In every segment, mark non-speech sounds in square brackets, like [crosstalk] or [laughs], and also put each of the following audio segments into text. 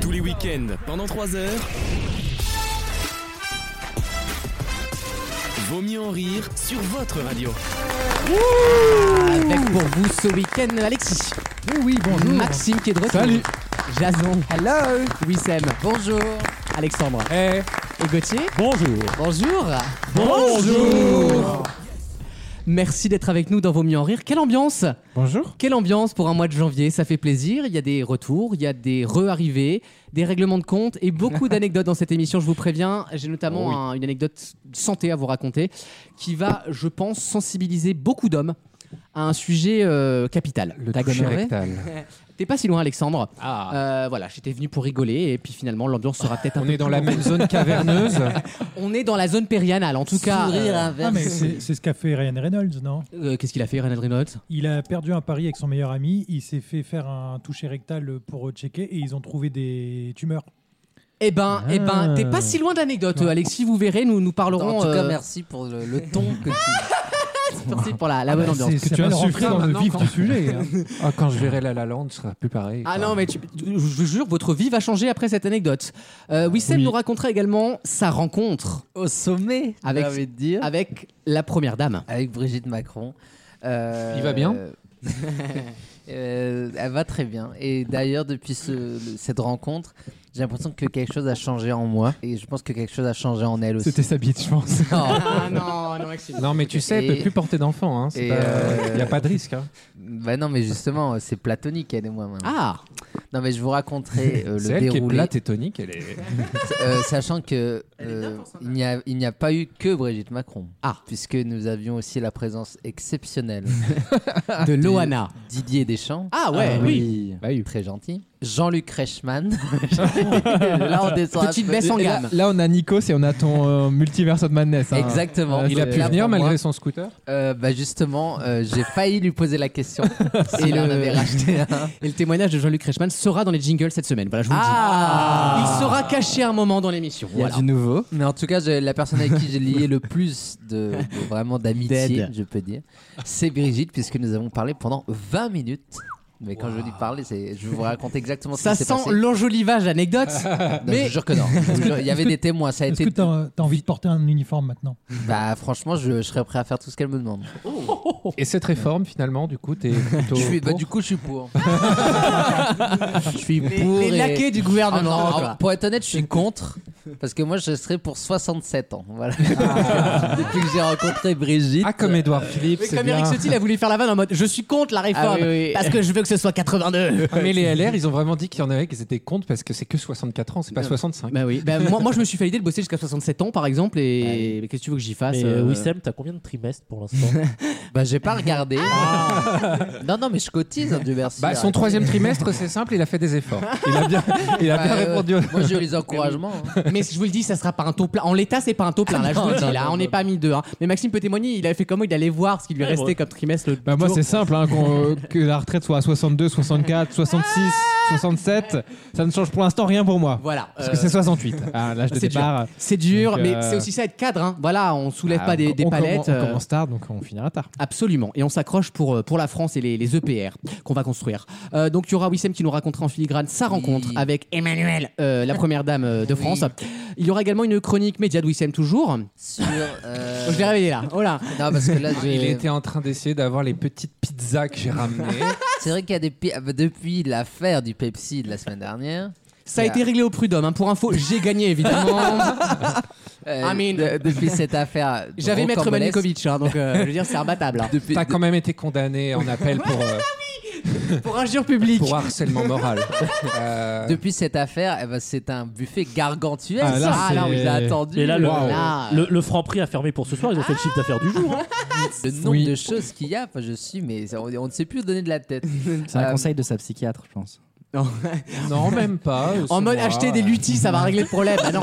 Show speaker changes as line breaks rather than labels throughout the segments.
Tous les week-ends, pendant 3 heures. Vaut mieux en rire sur votre radio.
Avec Ah, pour vous ce week-end Alexis,
Oui, Eh oui, bonjour.
Maxime qui est de retour,
Salut.
Jason,
Hello.
Wissem, bonjour, Alexandre
Eh,
et Gauthier,
bonjour.
bonjour.
Bonjour.
Merci d'être avec nous dans Vos Mieux en Rire. Quelle ambiance
Bonjour.
Quelle ambiance pour un mois de janvier, ça fait plaisir. Il y a des retours, il y a des re-arrivées, des règlements de compte et
[laughs]
beaucoup d'anecdotes dans cette émission, je vous préviens. J'ai notamment un- une anecdote santé à vous raconter qui va, je pense, sensibiliser beaucoup d'hommes à un sujet euh, capital. T'as gonorrhée T'es pas si loin, Alexandre. Euh, voilà, j'étais venu pour rigoler et puis finalement, l'ambiance sera peut-être un
Ah. On
peu
est dans
plus
la
lourde.
même zone caverneuse.
[laughs] On est dans la zone périanale, en tout cas.
Sourire
euh,
inversé.
Ah, mais c'est c'est ce qu'a fait Ryan Reynolds, non
euh, Qu'est-ce qu'il a fait, Reynald Reynolds
Il a perdu un pari avec son meilleur ami, il s'est fait faire un toucher rectal pour checker et ils ont trouvé des tumeurs.
Eh ben, eh ben,
Ah.
t'es pas si loin de l'anecdote,
Non.
Alexis. Vous verrez, nous nous
En
parlerons.
tout cas,
euh,
merci pour le, le ton
[laughs]
que tu...
merci pour Ah, la, la
bah,
bonne ambiance.
C'est
Que
ça
tu
va
as
leur
soufflé
entrer
dans le
maintenant,
vif
quand-
du
[laughs]
sujet. hein.
Ah, quand je verrai La La Land, ce sera plus pareil.
Ah
quoi.
non, mais tu- tu- je vous jure, votre vie va changer après cette anecdote. Euh, Wissem
Oui.
nous racontera également sa rencontre
Au sommet,
Avec-
j'ai envie de dire,
avec la première dame.
avec Brigitte Macron. Euh,
Il va bien
[laughs] euh, Elle va très bien. Et d'ailleurs, depuis ce- cette rencontre, j'ai l'impression que quelque chose a changé en moi. Et je pense que quelque chose a changé en elle aussi.
C'était sa bite, je pense.
[laughs] Non.
Ah non, non, Maxime.
Non, mais tu sais, elle
Et-
peut plus porter d'enfant. Hein. c'est
et,
pas-
euh,
Il n'y a pas de risque. hein.
Bah non, mais justement, c'est platonique, elle et moi. maintenant.
Ah,
Non, mais je vous raconterai euh,
C'est
le
elle qui est
déroulé.
plate et tonique. Elle est...
[laughs] Euh, sachant que euh, il n'y a, il n'y a pas eu que Brigitte Macron.
Ah.
Puisque nous avions aussi la présence exceptionnelle
[laughs] de Loana.
Didier Deschamps.
Ah ouais, oui.
Bah, oui.
Très gentil.
[laughs]
Jean-Luc Reichmann. [laughs] Là, on descend un
Petite
peu.
baisse en
Et
gamme.
Là, là, on a Nikos et on a ton euh, Multiverse of Madness. hein.
Euh,
Euh,
Exactement.
Il a pu
Là,
venir
pour moi,
malgré son scooter.
euh, bah justement, euh, j'ai failli lui poser
[laughs]
la question s'il en
le-
avait racheté [laughs] un.
Et le témoignage de Jean-Luc Reichmann sera dans les jingles cette semaine. Voilà, je vous le dis.
Ah.
Il sera caché un moment dans l'émission. Voilà.
nouveau.
Mais en tout cas, j'ai- la personne avec qui j'ai lié le plus de,
[laughs]
de- vraiment d'amitié,
Dead.
je peux dire, c'est Brigitte, puisque nous avons parlé pendant 20 minutes. Mais quand je dis parler, c'est, je vous raconte exactement ce
Ça
qui s'est
sent
passé.
l'enjolivage anecdote. [laughs]
Non,
mais-
je jure que non. Je vous jure, Il y avait des témoins. Ça a
Est-ce
été.
que t'as as envie de porter un uniforme maintenant
Bah franchement, je, je serais prêt à faire tout ce qu'elle me demande.
Oh. Et cette réforme, finalement, du coup, t'es plutôt.
Je suis, bah,
pour
du coup, je
[laughs]
suis pour. je suis pour.
Les
et-
laquais du
Ah, non,
gouvernement.
en-
quoi.
pour être honnête, je suis contre parce que moi, je serais pour 67 ans. Voilà.
Ah.
Depuis que j'ai rencontré Brigitte.
Ah, comme Edouard Philippe,
Mais
c'est
comme
bien.
Eric
[laughs]
Ciotti a voulu faire la vanne en mode je suis contre la réforme
Ah oui, oui.
parce que je veux que ce soit 82.
Ah, Mais les LR, ils ont vraiment dit qu'il y en avait qui étaient contre parce que c'est que 64 ans, c'est pas 65.
Bah oui, bah, moi,
[laughs]
moi je me suis fait l'idée de bosser jusqu'à 67 ans par exemple
Bah
et mais qu'est-ce que tu veux que j'y fasse
Mais
euh,
euh, Wissem, t'as combien de trimestres
[laughs]
pour l'instant
Bah, j'ai pas regardé. non, non, mais je cotise, hein, Dieu merci.
Ah Bah, son
Arrête.
troisième trimestre, c'est simple, il a fait des efforts. Il a bien, il a
Bah,
bien
euh,
répondu. au-
Moi, j'ai eu les encouragements.
[laughs]
hein.
Mais je vous le dis, ça sera pas un taux plein. En l'état, c'est pas un taux plein. Là,
Ah
je vous le
Non,
dis,
non,
là,
non,
on
non.
n'est pas mis deux. hein. Mais Maxime peut témoigner, il avait fait comment Il allait voir ce qui lui restait comme trimestre. l'autre
Bah moi
jour.
c'est simple,
[laughs]
hein, qu'on- que la retraite soit à 62, 64, 66, 67, ça ne change pour l'instant rien pour moi.
Voilà.
Parce
euh,
que c'est 68, hein, l'âge de
c'est
départ.
C'est dur,
Donc,
mais
euh,
c'est aussi ça être cadre. hein. Voilà, on soulève
bah,
Ah,
pas des,
on-
des
on
palettes.
commence- On
euh,
commence tard, donc on finira tard.
Absolument. Et on s'accroche pour, euh, pour la France et les, les EPR qu'on va construire. Euh, donc, il y aura Wissem qui nous racontera en filigrane sa rencontre avec Emmanuel, euh, la première dame euh, de France. Il y aura également une chronique média de Wissem, toujours.
[laughs] Sur. euh,
Je vais réveiller là. Oh là.
Non, parce que là, j'ai-
Ah, Il était en train d'essayer d'avoir les petites pizzas que
[laughs]
j'ai ramenées.
[laughs] c'est vrai qu'il y a des. pi- ah, bah, Depuis l'affaire du Pepsi de la semaine dernière.
Ça a
Yeah.
été réglé au prud'homme. hein. Pour info, j'ai gagné,
[laughs]
évidemment.
euh,
[laughs] I mean-
de- depuis cette affaire. de
J'avais Maître
Rocambolesque,
Malikovic, hein, donc euh, je veux dire, c'est imbattable. hein.
Depuis,
T'as quand même été condamné en appel pour, euh,
[laughs] Pour injure publique.
pour harcèlement
[laughs]
moral. Euh,
depuis cette affaire, eh ben, c'est un buffet gargantuel.
Ah, là,
ça.
c'est-
là, on les a attendus.
Et là, le,
Wow.
Là, euh,
le, le Franprix a fermé pour ce soir, ils ont fait le chiffre d'affaires du jour. hein.
Le nombre
Oui.
de choses qu'il y a, enfin, je suis, mais ça- on, on ne sait plus donner de la
[laughs]
tête.
C'est un
Euh,
conseil de sa psychiatre, je pense.
non,
[laughs]
même pas. euh,
En
c'est
mode
moi.
acheter des lutis, ça va régler le problème.
[laughs]
Bah non,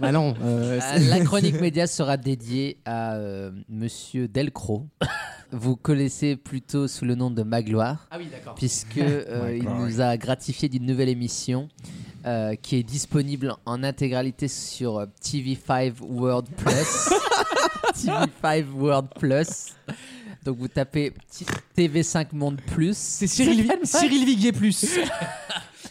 bah non. euh,
Euh, La
[laughs]
chronique média sera dédiée à euh, Monsieur Delcro. Vous connaissez plutôt sous le nom de Magloire,
Ah oui, d'accord. [laughs]
puisque euh, il nous a gratifié d'une nouvelle émission euh, qui est disponible en intégralité sur euh, TV5 World
[laughs]
Plus. TV5 World Plus. Donc vous tapez TV5 Monde
[laughs]
Plus.
C'est Cyril, Vi- Cyril Viguier plus.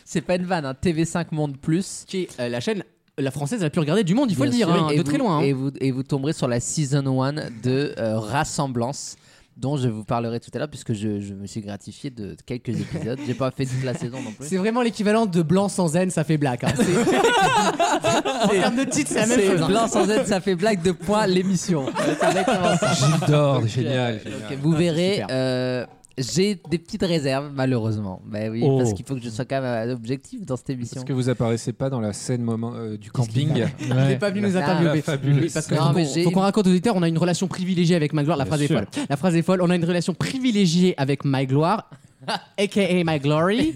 C'est pas une vanne, hein. TV5 Monde Plus.
Qui est euh, la chaîne la française la plus regardée du monde, il faut
Bien
le dire,
sûr.
hein, de
Et vous-
très loin. hein.
Et vous, et vous tomberez sur la Season 1 de euh, Rassemblance dont je vous parlerai tout à l'heure puisque je, je me suis gratifié de quelques épisodes. J'ai pas fait toute la saison non plus.
C'est vraiment l'équivalent de blanc sans haine, ça fait black.
[laughs]
hein. C'est- en termes de titre, c'est la même chose. hein.
Blanc sans aide, ça fait blague de points l'émission. C'est exactement ça.
Gilles d'Ord,
génial,
génial.
Ok, vous verrez,
super.
euh, j'ai des petites réserves, malheureusement. Bah oui,
Oh.
parce qu'il faut que je sois quand même euh, objectif dans cette émission.
Parce que vous apparaissez pas dans la scène moment euh, du camping.
[laughs] Il n'est pas venu nous
Ah,
interviewer.
fabuleuse.
Parce que
Non,
faut
mais
qu'on-
j'ai-
faut qu'on raconte aux auditeurs, on a une relation privilégiée avec Magloire. La
Bien
phrase est
sûr.
folle. La phrase est folle. On a une relation privilégiée avec Magloire, [laughs] aka My
[laughs]
Glory,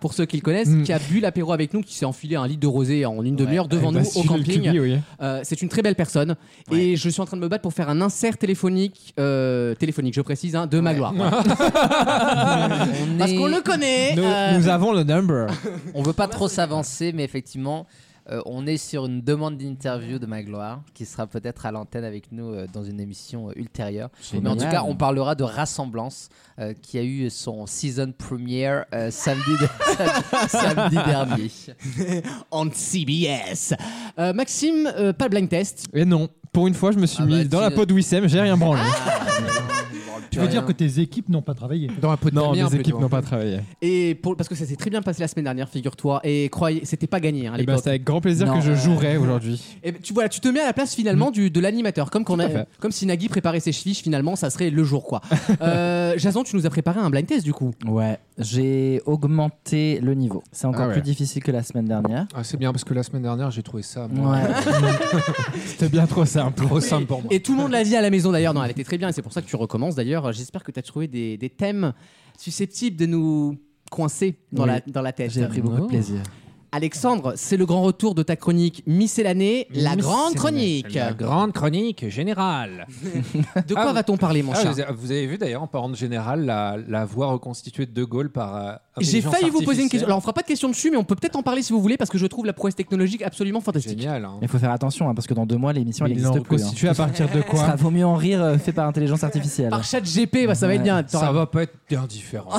pour ceux qui le connaissent,
Mm.
qui a bu l'apéro avec nous, qui s'est enfilé un litre de rosé en une demi-heure
Eh
devant
bah,
nous au camping. Euh, c'est une très belle personne et je suis en train de me battre pour faire un insert téléphonique, euh, téléphonique, je précise, hein, de
[laughs]
Magloire.
On
Parce
est-
qu'on le connaît.
Nous,
euh,
nous avons
[laughs]
le number.
on veut pas trop s'avancer, mais effectivement, euh, on est sur une demande d'interview de Magloire, qui sera peut-être à l'antenne avec nous euh, dans une émission euh, ultérieure. Mais en tout cas, on parlera de Rassemblance, euh, qui a eu son season premiere euh, samedi, de- [laughs] samedi
[laughs]
dernier.
en CBS. Euh, Maxime, euh, pas le blind test.
Et non, pour une fois, je me suis
Ah
mis
bah,
dans
tu-
la
Ah.
peau de Wissem, j'ai rien branlé.
Tu veux dire que tes équipes n'ont pas travaillé
Dans la peau
de
Non,
Damien,
mes équipes
plutôt.
n'ont pas travaillé. Eh
Et pour, parce que ça s'est très bien passé la semaine dernière, figure-toi. Et croyez, c'était pas gagné hein, à
Et ben,
l'époque.
c'est avec grand plaisir
Non.
que je jouerai aujourd'hui. Mm.
Et ben, tu vois, tu te mets à la place finalement du, de l'animateur, comme qu'on
à
a,
fait.
comme si Nagui préparait ses chevilles. Finalement, ça serait le jour
[laughs]
quoi. euh, Jason, tu nous as préparé un blind test du coup.
Ouais, j'ai augmenté le niveau. C'est encore
Ah ouais.
plus difficile que la semaine dernière.
Ah, c'est bien parce que la semaine dernière j'ai trouvé ça moi,
[laughs] Ouais.
[laughs]
C'était bien trop simple.
trop simple pour moi.
Et tout le monde l'a dit à la maison d'ailleurs. Non, elle était très bien. Et c'est pour ça que tu recommences d'ailleurs. J'espère que tu as trouvé des, des thèmes susceptibles de nous coincer [laughs] dans
Oui.
la dans la tête. Oh.
J'ai pris
Oh.
beaucoup de plaisir.
Alexandre, c'est le grand retour de ta chronique miscellanée, la grande
Miscellanée.
chronique.
Mmh, La grande chronique générale.
[laughs] De quoi
Ah,
va-t-on parler, mon
Ah,
chat
vous avez- vous avez vu d'ailleurs en parlant de général la, la voix reconstituée de De Gaulle par. euh,
J'ai
intelligence
failli vous poser une
artificielle.
question. Alors, on fera pas de question dessus, mais on peut peut-être en parler si vous voulez, parce que je trouve la prouesse technologique absolument fantastique.
Génial. hein.
Mais il faut faire attention, hein, parce que dans deux mois, l'émission elle
Ils l'ont
n'existe plus. hein.
reconstitué à partir de
[laughs] Ça
quoi
vaut mieux en rire euh, fait par intelligence artificielle.
Par chat GP, bah, ça va être
Ouais.
bien.
Ça va pas être bien différent.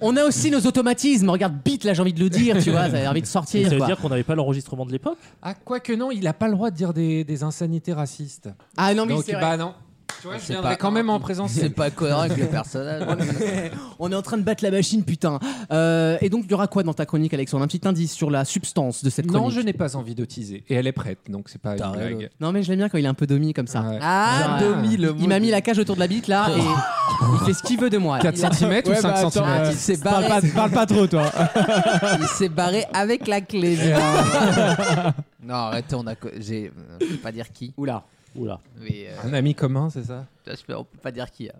On a aussi nos automatismes. Regarde, bit, là, j'ai envie de le [laughs] dire, tu
[laughs]
vois, j'ai envie de
Et
sortir.
ça veut
quoi.
dire qu'on n'avait pas l'enregistrement de l'époque
ah quoi que non, il a pas le droit de dire des, des insanités racistes.
Ah non, mais
Donc
c'est vrai.
bah non. Tu vois, je
C'est
viendrai
pas-
quand même en présence.
C'est pas cohérent avec le personnage.
Oh On est en train de battre la machine, putain. Euh, et donc, il y aura quoi dans ta chronique, Alexandre Un petit indice sur la substance de cette chronique
Non, je n'ai pas envie de teaser. Et elle est prête, donc c'est pas une
raison.
blague.
Non, mais je l'aime bien quand il est un peu domi comme ça.
Ouais.
Ah,
Ah.
Domi, le
Il m'a mis la cage autour de la bite, là, et il fait ce qu'il veut de moi. là.
4 cm ou 5
bah, attends,
cm
euh,
Il s'est
parle,
barré,
pas, parle pas trop, toi. euh,
il s'est barré avec
[laughs]
la clé.
[laughs]
hein. non, arrêtez, on a. co- J'ai. Je peux pas dire qui.
Oula.
Oula.
Mais, euh,
Un ami commun, c'est ça
je peux- on peut pas dire qui. hein.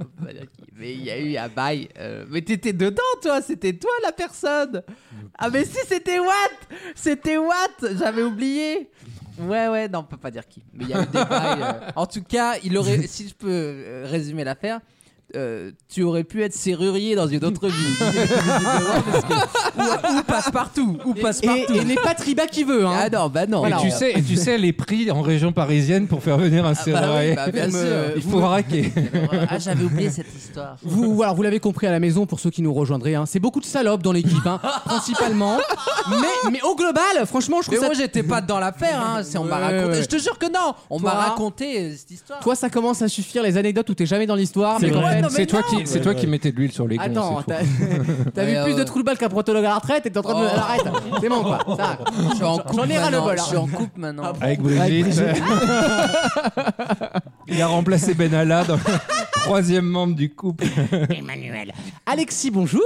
On peut pas dire qui. Mais il y a eu un bail. euh, Mais t'étais dedans, toi. C'était toi la personne. Ah, mais si, c'était Watt. C'était Watt. J'avais oublié. Ouais, ouais, non, on peut pas dire qui. Mais il y a eu des bails. euh. En tout cas, il
[laughs]
aurait. Si je peux euh, résumer l'affaire. euh, tu aurais pu être serrurier dans une autre
[laughs]
vie. Parce que- ou, ou passe partout, ou passe
Et,
partout.
et n'est pas Triba qui veut, hein.
Ah non, bah non.
Voilà,
et, tu
on-
sais, et tu sais les prix en région parisienne pour faire venir un
Ah bah oui,
serrurier.
bah bien sûr.
[laughs] Il faut
[laughs]
raquer.
Ah, j'avais oublié cette histoire.
Vous, alors, vous l'avez compris à la maison pour ceux qui nous rejoindraient, hein, c'est beaucoup de salopes dans l'équipe,
[laughs]
hein, principalement. Mais, mais au global, franchement, je
Mais
trouve ça.
moi j'étais pas dans l'affaire, hein. c'est on m'a
Ouais,
raconté.
ouais.
Je te jure que non, on m'a
Toi-
raconté euh, cette histoire.
Toi, ça commence à suffire les anecdotes où t'es jamais dans l'histoire. Mais
C'est
qu'en
vrai.
fait-
non, mais
C'est toi qui, c'est toi
Ouais,
qui
ouais.
mettais de l'huile sur les gonds.
Attends,
c'est
t'as
tout.
[laughs]
t'as
Ouais,
vu plus
ouais.
de trou de balle qu'un protologue à la retraite et t'es en train de.
Oh.
Euh, Alors, Arrête, c'est bon quoi. Ça, va.
[laughs] je suis en couple.
J'en ai ras le
maintenant,
bol, hein.
Je suis en couple maintenant.
Avec Brigitte. [laughs] Il a remplacé Benalla dans le [laughs] troisième membre du couple.
Emmanuel. Alexis, bonjour.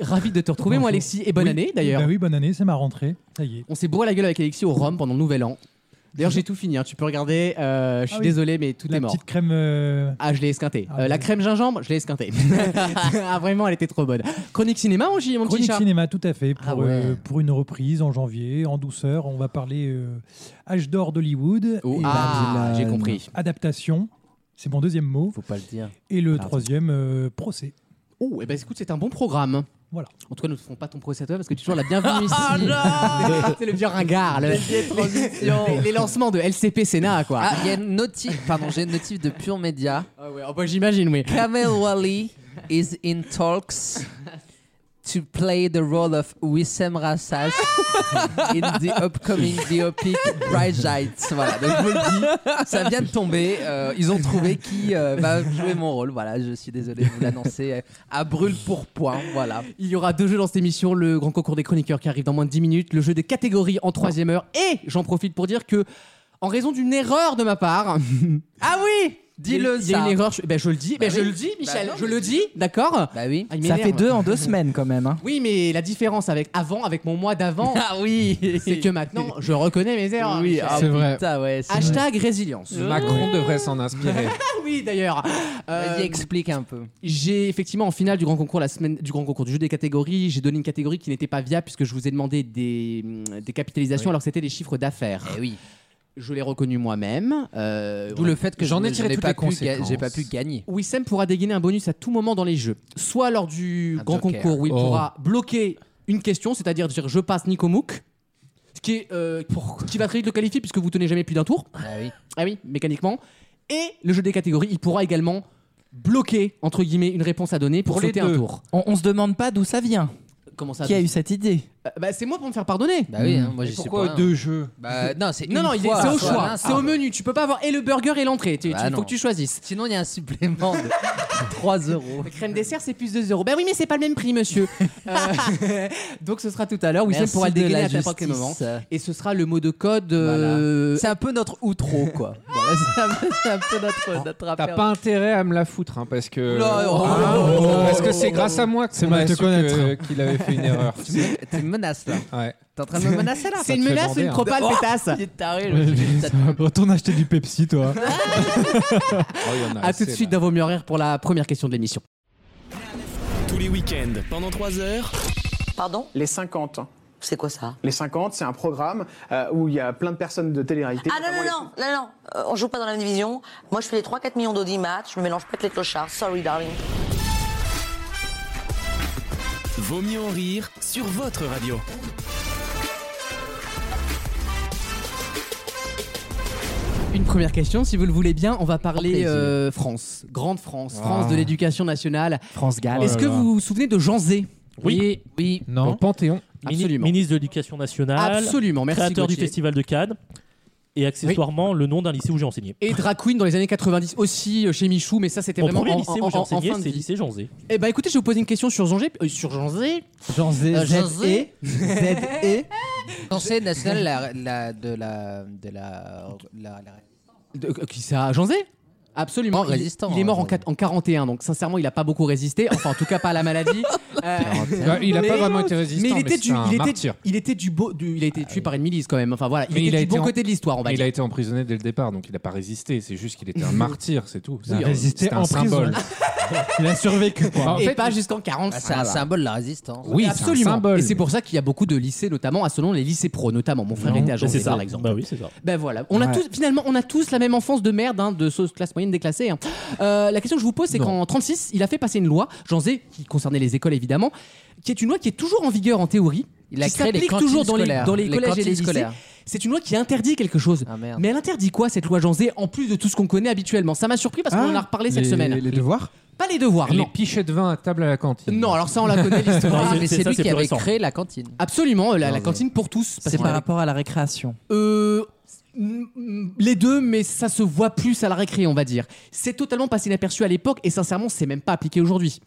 Ravi de te retrouver, moi,
Bonjour.
Alexis, et bonne
Oui.
année d'ailleurs.
Bah oui, bonne année, c'est ma rentrée. Ça y est.
On s'est bourré la gueule avec Alexis au Rhum pendant le nouvel an. D'ailleurs, j'ai tout fini, hein, tu peux regarder. euh, je suis
Ah oui.
désolé, mais tout
La
est mort.
petite crème. euh,
Ah, je l'ai esquinté.
Ah,
Euh, la
bon.
crème gingembre, je l'ai
[laughs]
esquinté. ah, vraiment, elle était trop bonne. Chronique cinéma, mon, chi- mon petit
Chronique
chat
cinéma, tout à fait, pour,
Ah ouais.
euh, pour une reprise en janvier, en douceur. On va parler euh, Âge d'or d'Hollywood,
Oh,
et
Ah,
Babylone.
j'ai compris.
adaptation, c'est mon deuxième mot,
Faut pas le dire.
et le
Pardon.
troisième, euh,
[laughs]
procès.
Oh, et ben écoute, c'est un bon programme.
Voilà. Ah,
En tout cas, ne font pas ton procès à toi parce que tu es toujours la
[laughs]
bienvenue ici. [laughs] c'est le vieux ringard. le- [laughs] les, les lancements de LCP Sénat, quoi.
Ah, il y a une notif, pardon, j'ai une notif de Pure Media.
Ah ouais, oh, bah, j'imagine, oui.
Kamel Wally is in talks to play the role of Wissem Rassas in the upcoming biopic Bright Voilà, donc je vous le dis, ça vient de tomber. euh, ils ont trouvé qui euh, va jouer mon rôle. Voilà, je suis désolé de vous l'annoncer euh, à brûle pour point. Voilà.
Il y aura deux jeux dans cette émission, le grand concours des chroniqueurs qui arrive dans moins de 10 minutes, le jeu des catégories en troisième heure, et j'en profite pour dire que, en raison d'une erreur de ma
[laughs]
part, ah oui
Dis-le
Il y a
ça.
une erreur, je, ben, je le dis, ben,
Bah
je
oui.
le dis, Michel,
Bah non,
je
mais-
le dis, d'accord
Bah oui.
Ah, il
Ça
m'énerve.
fait deux en deux semaines quand même. hein.
Oui, mais la différence avec avant, avec mon mois d'avant,
[laughs] Ah oui.
c'est que maintenant, je reconnais mes erreurs.
Oui,
Michel.
ah,
C'est vrai.
putain, ouais. c'est vrai.
Hashtag résilience.
Macron devrait s'en inspirer.
Ah oui, d'ailleurs. Euh,
Vas-y, explique un peu.
J'ai effectivement en finale du grand concours la semaine du grand concours du jeu des catégories, j'ai donné une catégorie qui n'était pas viable puisque je vous ai demandé des, mm, des capitalisations alors que c'était des chiffres d'affaires.
Eh oui.
Je l'ai reconnu moi-même. euh,
D'où le fait que
J'en
je-
ai tiré
je n'ai
toutes
pas
les
pu ga-
conséquences.
J'ai pas pu gagner.
Wissem pourra dégainer un bonus à tout moment dans les jeux, soit lors du
Un
grand
joker.
concours où il
Oh.
pourra bloquer une question, c'est-à-dire dire je passe Nico Mouk, ce qui est euh, ce qui va très vite le qualifier puisque vous tenez jamais plus d'un tour.
Ah oui.
Ah oui, mécaniquement. Et le jeu des catégories, il pourra également bloquer entre guillemets une réponse à donner pour,
Pour les
sauter un
deux.
tour.
On, on se demande pas d'où ça vient.
Comment ça
Qui a
donc
eu cette idée
Euh, bah, c'est moi pour me faire pardonner.
Bah oui, hein, moi je sais pas.
Pourquoi
hein.
deux jeux
Bah non, c'est
Non,
une
non, il est-
fois,
c'est au
soit
choix,
l'un,
c'est
soit
au menu. Tu peux pas avoir et le burger et l'entrée. Tu- tu- Il
Bah
faut
non.
que tu choisisses.
Sinon, il y a un supplément de
[laughs]
3 euros.
Le crème dessert, c'est plus 2 euros. Bah oui, mais c'est pas le même prix,
[laughs]
monsieur. Euh, [laughs] donc ce sera tout à l'heure. Oui, ça
Merci
pourra le
de
dégainer
la
à n'importe quel moment.
justice.
Et ce sera le mot de code. euh,
C'est un peu notre outro, quoi.
[laughs]
Voilà, c'est un peu- c'est un, peu notre, notre
T'as
rappel.
pas intérêt à me la foutre, hein, parce que.
Oula, oh,
Ah,
oh, oh,
parce que
oh,
c'est
oh,
grâce à moi que
C'est
qu'on
mal
a
te
su que-
connaître.
qu'il avait fait une
[laughs]
erreur.
Tu me menaces, là.
Ouais.
T'es en train de me menacer, là.
C'est
te
une
fait
menace ou
bander,
une
hein.
propale
Oh.
pétasse
Il est taré,
[laughs]
le
Ouais,
sujet.
Retourne acheter du Pepsi,
[laughs]
toi.
Oh, il y en a
A tout
assez,
de suite
là.
dans Vos Mieux Rires pour la première question de l'émission.
Tous les week-ends, pendant 3 heures.
Pardon
Les 50.
C'est quoi ça
Les 50, c'est un programme euh, où il y a plein de personnes de télé-réalité.
Ah non,
notamment
non,
les-
non, non, non, Euh, on joue pas dans la même division. Moi, je fais les 3-4 millions d'audimat, je me mélange pas avec les clochards. Sorry, darling.
Vaut mieux en rire sur votre radio.
Une première question, si vous le voulez bien, on va parler
plaisir.
euh, France, grande France, France de
Ah.
l'éducation nationale.
France Gall.
Est-ce que vous vous souvenez de Jean Zé
Oui.
oui,
Non.
Au Panthéon.
Mini-
absolument.
Ministre de l'Éducation nationale,
Absolument, merci.
créateur du
Gauthier.
Festival de Cannes et accessoirement le nom d'un lycée où j'ai enseigné.
Et drag queen dans les années 90 aussi euh, chez Michou, mais ça c'était
Mon
vraiment
premier
en,
lycée
en-
où j'ai
en- en
enseigné,
fin de
c'est
vie.
lycée Jean Zé.
Eh ben écoutez, je vais vous poser une question sur Jean Zé, euh, sur Jean Zé,
Jean Z,
Euh, Jean
Z,
Zé.
E, Z,
[laughs]
E.
Conseil national la- la- de la. De la, la- la-
de- euh, qui ça, Jean Zé Absolument,
Oh,
il-
résistant,
il, est mort
hein,
en, quat- en 41, donc sincèrement il a pas beaucoup résisté, enfin en tout cas pas à la
[laughs]
maladie. Euh,
Bah, il a
Mais-
pas vraiment été résistant,
mais il était du,
c'est un
il était,
martyr. Ah
il était du beau, du- il a été tué par une milice quand même. Enfin voilà, il
Mais
était
il a
du
été
bon
en-
côté de l'histoire, on va
Mais il
dire.
a été emprisonné dès le départ, donc il n'a pas résisté. C'est juste qu'il était
[laughs]
un martyr, c'est tout.
Il a résisté
C'était un
en prison. [laughs]
symbole.
Il a survécu, quoi.
Et pas jusqu'en 40.
Bah, c'est un symbole de la résistance.
Oui, c'est un
Absolument.
symbole.
Et c'est pour ça qu'il y a beaucoup de lycées, notamment à Selon les lycées pro, notamment. Mon frère était à Jean
C'est
Zé,
ça,
par exemple.
Bah oui, c'est ça.
Ben voilà, on a
Ouais.
tous, finalement, on a tous la même enfance de merde, hein, de sauce classe moyenne déclassée. hein. Euh, la question que je vous pose, c'est qu'en 36, il a fait passer une loi, Jean Zé, qui concernait les écoles évidemment, qui est une loi qui est toujours en vigueur en théorie.
Il a
qui
créé les
s'applique
cantines
toujours dans les,
scolaires.
dans les
Les
collèges et les
cantines
lycées.
scolaires.
C'est une loi qui interdit quelque chose.
Ah merde.
Mais elle interdit quoi cette loi Jean Zé en plus de tout ce qu'on connaît habituellement Ça m'a surpris parce qu'on en a reparlé cette
les-
semaine.
Les devoirs
Pas les devoirs,
Ah Les
non.
pichets de vin à table à la cantine.
Non, alors ça on la
[laughs]
connaît l'histoire.
Non,
mais c'est
ça,
lui
c'est plus
qui avait
récent.
créé la cantine.
Absolument, la, la
Non,
cantine pour tous. parce
C'est
qu'on
par
a-
rapport à la récréation.
Euh, mm, mm, les deux, mais ça se voit plus à la récré, on va dire. C'est totalement passé inaperçu à l'époque et sincèrement, c'est même pas appliqué aujourd'hui.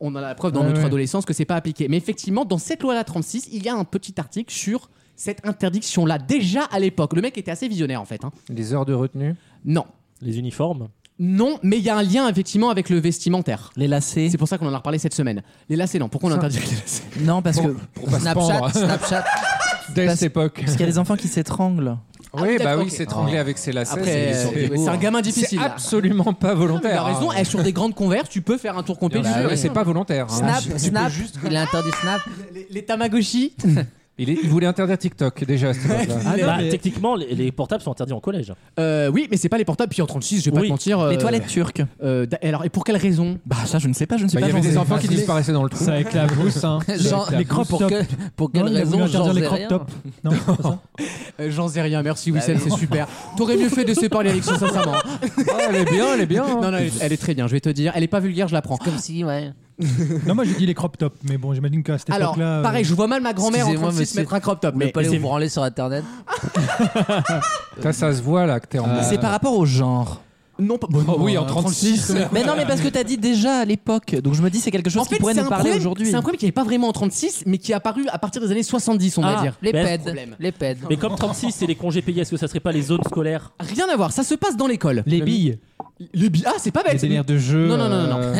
On a la preuve dans
Ouais,
notre
ouais.
adolescence que c'est pas appliqué. Mais effectivement, dans cette loi-là 36, il y a un petit article sur cette interdiction-là déjà à l'époque. Le mec était assez visionnaire en fait. hein.
Les heures de retenue.
Non.
Les uniformes.
Non, mais il y a un lien effectivement avec le vestimentaire.
Les lacets.
C'est pour ça qu'on en a reparlé cette semaine. Les lacets, non. Pourquoi on
Ça-
interdit les lacets
Non, parce que.
Pour pas se
Snapchat,
pendre.
Snapchat.
[laughs] Dès
Parce-
cette époque.
Parce qu'il y a des enfants qui s'étranglent.
Ah oui,
oui, bah
d'accord,
oui,
ok.
s'étrangler avec ses lacets.
Après,
c'est-
euh,
c'est-
c'est un gamin difficile.
C'est
là.
absolument pas
Il
volontaire.
a raison.
hein.
eh, sur des grandes converses, tu peux faire un tour complet.
Bien
du
sûr,
jeu.
mais c'est pas volontaire. hein.
Snap,
Tu peux
Snap.
juste-
Il a interdit [laughs] Snap.
Les, les Tamagotchi,
[laughs] Il, est- il voulait interdire TikTok déjà à cette époque-là.
[laughs]
Ah, non,
Bah,
mais-
Techniquement, les, les portables sont interdits en collège.
Euh, oui, mais c'est pas les portables. Puis en 36, je vais pas
Oui.
te mentir. euh,
Les toilettes turques.
euh, d'a- alors, et pour quelle raison
Bah, ça, je ne sais pas, je ne suis
Bah,
pas
il y avait
Jean
des
Zé.
enfants qui disparaissaient dans le trou.
Ça avec la
[laughs]
brousse, hein.
Jean,
les crop
pour,
tops.
que, pour quelle
Non, il a voulu
raison
interdire
Jean
les
Zé
crop
rien
tops. Non, c'est pas ça
[laughs] Euh, J'en sais rien, merci
Bah
Wissem,
oui.
c'est super. T'aurais mieux fait de séparer l'élection, [laughs] sincèrement.
Oh, elle est bien, elle est bien. hein.
Non, non, elle est, elle est très bien, je vais te dire. Elle est pas vulgaire, je la prends.
Comme si, ouais.
Non, moi j'ai dit les crop tops, mais bon, j'imagine qu'à cette
Alors,
époque-là. euh,
pareil, je vois mal ma grand-mère en
Excusez-moi,
36
monsieur.
mettre un crop top.
Ne
Mais
pas aller
c'est-
vous branler sur internet.
Ça, ça se voit là que t'es en.
Euh,
C'est par rapport au genre.
non, pas. bon,
Oh oui, en
Euh,
36.
mais non, mais parce que t'as dit déjà à l'époque. Donc je me dis, c'est quelque chose
en fait,
qui pourrait
c'est
nous
un,
parler
problème-
aujourd'hui.
c'est un problème qui n'est pas vraiment en 36, mais qui est apparu à partir des années 70, on va
Ah.
dire.
Les
Ben,
pèdes.
problème.
Les pèdes.
Mais comme 36, c'est les congés payés, est-ce que ça serait pas les zones scolaires
Rien à voir, ça se passe dans l'école.
Les billes,
Le bi- Ah, c'est pas
les
bête.
délires de jeu.
Non, non, non, non, non. [laughs]
euh,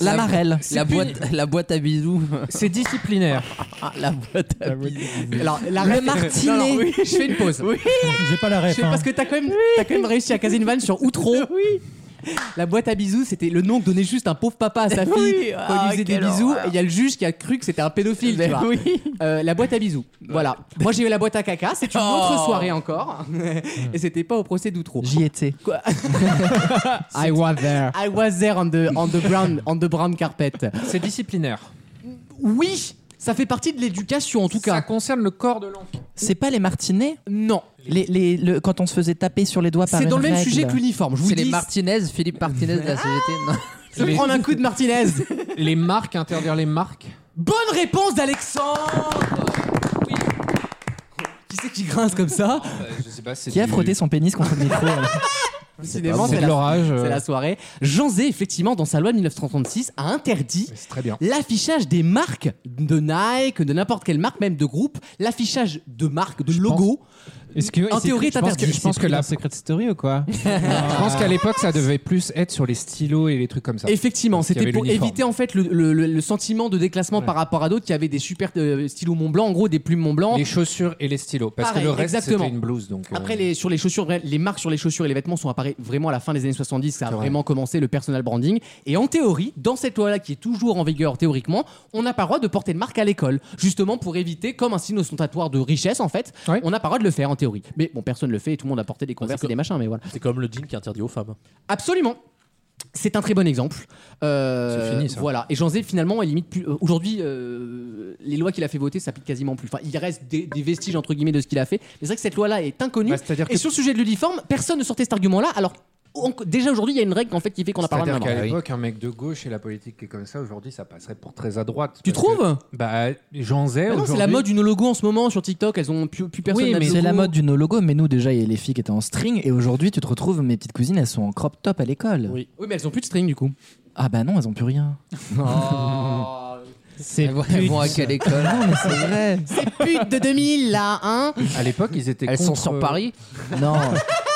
La marelle.
La boîte, la boîte à bisous.
[laughs]
C'est disciplinaire.
Ah, la boîte à bisous.
[laughs]
[laughs]
Alors, la
Le
ref-
martinet.
Non, non, oui, Je fais une pause.
J'ai pas la
Je
ref.
fais-
hein.
parce que t'as quand même, t'as quand même réussi à caser une vanne sur Outro. Oui. La boîte à bisous, c'était le nom que donnait juste un pauvre papa à sa fille quand il lui faisait des bisous. Et il y a le juge qui a cru que c'était un pédophile. tu vois. Euh, la boîte à bisous. Voilà. Moi j'ai eu la boîte à caca. [laughs] C'est
Oh.
une autre soirée encore. et c'était pas au procès d'Outreau. [laughs]
J'y étais.
I was there. I was there on the, on the brown on the brown carpet.
C'est disciplinaire.
Oui, ça fait partie de l'éducation en tout
Ça
cas.
concerne le corps de l'enfant.
C'est pas les martinets
Non,
les, les- le- Quand on se faisait taper sur les doigts par
c'est
une
dans le même
règle.
sujet que l'uniforme. Je vous
C'est
dis.
les [laughs] Martinez, Philippe Martinez de la CGT. Non.
[laughs] Je vais
[laughs]
prendre un coup de Martinez.
[laughs] Les marques, interdire les marques.
Bonne réponse d'Alexandre. Qui c'est qui grince comme ça
Euh,
je sais pas, c'est
Qui a frotté son pénis contre
[laughs]
le micro euh.
Décidément,
C'est
c'est
de
la,
l'orage.
c'est
euh.
la soirée. Jean Zay, effectivement, dans sa loi de 1936, a interdit
C'est très bien.
l'affichage des marques de Nike, de n'importe quelle marque, même de groupe, l'affichage de marques, de logos.
Est-ce que-
En
c'est-
théorie,
je pense
t'interdis.
que- je pense que la
Dans
Secret Story
[laughs]
ou quoi
Je pense qu'à l'époque, ça devait plus être sur les stylos et les trucs comme ça.
Effectivement,
Parce qu'il y
c'était
avait
pour
l'uniforme.
éviter en fait le, le- le- le sentiment de déclassement par rapport à d'autres qui avaient des super euh, stylos Mont Blanc, en gros des plumes Mont Blanc.
Les chaussures et les stylos. Parce
Pareil,
que le reste,
exactement.
c'était une blouse. Donc, euh,
Après, les, sur les chaussures, vra- les marques sur les chaussures et les vêtements sont apparues vraiment à la fin des années 70. Ça a
C'est vrai.
vraiment commencé le personal branding. Et en théorie, dans cette loi-là, qui est toujours en vigueur théoriquement, on n'a pas le droit de porter de marque à l'école. Justement pour éviter, comme un signe ostentatoire de richesse, en fait,
Ouais.
on n'a pas le droit de le faire en théorie. Mais bon, personne ne le fait et tout le monde a porté des converses
c'est
et des machins, mais voilà.
C'est comme le jean qui est interdit aux femmes.
Absolument. C'est un très bon exemple. Euh,
C'est fini, ça.
Voilà. Et Jean Zay, finalement, est limite plus. euh, Aujourd'hui, euh, les lois qu'il a fait voter s'appliquent quasiment plus. Enfin, il reste des, des vestiges, entre guillemets, de ce qu'il a fait. Mais c'est vrai que cette loi-là est inconnue.
Bah, c'est-à-dire
Et
que-
sur le sujet de l'uniforme, personne ne sortait cet argument-là. Alors, on- déjà aujourd'hui, il y a une règle en fait, qui fait qu'on n'a pas le droit
C'est-à-dire
de
qu'à
l'avoir.
l'époque, un mec de gauche et la politique qui est comme ça, aujourd'hui, ça passerait pour très à droite.
Tu
Parce que-
trouves
Bah, j'en ai.
Bah non, C'est la mode du no logo en ce moment sur TikTok. Elles ont plus, plus personne.
Oui,
n'a de
mais c'est
logo.
la mode du no-logo. Mais nous, déjà, il y a les filles qui étaient en string. Et aujourd'hui, tu te retrouves, mes petites cousines, elles sont en crop top à l'école.
Oui.
Oui, mais elles ont plus de string du coup.
Ah bah non, elles ont plus rien.
Oh. Elles vont- elles vont à quelle école
Non, mais c'est vrai.
Pute de 2000 là,
[laughs]
hein
À l'époque, ils étaient
Elles sont
contre-
euh,
sur
[laughs]
Paris.
Non.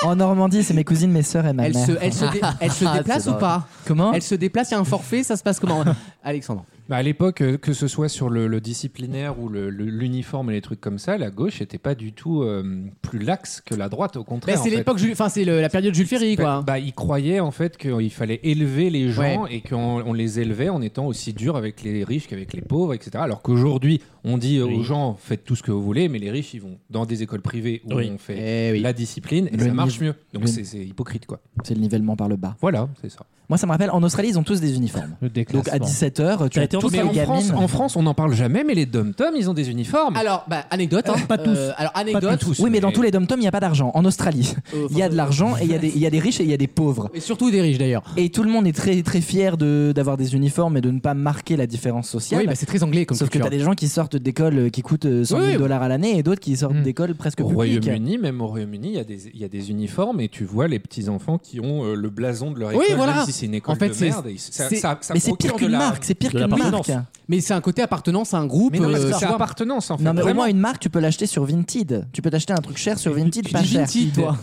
En Normandie, c'est mes cousines, mes sœurs et ma
Elles
mère.
se, elles se, dé- elles
[laughs]
se
Ah, c'est
déplacent ou
drôle.
pas
Comment
Elles se déplacent, il y a un forfait, ça se passe
[laughs]
comment Ben, Alexandre.
Bah, à l'époque, euh, que ce soit sur le, le disciplinaire ou le- le- l'uniforme et les trucs comme ça, la gauche n'était pas du tout euh, plus laxe que la droite, au
Mais
contraire. en
Bah, c'est
fait.
l'époque, Jules- enfin c'est le- la période Jules Ferry
Bah,
quoi.
bah, ils croyaient en fait qu'il fallait élever les gens et qu'on on les élevait en étant aussi dur avec les riches qu'avec les pauvres, etc. Alors qu'aujourd'hui, on dit euh, aux gens faites tout ce que vous voulez, mais les riches ils vont dans des écoles privées où
Oui.
on fait
Eh oui.
la discipline et
Le
ça marche mieux.
le-
Donc c'est c'est hypocrite quoi.
C'est le nivellement par le bas.
Voilà, c'est ça.
Moi, ça me rappelle, en Australie, ils ont tous des uniformes.
Euh,
Le
Donc à
déclassement.
17h, tu
T'as
as
été en
toutes
Mais
les
en France,
gamines.
en France, on n'en parle jamais, ben, mais les dom-toms ils ont des uniformes.
Alors, bah, anecdote. hein.
pas tous.
Euh, alors, anecdote.
tous,
Oui, mais dans
mais-
tous les dom-toms, il n'y a pas d'argent. En Australie,
Euh,
il y a de l'argent et il y a des- il y a des riches et il y a des pauvres.
Et surtout des riches d'ailleurs.
Et tout le monde est très très fier de d'avoir des uniformes et de ne pas marquer la différence sociale.
Oui, bah, c'est très anglais comme
Sauf que
culture.
t'as des gens qui sortent d'école euh, qui coûtent euh, 100 000
Oui, Hmm. oui.
dollars à l'année et d'autres qui sortent
Mm.
d'école presque
Au
publique.
Royaume-Uni, même au Royaume-Uni, il y, a des- il y a des uniformes et tu vois les petits enfants qui ont euh, le blason de leur
Oui,
école,
voilà.
Ah,
même si c'est une école
En fait,
de
c'est-
merde. et ça,
c'est-
ça- ça
Mais c'est
procure
pire
de
qu'une
la-
marque, c'est pire
de la
qu'une marque.
appartenance.
Mais c'est un côté appartenance à un groupe.
Mais non, parce
euh,
que c'est appartenance en fait.
Non mais au
Vraiment.
moins une marque, tu peux l'acheter sur Vinted. Tu peux t'acheter un truc cher sur Vinted,
tu
pas
dis
cher.
Vinted, toi.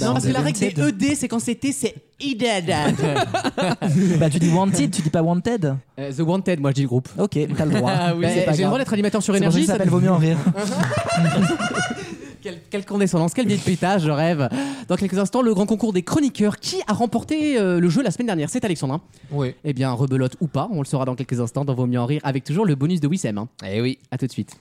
Non, parce que la règle des
Vinted.
ED, c'est quand c'était, c'est E IDED.
[laughs]
[laughs] Bah tu dis Wanted, tu dis pas Wanted.
Euh, The Wanted, moi je dis le groupe.
Ok, t'as le
[laughs]
droit.
Bah,
C'est pas
J'ai le droit
grave.
d'être animateur sur
C'est pour ça que
énergie.
ça
ça-
s'appelle Vaut mieux en rire.
Quelle, quelle condescendance, quel vieil pétage, je rêve. Dans quelques instants, le grand concours des chroniqueurs. Qui a remporté euh, le jeu la semaine dernière C'est Alexandre. hein.
Oui.
Eh bien, rebelote ou pas, on le saura dans quelques instants dans Vaut mieux en rire avec toujours le bonus de Wissem. hein.
Eh oui.
À tout de suite.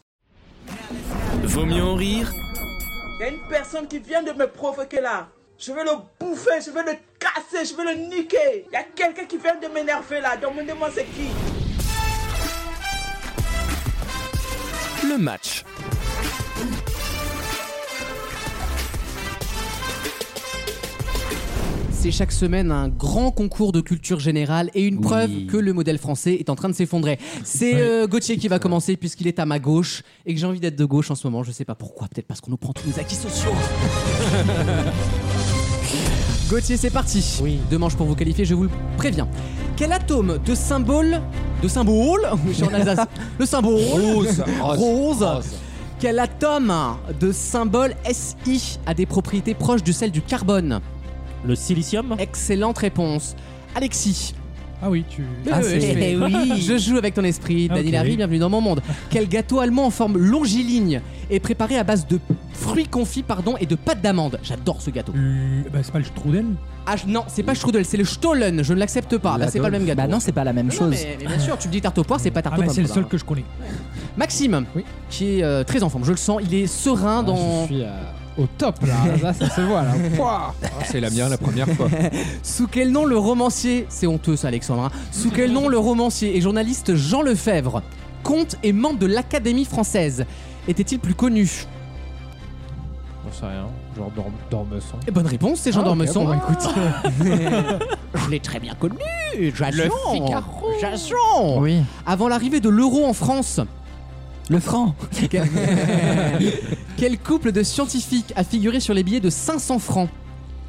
Vaut mieux en rire
Il y a une personne qui vient de me provoquer là. Je vais le bouffer, je vais le casser, je vais le niquer. Il y a quelqu'un qui vient de m'énerver là. Demandez-moi c'est qui.
le match.
C'est c'est chaque semaine un grand concours de culture générale et une preuve que le modèle français est en train de s'effondrer. C'est euh, Gauthier qui va commencer puisqu'il est à ma gauche et que j'ai envie d'être de gauche en ce moment. Je sais pas pourquoi, peut-être parce qu'on nous prend tous nos acquis sociaux. Gauthier, c'est parti. Deux manches pour vous qualifier, je vous le préviens. Quel atome de symbole de symbole [laughs] Je suis en Alsace. Le symbole
Rose, rose,
Rose.
rose.
Quel atome de symbole SI a des propriétés proches de celles du carbone Le silicium Excellente réponse. Alexis.
Ah oui, tu.
Mais mais Eh
[laughs]
oui. [laughs] Je joue avec ton esprit,
Ah,
Daniel
ok.
Harry, bienvenue dans mon monde. Quel gâteau allemand en forme longiligne est préparé à base de fruits confits pardon, et de pâte d'amande J'adore ce gâteau.
Bah, c'est pas le strudel
Ah non, c'est pas strudel, c'est le stollen, je ne l'accepte pas. Bah, c'est pas le même gâteau.
Bah non, c'est pas la même
Mais non,
chose.
mais, mais bien sûr, tu me dis tarte aux poires, c'est pas tarte
Ah,
aux
bah,
pommes,
c'est le
ça.
seul que je connais.
Maxime, qui est euh, très en forme, je le sens, il est
Ah,
serein dans.
je suis, Au top là,
[laughs]
là, ça se voit là. Pouah.
Oh, c'est la mienne la première fois.
Sous quel nom le romancier, c'est honteux ça Alexandre, hein. sous quel nom le romancier et journaliste Jean Lefebvre, comte et membre de l'Académie française, était-il plus connu
J'en sais rien, genre dorme, dormeçon.
Et Eh Bonne réponse, c'est Jean
Ah, ok,
Dormeçon. [laughs]
bon, bah, [laughs]
je l'ai très bien connu, Jason.
Le Figaro.
Jason.
Oui.
Avant l'arrivée de l'euro en France,
Le franc. [laughs]
quel... quel couple de scientifiques a figuré sur les billets de 500 francs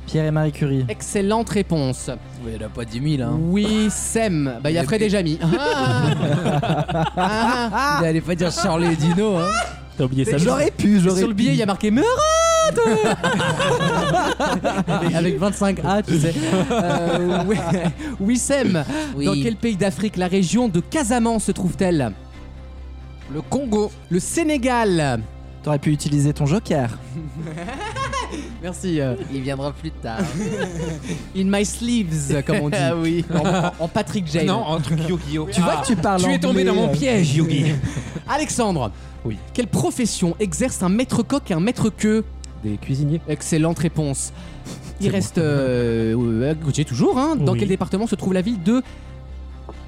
Pierre et Marie Curie.
Excellente réponse.
Il n'y en a pas 10 000. Hein.
Oui, Sem. Bah, il y a Fred et Jamy. Ah. Ah, ah.
[laughs] Il allait pas dire Charlie et Dino. Hein.
T'as oublié ça
J'aurais pu, j'aurais
Sur le billet, il y a marqué Meurette [laughs] Avec 25A, tu sais. Euh, oui, Wissem,
Oui.
dans quel pays d'Afrique la région de Casamance se trouve-t-elle
Le Congo.
Le Sénégal.
T'aurais pu utiliser ton joker.
[laughs] Merci. euh,
Il viendra plus tard.
[laughs] in my sleeves, comme on dit.
[laughs] Ah oui.
En, en Patrick Jane.
Non, un truc Yogi. Ah,
Tu vois que tu parles
es tombé
anglais,
dans mon
euh.
piège, Yogi.
[laughs] Alexandre.
Oui.
Quelle profession exerce un maître coq et un maître queue
Des cuisiniers.
Excellente
[laughs]
réponse. Il reste euh, euh, Gauthier toujours. Hein. Dans
Oui.
quel département se trouve la ville de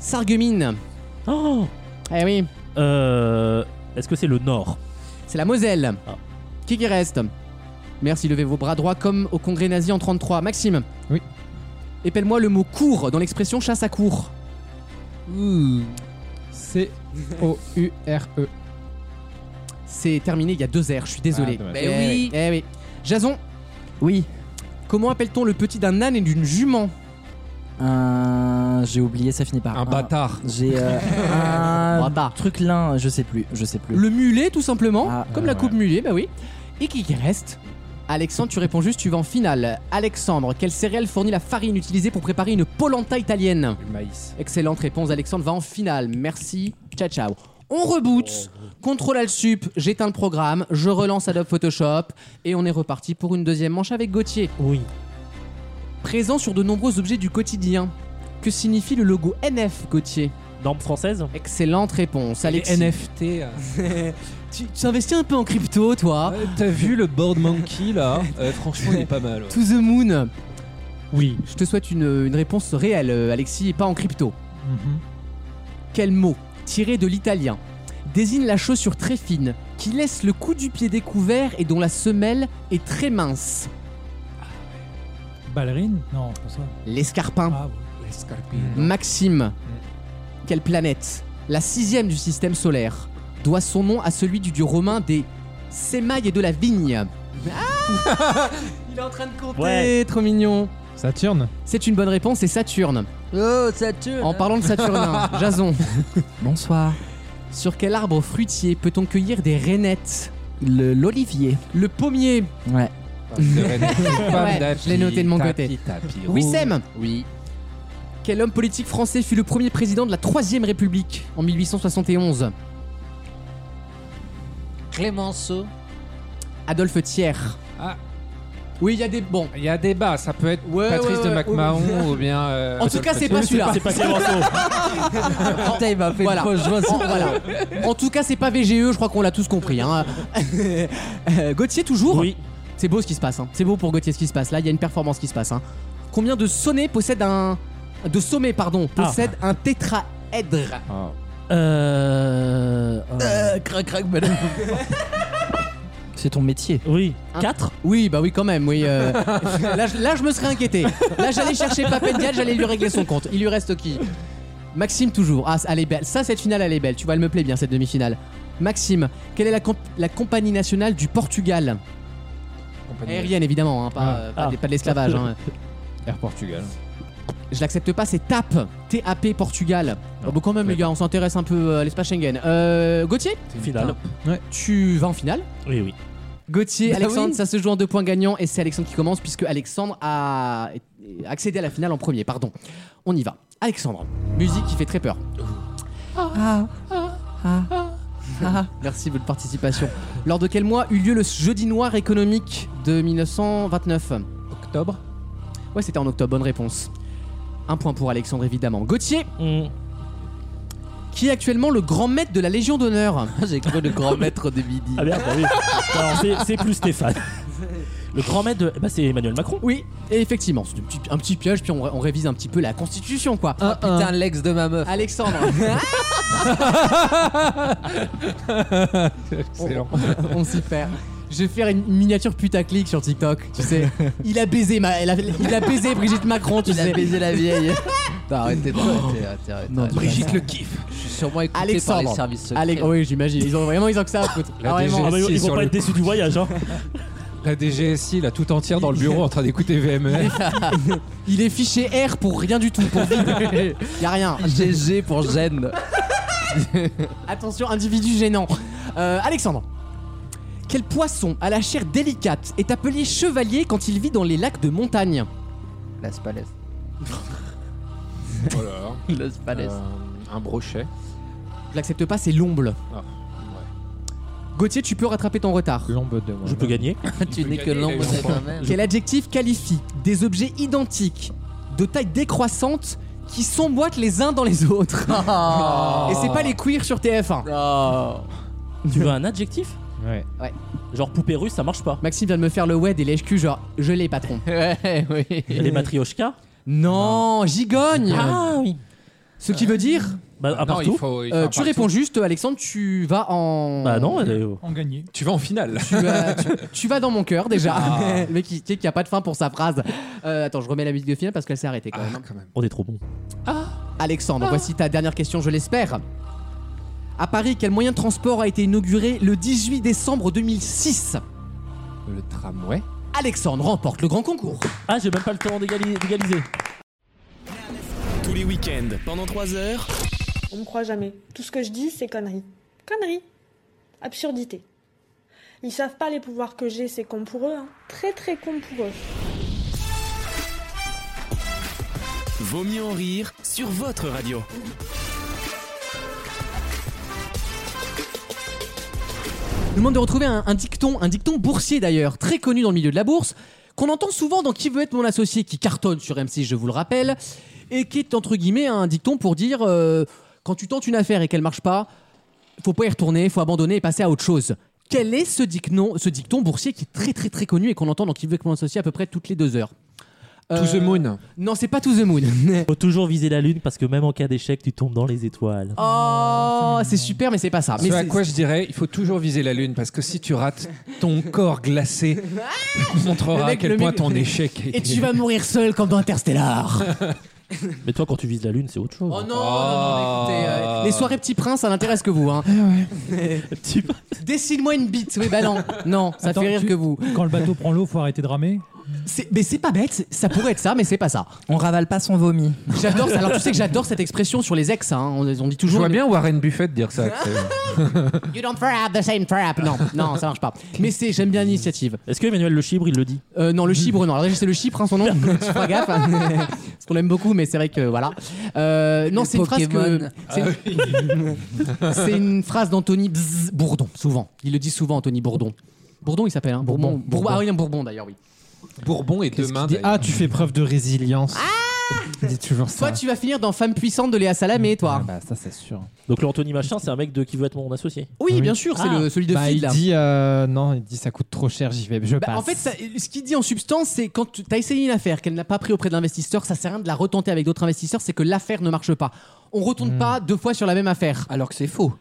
Sarreguemines
Oh
Eh oui,
Euh, Est-ce que c'est le Nord
c'est la Moselle.
Ah.
Qui qui reste Merci, levez vos bras droits comme au congrès nazi en 33. Maxime.
Oui.
Épelle-moi le mot court dans l'expression chasse à court.
C-O-U-R-E.
C'est terminé, il y a deux airs, je suis désolé.
Ah, dommage.
Mais
Eh
oui.
Eh oui. Jason,
Oui.
comment appelle-t-on le petit d'un âne et d'une jument
Un... Euh, J'ai oublié, ça finit par
Un bâtard.
J'ai euh,
[laughs]
un
Bâtard.
truc lin, je sais plus, je sais plus.
Le [laughs] mulet, tout simplement.
Ah,
comme
ouais,
la coupe mulet, bah oui. Et qui qui reste Alexandre, tu réponds juste, tu vas en finale. Alexandre, quelle céréale fournit la farine utilisée pour préparer une polenta italienne
Le maïs.
Excellente réponse, Alexandre va en finale. Merci, ciao ciao. On reboot, contrôle al sup, j'éteins le programme, je relance Adobe Photoshop et on est reparti pour une deuxième manche avec Gauthier.
Oui.
Présent sur de nombreux objets du quotidien. Que signifie le logo NF, Gauthier
Norme française
Excellente réponse, [laughs] Alexis.
NFT.
[laughs] Tu tu investis un peu en crypto, toi
euh. T'as vu le board monkey
[laughs]
là Euh, Franchement, il est pas mal. ouais.
To the moon.
Oui.
Je te souhaite une, une réponse réelle, euh, Alexis, et pas en crypto.
Mhm.
Quel mot, tiré de l'italien, désigne la chaussure très fine, qui laisse le coup du pied découvert et dont la semelle est très mince
Ballerine Non, c'est pas ça.
L'escarpin.
Ah, ouais. Mmh.
Maxime. Quelle planète, la sixième du système solaire, doit son nom à celui du dieu romain des sémailles et de la
[laughs]
vigne Ah [laughs] Il est en train de compter,
Ouais.
trop mignon.
Saturne
C'est une bonne réponse, c'est Saturne.
Oh, ça tue.
En parlant de
[laughs]
Saturnin,
[laughs]
Jason.
Bonsoir.
Sur quel arbre fruitier peut-on cueillir des rainettes
Le l'olivier.
Le pommier
Ouais.
[laughs] Ouais, je l'ai noté de mon côté. Wissem
Oui.
Quel homme politique français fut le premier président de la Troisième République en 1871
Clémenceau.
Adolphe Thiers.
Ah.
Oui, il y a des... Bon.
Il y a débat, ça peut être
Ouais,
Patrice
ouais,
de
ouais,
MacMahon
[laughs]
ou bien. euh,
En tout cas, c'est pas
Mais
celui-là.
C'est pas Clémenceau.
[laughs] Putain, il m'a fait
Voilà.
une fausse joie.
En, voilà. En tout cas, c'est pas VGE, je crois qu'on l'a tous compris. hein. [laughs] Euh, Gauthier, toujours
oui.
C'est beau ce qui se passe. hein. C'est beau pour Gauthier ce qui se passe. Là, il y a une performance qui se passe. hein. Combien de sonnets possède un. De sommets, pardon,
Ah.
possède un tétraèdre
Euh...
Euh, crac, crac, madame.
C'est ton métier.
Oui.
4 Oui, bah oui, quand même, oui.
[laughs]
euh, là, je- là, je me serais inquiété. Là, j'allais chercher Papendia, j'allais lui régler son compte. Il lui reste qui Maxime, toujours. Ah, elle est belle. Ça, cette finale, elle est belle. Tu vois, elle me plaît bien, cette demi-finale. Maxime, quelle est la, comp- la compagnie nationale du Portugal Aérienne, évidemment, hein, pas,
Ah.
euh, pas
Ah.
des- pas de l'esclavage. hein.
[laughs] Air Portugal.
Je l'accepte pas, c'est TAP. TAP Portugal. Ah, Bon, bon, quand même, les gars, on s'intéresse un peu à l'espace Schengen. Euh, Gauthier
Finale.
Tu vas en finale
Oui, oui.
Gauthier,
Bah
Alexandre,
oui.
ça se joue en deux points gagnants et c'est Alexandre qui commence puisque Alexandre a accédé à la finale en premier. Pardon. On y va. Alexandre, musique qui fait très peur. Ah, [laughs] Merci de votre participation. Lors de quel mois eut lieu le jeudi noir économique de 1929 Octobre Ouais, c'était en octobre, bonne réponse. Un point pour Alexandre, évidemment. Gauthier
Mm.
Qui est actuellement le grand maître de la Légion d'honneur [laughs] J'ai cru le grand maître de midi.
Ah merde, bah
[laughs]
oui. Alors, c'est- c'est plus Stéphane. Le grand maître
Eh ben,
de. Bah, c'est Emmanuel Macron.
Oui, et effectivement, c'est un petit, un petit piège, puis on, ré- on révise un petit peu la constitution, quoi.
Ah, Putain, l'ex de ma meuf.
Alexandre.
Excellent.
on on s'y perd. Je vais faire une miniature putaclic sur TikTok, tu sais. Il a baisé, ma, elle a- il a baisé Brigitte Macron, tu
Il
sais.
a baisé
[laughs]
la vieille. Non, arrêtez, non, arrêtez, arrêtez, arrêtez, arrêtez.
Oh. Brigitte
le kiff. Je suis sûrement écouté par les
Alexandre.
services secrets.
Alex- oui, j'imagine. Ils ont vraiment ils ont que ça à foutre.
La
Ah, vraiment.
DGSI
Ah, bah, ils
sur
vont pas
le
être
[laughs]
déçus du voyage, hein.
La DGSI, là, tout entière dans le bureau en train
[laughs]
d'écouter VMR.
Il est fiché R pour rien du tout, pour vide. Y a rien.
GG pour Gênes.
[laughs] Attention, individu gênant. Euh, Alexandre. Quel poisson à la chair délicate est appelé chevalier quand il vit dans les lacs de montagne
Las Palais.
Oh là là.
Las Palais.
Euh, un brochet.
Je l'accepte pas, c'est l'omble.
Ah, ouais.
Gauthier, tu peux rattraper ton retard.
L'ombre de moi.
Je peux gagner.
[laughs] tu n'es que
gagner,
l'ombre
il a eu
de ta
l'enfant.
mère.
Quel adjectif qualifie des objets identiques de taille décroissante qui s'emboîtent les uns dans les
[laughs]
autres
Ah.
Et c'est pas les queers sur TF1.
Oh.
Tu veux un adjectif
Ouais.
Genre poupée russe, ça marche pas.
Maxime vient de me faire le wed et les HQ, genre je l'ai patron.
Ouais, oui.
Les matrioshka
Non, gigogne
Ah oui.
Ce qui veut dire,
Bah, à
Non,
partout.
il faut- il faut
euh,
un
tu
partout.
réponds juste, Alexandre, tu vas en.
Bah non, euh,
En gagné.
Tu vas en finale.
tu, vas-
[laughs]
tu- tu vas dans mon cœur déjà.
Ah.
[laughs] le mec qui, qui, qui a pas de fin pour sa phrase. Euh, attends, je remets la musique de finale parce qu'elle s'est arrêtée quand
Ah,
même. Ah.
quand même.
on est trop bon.
Alexandre,
Ah.
voici ta dernière question, je l'espère. À Paris, quel moyen de transport a été inauguré le 18 décembre 2006
Le tramway.
Alexandre remporte le grand concours.
Ah, j'ai même pas le temps d'égali- d'égaliser.
Tous les week-ends, pendant 3 heures,
On me croit jamais. Tout ce que je dis, c'est conneries. Conneries. Absurdité. Ils savent pas les pouvoirs que j'ai, c'est con pour eux. hein. Très très con pour eux.
Vaut mieux en rire sur votre radio.
Je demande de retrouver un, un dicton, un dicton boursier d'ailleurs, très connu dans le milieu de la bourse, qu'on entend souvent dans Qui veut être mon associé, qui cartonne sur M6, je vous le rappelle, et qui est entre guillemets un dicton pour dire euh, quand tu tentes une affaire et qu'elle marche pas, faut pas y retourner, faut abandonner et passer à autre chose. Quel est ce dicton, ce dicton boursier qui est très très très connu et qu'on entend dans Qui veut être mon associé à peu près toutes les deux heures
To the
Euh,
moon.
Non, c'est pas To the Moon.
[laughs] Faut toujours viser la lune parce que même en cas d'échec, tu tombes dans les étoiles.
oh, c'est super, mais c'est pas ça. Mais
Ce à
c'est-
quoi je dirais, il faut toujours viser la lune parce que si tu rates,
[laughs]
ton corps glacé montrera
Le mec-
Oh, à quel
le
point
mec-
ton échec
[laughs]
est.
Et tu vas mourir seul comme dans
[laughs]
Interstellar.
Mais toi, quand tu vises la lune, c'est autre chose.
Oh non, non, non, mais écoutez,
Ah.
euh, les soirées Petit Prince, ça n'intéresse que vous. Hein.
Petit peu.
Dessine-moi une bite. Oui, bah non, non, ça
Attends,
fait rire
tu-
que vous.
Quand le bateau prend l'eau, faut arrêter de ramer.
C'est- Mais c'est pas bête, ça pourrait être ça, mais c'est pas ça.
On ravale pas son vomi.
J'adore ça. Alors tu
[laughs]
sais que j'adore cette expression sur les ex, hein. on, on dit
Je
toujours.
vois bien Warren Buffett dire
[laughs]
ça. c'est-
You don't trap the same trap. Non, non, ça marche pas. Mais c'est, j'aime bien l'initiative.
Est-ce que Emmanuel Le Chibre, il le dit
Euh, non, le chibre, non. Alors déjà, c'est le chypre, hein, son nom. Je pas gaffe. hein. [laughs] Parce qu'on l'aime beaucoup, mais c'est vrai que voilà. Euh, non,
Le
c'est une phrase que.
Pokémon. Ah
C'est [laughs] c'est
[laughs]
une phrase d'Anthony Bzzz Bourdon, souvent. Il le dit souvent, Anthony Bourdon. Bourdon, il s'appelle, hein Bourbon.
Bourbon.
Bourbon. Ah oui, un Bourbon d'ailleurs, oui.
Bourbon et
Qu'est-ce
demain.
qu'il dit
d'ailleurs.
Ah, tu fais preuve de résilience.
[laughs]
Il dit toujours
Ah. Toi,
ça.
tu vas finir dans Femme puissante de Léa Salamé, toi.
Ah bah ça c'est sûr.
Donc, l'Anthony Machin, c'est un mec de qui veut être mon associé.
Oui, bien sûr, c'est
Ah.
le- celui de
bah
Phil,
il
là.
dit euh, non, il dit ça coûte trop cher, j'y vais, je
Bah,
passe.
en fait, ça- ce qu'il dit en substance, c'est quand tu as essayé une affaire qu'elle n'a pas pris auprès de l'investisseur, ça sert à rien de la
Hmm.
retenter avec d'autres investisseurs, c'est que l'affaire ne marche pas. On retourne pas deux fois sur la même affaire.
Alors que c'est faux.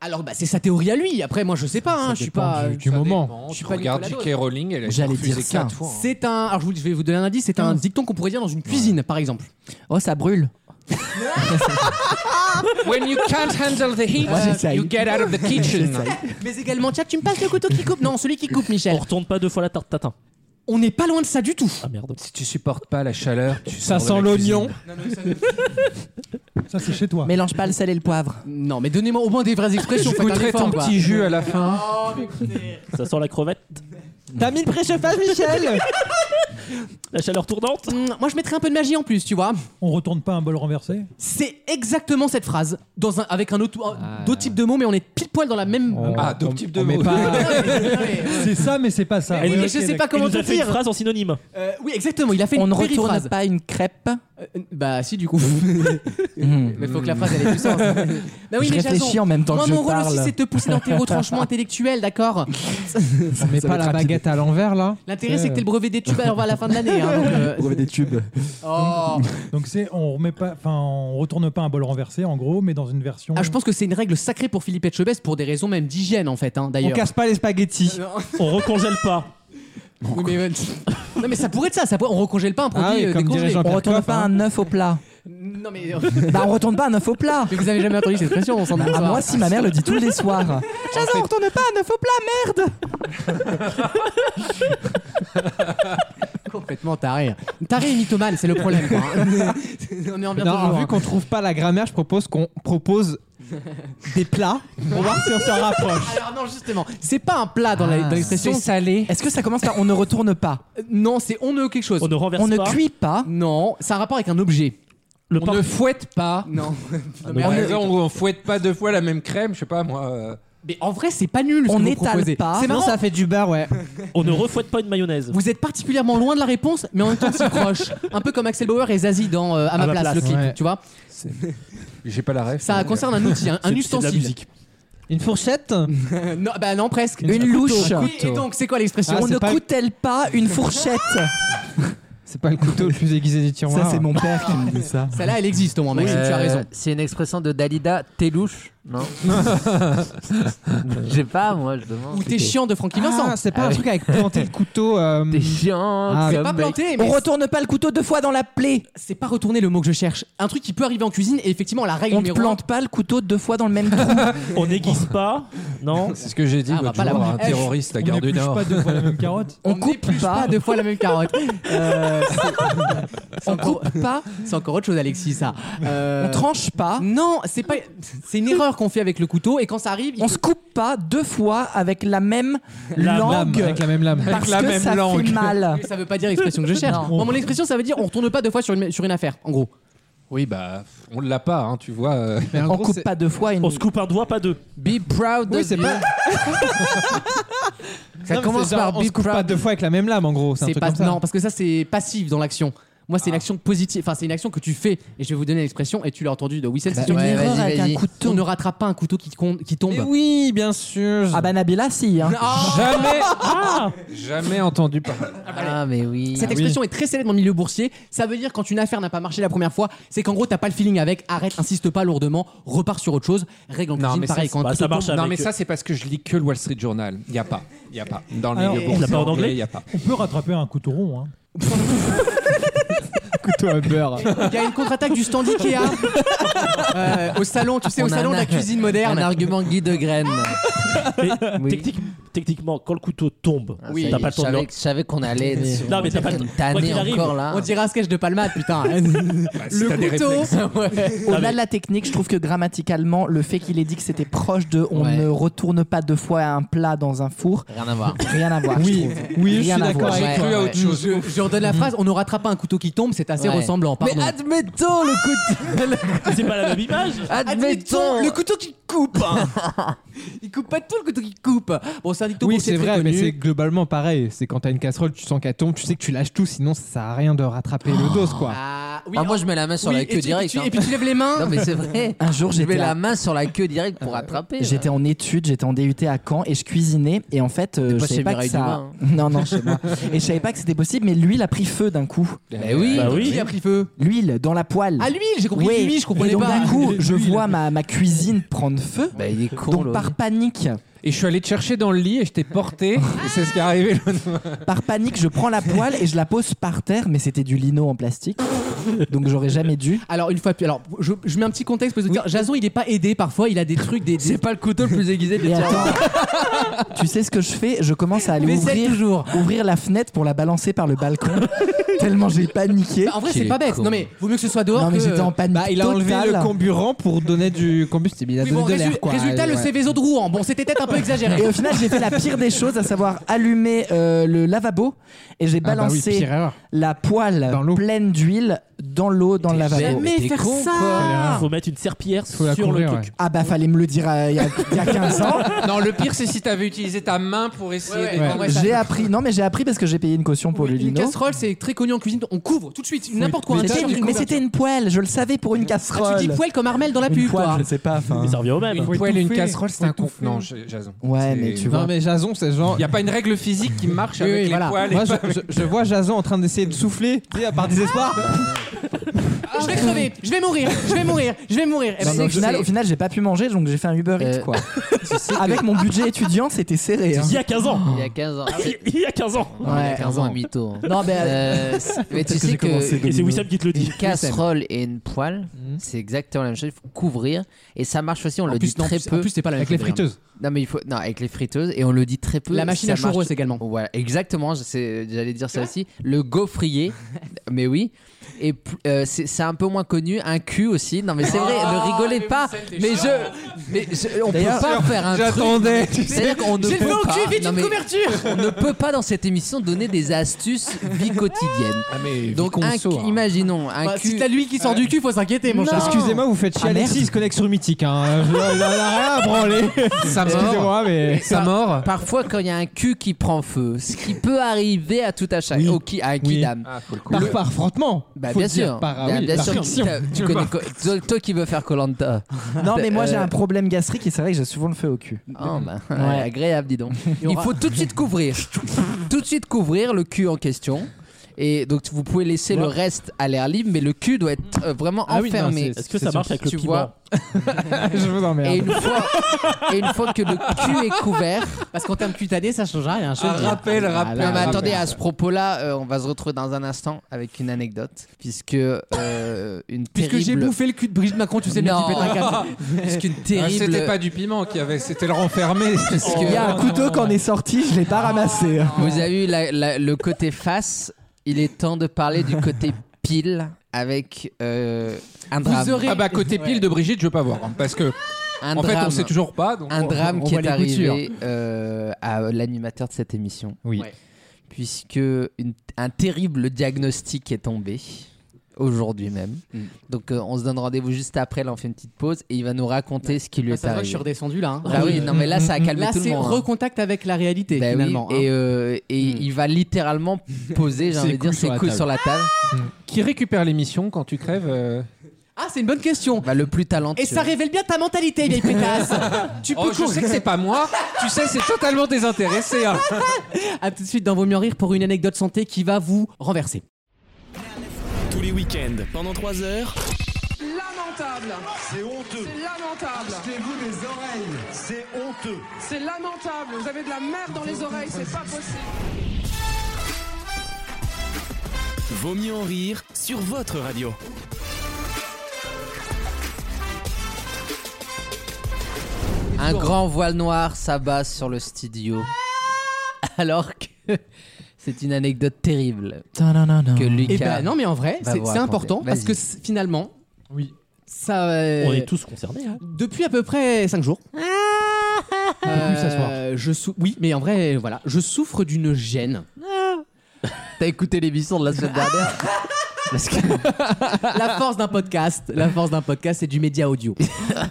Alors, bah, c'est sa théorie à lui. Après, moi, je sais pas. hein, je suis pas.
du moment.
Je suis
Tu
pas
regardes
Nicolas
E
J.K.
Dose.
Rowling, elle a été
J'allais
refusée
dire ça.
quatre fois. hein.
C'est un. Alors, je, vous- je vais vous donner un indice. C'est un dicton qu'on pourrait dire dans une cuisine, par exemple.
Oh,
[laughs]
ça brûle.
When you can't handle the heat,
Ouais, j'essaye.
you get out of the kitchen.
Mais également, tiens, tu me passes le couteau qui coupe. Non, celui qui coupe, Michel.
On retourne pas deux fois la tarte tatin.
On n'est pas loin de ça du tout.
Ah merde.
Si tu supportes pas la chaleur, tu
Ça
sors de
sent
la [laughs]
l'oignon.
cuisine.
Ça, c'est chez toi.
Mélange pas le sel et le poivre.
Non, mais donnez-moi au moins des vraies expressions.
Je
faites un
goûterai
effort,
ton
quoi.
petit jus à la fin.
Oh,
Ça sent la crevette,
T'as mis le préchauffage, Michel
[laughs] la chaleur tournante.
Mm, Moi, je mettrais un peu de magie en plus, tu vois.
On retourne pas un bol renversé
C'est exactement cette phrase, dans un, avec un autre,
Ah.
un- d'autres types de mots, mais on est pile poil dans la même.
Oh.
Ah, d'autres types de
on met
mots.
pas-
[laughs] C'est ça, mais c'est pas ça.
Oui,
nous-
mais je sais pas
Il
comment
nous
te
a fait une
dire.
phrase en synonyme.
Euh, oui, exactement. Il a fait
On
une
ne retourne
périphrase.
pas une crêpe.
Euh, bah, si,
[laughs]
du coup. [laughs]
Hmm.
mais faut que la phrase elle ait du
[laughs]
sens. Bah oui,
Je
mais Jason,
réfléchis en même temps
Moi,
que je
mon rôle
parle.
aussi, c'est de te pousser
[laughs]
dans tes retranchements intellectuels, d'accord
On met pas
Ça va être
la
rapide.
baguette à l'envers là Euh.
L'intérêt, c'est que t'es le brevet des tubes alors, on va à la fin de l'année. hein, donc,
[laughs]
euh,
Pour des tubes.
oh.
[laughs] Donc c'est on remet pas, enfin on retourne pas un bol renversé en gros, mais dans une version.
Mm.
Ah, je pense que c'est une règle sacrée pour Philippe Etchebest pour des raisons même d'hygiène, en fait, hein,
On
d'ailleurs. Euh,
casse pas les spaghettis.
On recongèle pas.
Oui, mais, euh, non, mais ça pourrait être ça. ça pourrait- on recongèle pas un produit
Ah oui,
euh,
comme
décongelé.
dirait Jean-Pierre
On retourne
Coff,
pas
hein.
un œuf au plat.
Non, mais,
Bah, on retourne pas un œuf au plat.
mais vous avez jamais entendu cette expression, on s'en doute
Ah,
pas.
moi, si ma mère le dit tous les soirs. Jason, on retourne pas un œuf au plat, merde
Complètement taré. Taré et mythomane, c'est le problème.
[laughs]
quoi, hein. on est en bien
Non,
toujours,
vu
hein.
qu'on trouve pas la grammaire, je propose qu'on propose des plats pour voir si on se rapproche.
[laughs]
Ah,
Alors non, justement, c'est pas un plat dans la- dans l'expression.
C'est salé. Est-ce que ça commence par on ne retourne pas
Euh, non, c'est on ne quelque chose.
On ne renverse
On ne
pas.
cuit pas
Non, c'est un rapport avec un objet.
Le
On
pain-
ne fouette pas.
[laughs]
Ah,
Non. Non, mais,
Par
en-
exemple, Ah, on fouette pas deux fois la même crème, je sais pas moi. euh,
mais en vrai, c'est pas nul. ce
On
que vous
n'étale
proposez.
pas.
C'est
Non,
marrant.
Ça fait du beurre, ouais.
On ne refouette pas une mayonnaise.
Vous êtes particulièrement loin de la réponse, mais en même temps
[laughs]
si proche. Un peu comme Axel Bauer et Zazie dans euh, à, ma
ma
place,
place.
le clip,
Ouais.
tu vois.
[laughs] J'ai pas la ref. hein,
Ça
mais,
concerne un outil, un, un
C'est- c'est de la
ustensile.
musique.
Une fourchette
Euh, [laughs] non, bah non, presque.
Une
Un
louche.
couteau. Oui,
Couteau.
et donc, c'est quoi l'expression
Ah,
On
c'est
ne
pas-
coutelle pas une [laughs] fourchette
C'est pas le couteau le plus aiguisé du tiroir.
Ça, c'est mon père qui me dit ça.
Celle-là, elle existe au moins, Maxime, tu as raison.
Euh, C'est une expression de Dalida, t'es louche,
[laughs]
non J'ai pas, moi, je demande.
Ou t'es chiant de Francky Vincent.
Ah, c'est pas
Ah
un
oui.
truc avec planter le couteau.
[laughs]
euh,
T'es chiant,
Ah,
C'est
comme
pas
mec.
planté, mais
On retourne pas le couteau deux fois dans la plaie.
c'est pas retourner le mot que je cherche. Un truc qui peut arriver en cuisine, et effectivement, la règle
On ne
numéro un-
plante pas le couteau deux fois dans le même trou.
[laughs]
[laughs]
On n'aiguise pas. Non.
C'est ce que j'ai dit
Ah, bah,
l'autre
pas la
jour à
bonne.
un terroriste à
Eh, on
Gare du
n'épluche
Nord.
pas deux fois la
[laughs]
même carotte.
On,
On
coupe
n'épluche
pas.
pas deux fois la même carotte.
[laughs]
Euh, c'est-
On
c'est encore-
coupe pas.
C'est encore autre chose, Alexis, ça. Euh,
On tranche pas.
Non, c'est pas. C'est une erreur qu'on fait avec le couteau et quand ça arrive, il
On
faut-
se coupe pas deux fois avec la même
La
langue.
lame, avec la même lame.
Parce que ça fait mal.
ça veut pas dire l'expression que je cherche.
Non.
Moi, mon expression, ça veut dire on retourne pas deux fois sur une, sur une affaire, en gros.
Oh,
Oui, bah, on l'a pas, hein, tu vois. euh. [laughs]
Mais en
On
gros,
coupe
c'est-
pas deux fois une.
On se coupe un doigt, pas deux.
Be proud
Oui,
of
c'est
you.
pas.
Ça
Non, mais
commence
c'est genre,
par
On
be
se coupe pas
proud.
deux fois avec la même lame, en gros. C'est un
C'est
truc
pas
comme ça. Ah.
non parce que ça c'est passif dans l'action. Moi, c'est une action positive. Enfin, c'est une action que tu fais. Et je vais vous donner l'expression. Et tu l'as entendu de Wissel.
Bah,
c'est
ouais,
une
vas-y,
erreur avec un
vas-y.
couteau. On ne rattrape pas un couteau qui, con- qui tombe.
Mais oui, bien sûr.
Ah bah Nabila, si. hein.
Jamais,
Ah
jamais entendu parler.
Ah, mais oui.
Cette expression est très célèbre dans le milieu boursier. Ça veut dire quand une affaire n'a pas marché la première fois, c'est qu'en gros t'as pas le feeling avec. Arrête, insiste pas lourdement, repars sur autre chose. Règle en
Non,
cuisine,
mais
pareil.
ça,
quand un
bah,
couteau
ça marche
tombe-
Non,
avec-
mais ça, c'est parce que je lis que le Wall Street Journal. Y a pas. Y a pas. Dans le
Alors,
milieu
on
boursier
Ah, l'a pas en anglais
Y
[laughs]
a pas.
On peut rattraper un couteau rond. hein.
couteau à beurre.
Il y a une contre-attaque du stand
[laughs]
[laughs]
Ikea Euh, au salon, tu sais, au
On a
salon
un
de la
ar-
cuisine moderne.
Un argument Guy de graines.
Mais
Oui.
technique- techniquement, quand le couteau tombe,
Ah, ça
t'as
y est,
pas le
je
temps de le-
savais- Je
[laughs]
savais qu'on allait. sur-
Non, mais t'as pas le temps. Quoi
Tanné
qu'il arrive,
encore là.
On dirait un sketch de Palmade,
[laughs]
putain.
[laughs]
Bah, si t'as des
le couteau.
[laughs]
réflexes.
Au-delà de la technique, je trouve que grammaticalement, le fait qu'il ait dit que c'était proche de on
Ouais.
ne retourne pas deux fois un plat dans un four,
[laughs] Rien à voir.
rien à voir.
Oui,
je trouve.
oui, je
Rien
suis
à
d'accord
voir.
J'ai
Ouais,
cru à
ouais,
autre chose.
Je, je redonne la phrase, on ne rattrape pas un couteau qui tombe, c'est assez
Ouais.
ressemblant, pardon.
Mais admettons le couteau.
[laughs]
c'est pas la même image.
Admettons.
le couteau qui coupe hein. Il coupe pas tout le couteau qui coupe Bon, c'est un dicton
Oui,
boursier
c'est
très
vrai, mais
connu.
c'est globalement pareil. C'est quand t'as une casserole, tu sens qu'elle tombe, tu sais que tu lâches tout, sinon ça sert à rien de rattraper le dos, quoi.
Ah, oui,
ah, moi, je mets la main sur
oui,
la
et
queue
tu-
direct.
et tu-
hein.
et puis tu lèves les mains.
Non, mais c'est vrai.
Un jour,
je mets
j'étais à-
la main sur la queue direct pour attraper.
J'étais en études, j'étais en DUT à Caen et je cuisinais et en fait euh,
T'es pas
je
chez
savais pas que
Mireille
ça [laughs] non non chez moi et je savais pas que c'était possible mais l'huile a pris feu d'un coup. Euh,
Bah oui, Bah oui.
qui a pris feu
L'huile dans la poêle.
Ah, l'huile, j'ai compris,
Oui.
l'huile, je comprenais
et donc,
pas.
D'un coup je vois ma, ma cuisine prendre feu.
Bah, il est con,
donc
l'autre.
par panique
Et je suis allé te chercher dans le lit et je t'ai porté. Et c'est ce qui est arrivé.
par panique je [laughs] prends la poêle et je la pose par terre mais c'était du lino en plastique donc j'aurais jamais dû.
Alors une fois, puis- alors je, je mets un petit contexte parce que Jason il est pas aidé parfois, il a des trucs, des. C'est
pas le couteau le plus aiguisé
de
Et attends, tu sais ce que je fais Je commence à aller
Mais c'est
ouvrir, ouvrir la fenêtre pour la balancer par le [laughs] balcon. Tellement j'ai paniqué.
En vrai c'est pas bête. Non mais vaut mieux que ce soit dehors.
Non, mais
que-
j'étais en panique.
Bah,
il a enlevé
le
Total.
comburant pour donner du combustible. Il a
Oui,
donné
bon,
de l'air
résu-
quoi.
résultat, le
Ouais.
CV de Rouen. Bon, c'était peut-être un peu exagéré.
Et au final, j'ai fait la pire des choses, à savoir allumer euh, le lavabo et j'ai
bah oui,
balancé
pire erreur.
la poêle pleine d'huile dans l'eau, dans le lavabo.
Mais t'es con, quoi. Faut mettre une serpillière sur
la
le
couvrir,
truc.
ouais. Ah bah fallait me le dire euh, il y, a- il y a 15 ans.
Non, le pire, c'est si t'avais utilisé ta main pour essayer de.
[laughs]
Non, ouais, ça-
J'ai appris, non mais j'ai appris parce que j'ai payé une caution pour le
Une
lino.
casserole, c'est très connu en cuisine. On couvre tout de suite, n'importe quoi. un
Mais
tas,
c'était
une
une- mais
couverture.
c'était une poêle, je le savais pour une casserole.
Ah, tu dis poêle comme Armel dans la pub, toi.
sais pas.
Mais ça revient au même.
Une poêle et une casserole, c'est un contenant, Jason.
Ouais, mais tu vois.
Non mais Jason, c'est genre.
Il n'y a pas une règle physique qui marche
Oui,
avec
oui,
les
voilà.
poils. et
Moi,
pas
je,
avec-
je- je vois Jason en train d'essayer de souffler, tu sais, à part
[laughs]
désespoir.
Je vais crever,
Ah,
je vais mourir, je vais mourir, je vais mourir. Eh
Non,
ben,
mais au,
c'est-
final, au final, j'ai pas pu manger, donc j'ai fait un Uber Eats,
Euh,
[laughs]
quoi. Avec mon budget étudiant, c'était serré. hein.
Il y a 15 ans. Ah
Il y a 15 ans.
Il y a 15 ans.
Non, il y a
Ouais,
15 ans, un mytho. hein.
Non, mais-
[laughs]
Euh, c'est- mais tu
Peut-être que
sais
j'ai
que
commencé
Et c'est Wissam qui te le dit.
une casserole et une poêle, c'est exactement la même chose. Il faut couvrir et ça marche aussi. On le
plus,
dit
non,
très
plus-
peu.
Hmm. en plus, c'est pas la même
Avec les
chose, d'ailleurs.
friteuses.
Non, mais il faut. Non, avec les friteuses et on le dit très peu.
La machine à
ça marche-
churros également.
Ouais, exactement. je sais- J'allais dire ça aussi. Le
[laughs]
gaufrier, mais oui. Et pl- euh, c'est c'est un peu moins connu. Un cul aussi. Non, mais c'est vrai.
Oh,
Ne rigolez pas. Mais je, mais je- on peut
D'ailleurs,
pas faire un. truc-
J'attendais, tu sais.
C'est-à-dire qu'on ne
J'ai le
peut
feu au
pas.
cul, vite
Non,
une
mais-
couverture
on ne peut pas dans cette émission donner des astuces vie quotidienne.
Ah, mais
Donc
Vicon
un
Rousseau,
cul-
hein.
imaginons un
Bah,
cul.
Si t'as lui qui sort du cul, faut s'inquiéter, mon
Non.
cher.
Excusez-moi, vous faites chier
Ah, merde.
Alexis, il se connecte sur Mythique. Hein. Il a- il a rien à branler.
[laughs] Sa mort.
Excusez-moi, mais.
Sa mort.
Parfois quand il y a un cul qui prend feu, ce qui peut arriver à tout à chacun,
Oui.
au qui, à un
Oui.
kidam.
Ah, faut le coup.
Par, par frottement.
Bah,
Faut
bien
le dire,
sûr,
Par, ah
Bah,
oui,
bien
par
sûr,
friction.
t'as- tu connais co- toi, toi qui veux faire Colanta.
[laughs] Non, mais moi, j'ai
Euh,
un problème gastrique et c'est vrai que j'ai souvent le feu au cul.
Oh, bah,
Ah, Ouais.
agréable, dis donc. Il faut tout de suite couvrir, tout de suite couvrir le cul en question. Et donc vous pouvez laisser le reste à l'air libre, mais le cul doit être euh, vraiment
Ah oui, non,
enfermé.
c'est-
Est-ce que ça marche avec le
Tu
piment
vois.
[laughs] Je vous
Et
emmerde.
une
[laughs]
fois, et une fois que le cul est couvert,
Parce qu'en termes cutanés, ça change rien. je te le dis.
Ah
Ah
Rappel, rappel.
Non, mais
rappel.
attendez, à ce propos-là, euh, on va se retrouver dans un instant avec une anecdote, puisque euh, une
Puisque j'ai
terrible-
bouffé le cul de Brigitte Macron, tu sais bien
Non.
qu'il pète un
[laughs]
câble.
[laughs]
puisqu'une
Ah,
terrible,
C'était pas du piment qu'il y avait, c'était le [laughs] renfermé.
puisque
Il y a un couteau qu'en est sorti, je l'ai pas ramassé.
Ah. vous avez eu la- la- le côté face, il est temps de parler du côté pile avec euh, un drame.
Vous aurez-
Ah bah côté pile de Brigitte, je veux pas voir, hein, parce que
un
en fait
drame,
on sait toujours pas. donc
un
on-
drame
on
qui
voit
est
les coutures.
arrivé euh, à l'animateur de cette émission,
Oui.
Ouais.
puisque une- un terrible diagnostic est tombé. Aujourd'hui même.
Mm.
Donc, euh, on se donne rendez-vous juste après. Là, on fait une petite pause et il va nous raconter ce qui lui
Ah,
est
Ça va,
arrivé.
je suis redescendu là. hein.
Bah oui, non, mais là, ça a calmé
Là,
tout le
c'est
monde. hein.
recontact avec la réalité
Bah oui,
finalement. hein.
et euh, et il va littéralement
[laughs]
poser, j'ai
Ses
envie de
couilles
dire,
Mm. sur
ses
la
couilles
table.
sur la table.
Qui récupère l'émission quand tu crèves euh,
Ah, c'est une bonne
[laughs]
question.
Bah, le plus talentueux.
Et ça révèle bien ta mentalité, vieille pétasse. tu peux
Oh, je
courir.
sais que c'est pas moi. Tu sais, c'est totalement désintéressé. hein.
À tout de suite dans Vaut mieux en rire pour une anecdote santé qui va vous renverser.
Tous les week-ends, pendant 3 heures,
Lamentable. C'est honteux. C'est lamentable. Achetez-vous des oreilles. C'est honteux. C'est lamentable. Vous avez de la merde dans les oreilles. C'est pas possible.
Vaut mieux en rire sur votre radio.
Un grand voile noir s'abat sur le studio. [laughs] Alors que c'est une anecdote terrible que
Et
Lucas.
ben non, mais en vrai,
va
c'est
vous
c'est
raconter.
important parce
Vas-y.
que c'est- finalement,
Oui.
ça. euh,
On est tous concernés. hein.
Depuis à peu près 5 jours. Euh,
pu s'asseoir.
je sou- oui, mais en vrai, voilà, je souffre d'une gêne.
T'as écouté l'émission de la semaine dernière Parce que
[laughs] la force d'un podcast, la force d'un podcast, c'est du média
[laughs]
audio.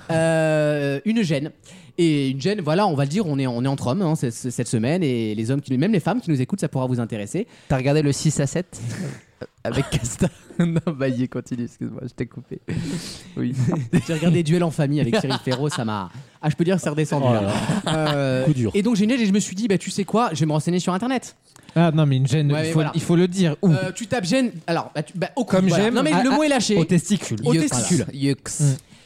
Euh, une gêne. Et une gêne, voilà, on va le dire, on est, on est entre hommes hein, c'est- c'est- cette semaine, et les hommes, qui, même les femmes qui nous écoutent, ça pourra vous intéresser. [laughs]
t'as regardé le 6 à 7 avec Casta. [laughs] non, bah, vas-y, continue, excuse-moi, je t'ai coupé. Oui.
[laughs] J'ai regardé Duel en famille avec Cyril Ferro, ça m'a. Ah, je peux dire que c'est redescendu.
Oh
là.
là
Euh,
Coup dur.
Et donc j'ai neigé et je me suis dit, bah tu sais quoi, je vais me renseigner sur internet.
Ah non, mais une gêne,
Ouais, mais
il, faut,
voilà.
il faut le dire. Où
Euh, tu tapes gêne, alors, bah, tu- bah, au cou,
Comme
voilà.
j'aime.
Non mais
à-
le mot
à-
est lâché.
Au testicule. Mm.
Au testicule.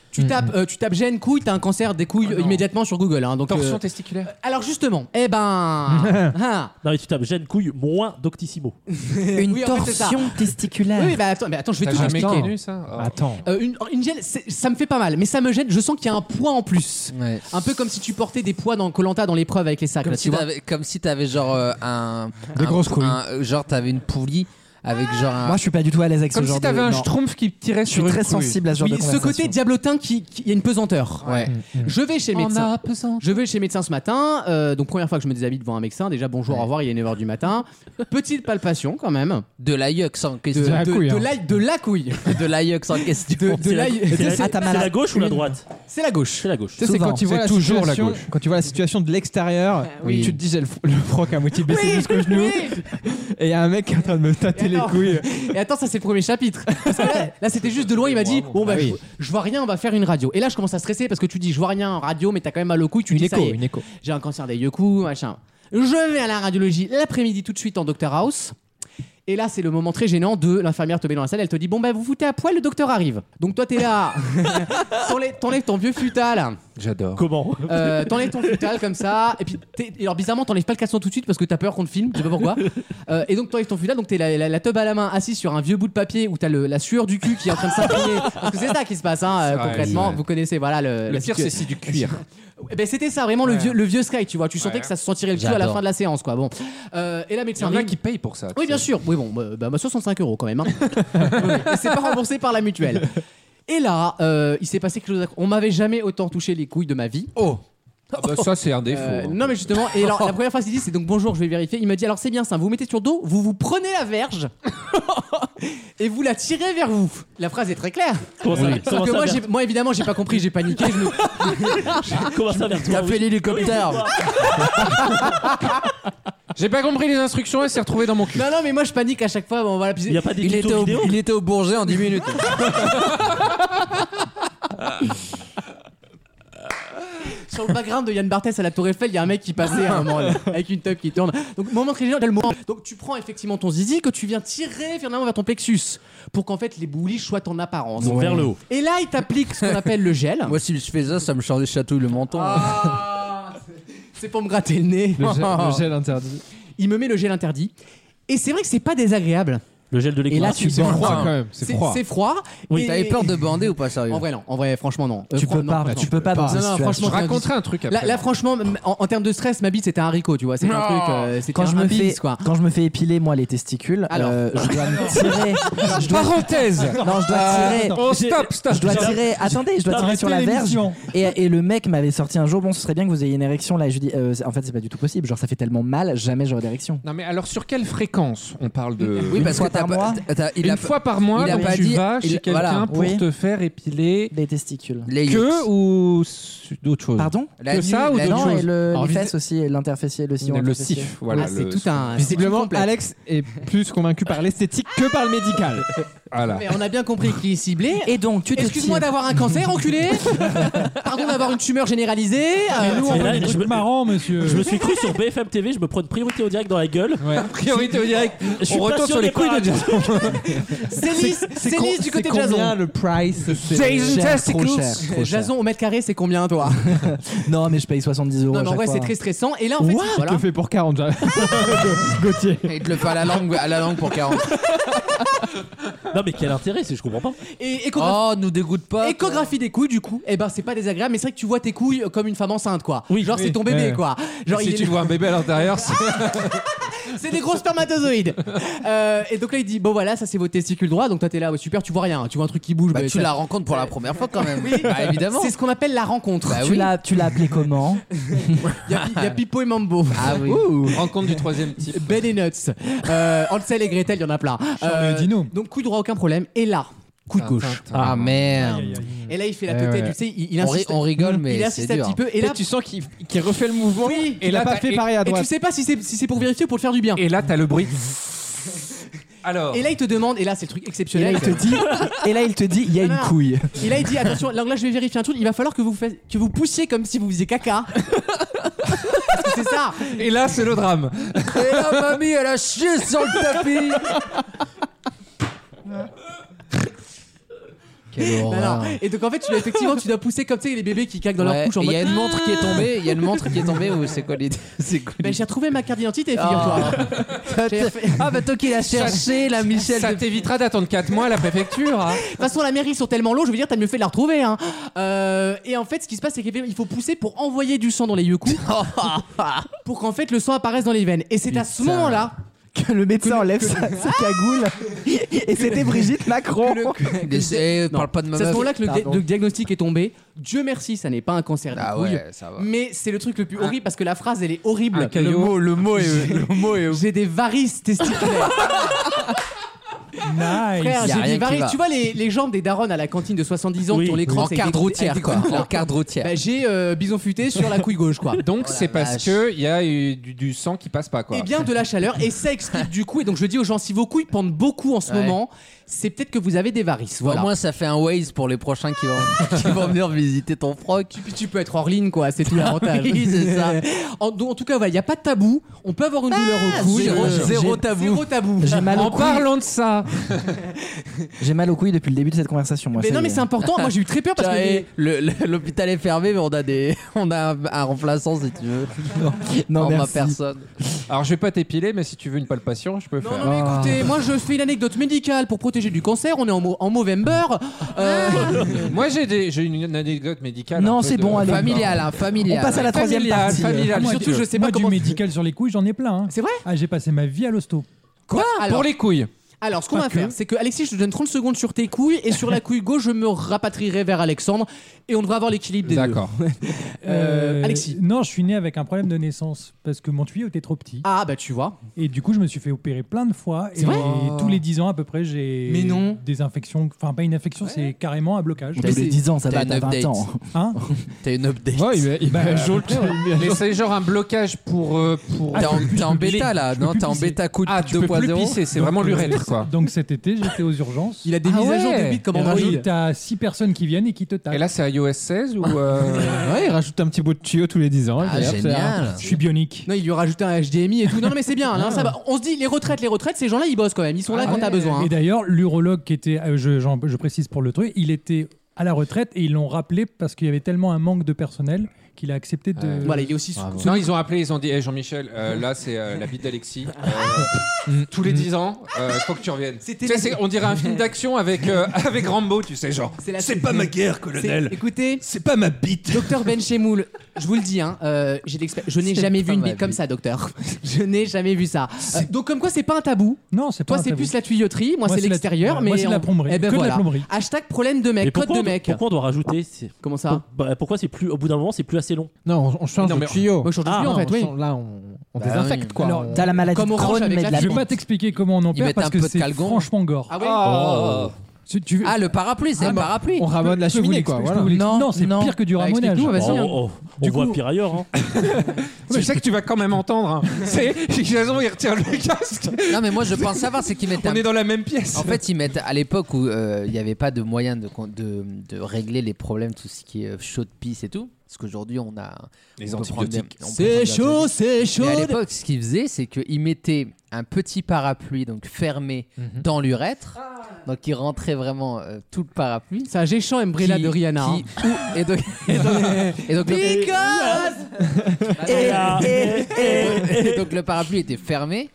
Tu tapes, euh, tu tapes gêne couille, t'as un cancer des
Ah
couilles euh, immédiatement sur Google. hein, donc,
Torsion
euh,
testiculaire.
Alors justement, eh
[laughs]
ben, ah.
Non, mais tu tapes gêne couille moins Doctissimo.
[laughs] Une Oui, en fait, c'est ça. torsion
testiculaire.
Oui, oui, bah attends, mais attends, je vais
T'as
tout
jamais
expliquer.
connu ça Oh.
Attends.
Euh, une, une gêne, c'est- ça me fait pas mal, mais ça me gêne. Je sens qu'il y a un poids en plus. Un peu comme si tu portais des poids dans Colanta dans l'épreuve avec les sacs.
Comme
là,
si
tu vois.
t'avais- Bah, comme si t'avais genre euh, un.
Des
un-
grosses couilles.
un- euh, genre t'avais une poulie avec genre un.
Moi, je suis pas du tout à l'aise avec ce genre de. non.
qui tirait
Je suis sur une très couille. sensible à ce genre de
Ce
conversation.
côté diablotin qui, qui- il y a une pesanteur.
Ouais. Mm,
Je vais chez
On
médecin.
a pesant.
Je vais chez médecin ce matin. euh, donc première fois que je me déshabille devant un médecin. Déjà bonjour, au revoir. Il est 9h du matin. Petite palpation quand même.
De la yuck sans question.
De, de- de la, de la couille.
De la yuck sans question.
de la-
C'est la,
c'est-
c'est la gauche ou la droite
C'est hein. la gauche.
C'est la gauche.
Tu sais, c'est quand tu vois la
toujours la
situation,
gauche.
quand tu vois la situation de l'extérieur,
Ah oui.
tu te dis j'ai le, fr- le froc à moitié baissé jusqu'au genou, et il y a un mec qui est en train de me [laughs] tâter les
alors
couilles.
Et attends, ça c'est le premier chapitre. Parce que
[laughs]
là, là, c'était juste de loin, il m'a dit Bon, bah,
Ah oui.
je, je vois rien, on va faire une radio. Et là, je commence à stresser parce que tu dis Je vois rien en radio, mais t'as quand même mal au cou. Tu
Une
dis ça
écho,
y est,
une écho.
J'ai un cancer des yeux coups, machin. Je vais à la radiologie l'après-midi tout de suite en Dr House. Et là, c'est le moment très gênant de l'infirmière te met dans la salle. Elle te dit Bon, bah, vous foutez à poil, le docteur arrive. Donc, toi, t'es
[laughs]
là. T'enlè- T'enlèves ton vieux futal.
J'adore.
Comment
Euh, t'enlèves ton futal comme ça, et puis t'es- et alors bizarrement t'enlèves pas le caleçon tout de suite parce que t'as peur qu'on te filme, je sais pas pourquoi. Euh, et donc t'enlèves ton futal, donc t'es la, la, la teub à la main assis sur un vieux bout de papier où t'as le- la sueur du cul qui est en train de s'incliner. parce que c'est ça qui se passe hein, euh,
Ouais,
concrètement,
ouais.
vous connaissez voilà le.
Le
la
pire,
situa-
c'est si du cuir.
Eh ben c'était ça vraiment le vieux le vieux Sky, tu vois, tu sentais
Ouais.
que ça se sentirait le cul à la
J'adore.
fin de la séance quoi. Bon, Euh, [laughs] et la
Il y
médecin
en a
arrive.
qui payent pour ça. tu
Oui, bien
sais.
sûr. Oui, bon, bah, bah, 65 euros quand même. hein.
[laughs]
Et c'est pas remboursé par la mutuelle. Et là, euh, il s'est passé quelque chose. d'ac- On m'avait jamais autant touché les couilles de ma vie.
Oh Ah bah, Ça, c'est un défaut.
Euh,
hein.
non mais justement, et alors la première phrase qu'il dit c'est donc bonjour, je vais vérifier. Il me dit alors c'est bien ça, vous vous mettez sur le dos, vous vous prenez la
[laughs]
verge et vous la tirez vers vous. La phrase est très claire.
Comment ça,
Sauf
comment
que
ça,
moi,
vers-
j'ai- moi, évidemment j'ai pas compris, j'ai paniqué. Je me-
[laughs] Comment ça vers toi oui.
l'hélicoptère.
J'ai pas compris les instructions, elle s'est retrouvée dans mon cul.
Non non mais moi je panique à chaque fois. Bon, voilà, puis-
Il n'y a pas des
Il était,
tutos
au,
vidéo
il était au Bourget en 10 minutes.
Sur le background de Yann Barthès à la Tour Eiffel, il y a un mec qui passait à un moment
[laughs]
là, avec une teub qui tourne. Donc moment très gênant, t'as le moment. Donc tu prends effectivement ton zizi que tu viens tirer finalement vers ton plexus pour qu'en fait les bouliches soient en apparence.
Donc, Vers le haut.
Et là il t'applique ce qu'on appelle le gel.
Moi, si je fais ça, ça me change chatouille le menton. [laughs]
Ah, c'est- c'est pour me gratter le nez.
Le gel,
[laughs]
le gel interdit.
Il me met le gel interdit. Et c'est vrai que c'est pas désagréable.
Le gel de
Et là,
l'éclat.
tu
C'est
bandes.
froid quand même, c'est froid.
C'est froid.
Oui.
Et-
T'avais peur de bander ou pas, sérieux
En vrai, non. En vrai, franchement, non. Euh,
Tu
fran-
peux
non,
pas,
franchement.
tu peux pas dans
Non,
cette
non,
situation.
Je
franchement,
raconterai un truc après.
Là, là, franchement, m- en, en termes de stress, ma bite c'était un haricot, tu vois. C'était un
Non.
truc. euh, c'était
Quand je,
un
me
bis,
fais,
quoi.
quand je me fais épiler, moi, les testicules,
Alors.
euh, je dois me tirer. je dois,
Parenthèse
non, je dois tirer.
Oh, stop, stop
Je dois
J'ai-
tirer. Attendez, je dois
Non,
tirer
mais
sur la verge.
l'émission.
Et, et le mec m'avait sorti un jour. Bon, ce serait bien que vous ayez une érection. Là, je lui dis, euh, c'est- en fait, c'est pas du tout possible. Genre, ça fait tellement mal, jamais j'aurai d'érection.
Non mais alors sur quelle fréquence on parle de
Oui,
Une
parce
fois
que t'as
par
pas-
mois.
t'as- t'as- il
une
a-
fois par mois
il a
donc
pas
tu
dit-
vas chez
il-
quelqu'un
voilà.
pour
Oui.
te faire épiler
Les testicules.
Les
que
yeux.
ou s- d'autres choses
Pardon
La
que
nuit,
ça ou
la
d'autres
Non, et
choses
le,
Alors,
les
visite-
fesses aussi, et l'interfessier, le sillon.
le
interfessier.
sif voilà
Ah, c'est
le-
tout un. c'est tout
Visiblement,
complexe.
Alex est plus convaincu par l'esthétique que par le
[laughs]
médical.
voilà.
Mais on a bien compris qui est ciblé.
Et donc, tu te
Excuse-moi
tires.
d'avoir un cancer, enculé. Pardon d'avoir une tumeur généralisée. euh,
nous, on
C'est
va-
là,
je
des
me-
trucs marrants, monsieur.
Je me suis cru sur BFM TV, je me prends une priorité au direct dans la gueule.
[laughs] Priorité au direct.
Je suis
On retourne sur les couilles de
passionné par [laughs]
Célis, Célis du côté de Jason.
combien le price
Jason
cher, trop
Testicles.
cher, trop cher.
Jason au mètre carré, c'est combien
[laughs]
toi
Non, mais je paye 70 euros.
Non,
à
mais en
chaque
vrai,
fois.
c'est très stressant. Et là, en fait, voilà.
Je
[laughs]
le fais pour 40 déjà. Gauthier.
Il te le fait à la langue, à la langue pour 40.
la- Non mais quel intérêt, c'est je comprends pas.
Et échographie,
Oh, nous dégoûte pas.
échographie des couilles, du coup, eh ben, c'est pas désagréable, mais c'est vrai que tu vois tes couilles comme une femme enceinte, quoi.
Oui.
Genre, c'est
Oui.
ton bébé,
Ouais.
quoi. Genre,
si
il est-
tu vois un bébé à l'intérieur, c'est
c'est des gros spermatozoïdes. Euh, et donc là, il dit, bon, voilà, ça, c'est vos testicules droits. Donc toi, t'es là, ouais, super, tu vois rien. Tu vois un truc qui bouge.
Bah,
mais
tu
ça-
la rencontres pour la première fois quand même. Bah, évidemment.
C'est ce qu'on appelle la rencontre.
Bah
Tu
oui.
l'as, tu l'as appelé comment
Il y,
[laughs]
a- il y a Pipo et Mambo.
Ah oui.
rencontre du troisième type.
Ben et Nuts. Euh, Hansel et Gretel, il y en a plein. Euh,
Charles et Dino.
donc coup droit, aucun problème. Et là, coup de gauche.
Ah merde.
Aïe, aïe, aïe.
Et là, il fait la
Eh
tête,
ouais.
tu sais, il, il
On ri-
insiste.
on rigole, mais
il insiste
c'est
un
dur.
petit peu. Et
Et
là,
là, tu sens qu'il qu'il refait le mouvement.
Oui.
Et là,
Et-
pas fait pareil à
et tu
droite.
[laughs]
sais pas si c'est si c'est pour vérifier ou pour le faire du bien.
Et là t'as le bruit. Alors.
Et là, il te demande, et là, c'est le truc exceptionnel.
Et là, il te dit-
[laughs]
et là, il te dit, il y a
Non,
une
non.
couille.
Et là, il dit, attention, alors là, je vais vérifier un truc, il va falloir que vous, fassiez- que vous poussiez comme si vous faisiez caca. Parce que c'est ça.
Et là, c'est le drame.
Et la mamie, elle a chié sur le tapis. Quelle
Non,
horreur.
non. Et donc en fait, tu dois, effectivement, tu dois pousser comme tu sais, les bébés qui caquent dans
Ouais,
leur couche en
et Il
mode. Ah
y a une montre qui est tombée. Il y a une montre qui est tombée. Ou c'est quoi l'idée [laughs] C'est quoi
Ben,
l'idée
j'ai retrouvé ma carte d'identité, figure-toi. J'ai refait-
Ah bah [laughs] toi qui l'as cherché, la Michel.
Ça t'évitera d'attendre 4 mois à la préfecture.
[laughs]
hein.
De toute façon, la mairie, ils sont tellement longs, je veux dire, t'as mieux fait de la retrouver. Hein. Euh, et en fait, ce qui se passe, c'est qu'il faut pousser pour envoyer du sang dans les yeux
[laughs]
coups pour qu'en fait le sang apparaisse dans les veines. Et c'est à ce
Putain.
moment-là
Que le médecin enlève sa, sa cagoule.
Ah [laughs]
Et c'était Brigitte Macron.
Désolé,
Non.
parle pas de ma
C'est à ce
meuf.
moment-là que le, di-
Pardon.
le diagnostic est tombé. Dieu merci, ça n'est pas un cancer des
Ah
couilles.
ouais, ça va.
Mais c'est le truc le plus horrible parce que la phrase, elle est horrible.
Un caillot.
Ah, le mot est. [laughs] le mot est- J'ai des varices [laughs] testiculaires. Frère,
Ah, Y a
j'ai
rien
des
qui
varices.
va.
Tu vois les, les jambes des darons à la cantine de 70 ans
Oui.
qui ont les crosses
En
avec
carte
des-
routière,
avec des
quoi.
coups de
En
là.
carte routière.
Bah, j'ai euh, bison futé sur la couille gauche, quoi.
Donc c'est parce
vache.
que il y a eu du, du sang qui passe pas quoi.
Et Eh bien de la chaleur et ça explique du coup et donc je dis aux gens si vos couilles pendent beaucoup en ce
Ouais.
moment c'est peut-être que vous avez des varices
Au
voilà
moins, ça fait un Waze pour les prochains qui vont, [laughs] qui vont venir visiter ton froc.
tu, tu peux être hors ligne, quoi,
[laughs]
c'est tout [laughs] l'avantage.
Oui, c'est ça.
En, donc, en tout cas, il n'y a pas de tabou. On peut avoir une douleur au cou.
Ah, zéro-
Euh,
zéro
j'ai-
tabou.
Zéro tabou.
J'ai mal
en
au cou.
parlant de ça.
[laughs] J'ai mal aux couilles depuis le début de cette conversation. Moi,
Mais
ça
non,
y
mais
est.
c'est important. Moi, j'ai eu très peur parce
Tiens,
que.
et le- le- L'hôpital est fermé, mais on a, des, [laughs] on a un, un remplaçant si
[laughs]
tu veux.
Non,
on
merci.
personne. [laughs]
Alors je vais pas t'épiler, mais si tu veux une palpation, je peux
Non,
faire.
non, mais
Ah.
Ah.
écoutez, moi, je fais une anecdote médicale pour protéger du cancer. On est en, mo- en Movember. Euh,
[laughs]
Ah.
Moi j'ai des- j'ai une anecdote
Ah
médicale.
Non,
un peu
c'est
de-
bon, allez.
Familial, hein, familial.
On passe à la troisième
Familial,
partie.
familial.
Moi,
Surtout,
du-
je sais
moi,
pas comment.
du médical sur les couilles, j'en ai plein. hein.
C'est vrai
Ah, j'ai passé ma vie à l'hosto.
Quoi
Pour
Alors,
les couilles.
alors, ce qu'on
Pas
va
que.
faire, c'est que Alexis, je te donne 30 secondes sur tes couilles et
[laughs]
sur la couille gauche, je me rapatrierai vers Alexandre et on devrait avoir l'équilibre des deux.
D'accord.
Euh, Alexis.
Non, je suis né avec un problème de naissance parce que mon tuyau était trop petit.
Ah, bah, tu vois.
Et du coup, je me suis fait opérer plein de fois.
C'est
Et
vrai
tous les 10 ans à peu près, j'ai
Mais non.
des infections. Enfin, pas une infection, c'est carrément un blocage.
Tous les 10 ans, ça va,
T'as une
t'as 20
update.
ans.
Hein
T'as une update.
Ouais, il m'a-
[laughs]
il m'a
Bah,
jour- il m'a-
Mais c'est genre un blocage pour. euh, pour...
T'es en, t'es en
plus
bêta
pisser.
là,
Je
non
peux
T'es en
plus pisser.
bêta coup de
Ah, tu peux plus
2.0.
pisser, c'est vraiment
Donc, euh,
l'urètre quoi.
Donc cet été, j'étais aux urgences.
Il a des
Ah
mises à jour de
ouais.
bite comme
Et
Android.
rajoute, t'as 6 personnes qui viennent et qui te tapent.
Et là c'est iOS 16 ou. euh,
[laughs] Ouais, il rajoute un petit bout de tuyau tous les 10 ans.
Ah,
et hop,
génial.
Je suis bionique.
Non, il lui a rajouté un HDMI et tout. [laughs] Non, non mais c'est bien. là, ça va. On se dit, les retraites, les retraites, ces gens-là, ils bossent quand même. Ils sont là quand t'as besoin. hein.
Ah Et d'ailleurs, l'urologue qui était, euh, je, j'en- je précise pour le truc, il était à la retraite et ils l'ont rappelé parce qu'il y avait tellement un manque de personnel qu'il a accepté de.
Euh,
Ah,
Ouais.
Voilà, il est aussi. sous-
Non, ils ont appelé, ils ont dit hey, Jean-Michel, euh, là c'est euh, la bite d'Alexis. Euh, tous les 10 ans, euh, faut que tu reviennes. Tu sais, c'est- on dirait un film d'action avec, euh, [laughs] avec Rambo, tu sais, genre.
C'est la-
pas ma guerre,
c'est- Écoutez,
C'est pas ma bite.
docteur Ben Shemoul, je vous le dis, hein, euh, j'ai de l'expé- je n'ai
C'est
jamais
pas
vu une
ma
bite comme
bite.
ça, docteur. [laughs] Je n'ai jamais vu ça. Euh, donc comme quoi, c'est pas un tabou.
Non, c'est pas.
Toi,
un
c'est
tabou.
plus la tuyauterie. Moi,
Moi,
c'est
c'est la-
l'extérieur.
ouais,
mais
moi, c'est de la
on-
plomberie.
Eh ben
Que de la
voilà.
plomberie.
Hashtag problème de
Mais
mec, code
pourquoi,
de
on,
mec.
pourquoi on doit rajouter c'est-
Comment ça
Bah, Pourquoi c'est plus au bout d'un moment c'est plus assez long
Non, on, on change
Non,
de
mais-
tuyau.
Moi, je change de
Ah,
tuyau, en
Non,
fait,
on
oui.
change- Là, on, on
Bah
désinfecte
oui.
quoi.
Alors,
On-
T'as la maladie
Comme
de
orange
Crohn,
avec
mais
la
de la
Je vais
pompe.
pas t'expliquer comment on en
Ils
perd
mettent
parce
un
que
peu de
c'est
calgon.
franchement gore.
Ah ouais.
Oh.
Si tu veux-
Ah, le parapluie, c'est
Ah,
le
bah,
parapluie.
On ramone la
je peux vous
cheminée
l'expliquer,
quoi.
je peux
Voilà.
vous l'expliquer.
Non,
Non, c'est
non.
pire que du
Bah,
ramonage.
explique-nous, vas-y,
Oh,
hein.
oh, On voit pire ailleurs.
[laughs]
hein.
Mais je sais que tu vas quand même entendre. hein. C'est Jason, il retire le casque.
Non, mais moi je pense savoir, c'est qu'ils mettent un
On est dans la même pièce.
En fait, ils mettent à l'époque où euh, il n'y avait pas de moyen de, con- de, de régler les problèmes, tout ce qui est euh, chaud de pisse et tout. Parce qu'aujourd'hui, on a.
Les
on peut prendre des- on peut
C'est
prendre des
chaud, c'est chaud.
Mais à l'époque, ce qu'ils faisaient, c'est qu'ils mettaient un petit parapluie, donc fermé,
Mhm.
dans l'urètre. Donc, ils rentraient vraiment euh, tout le parapluie.
Ah. C'est un géchant Umbrella
Qui-
de Rihanna. hein.
qui- ou- et donc, [laughs] et donc- et donc le, et- et- donc le parapluie était fermé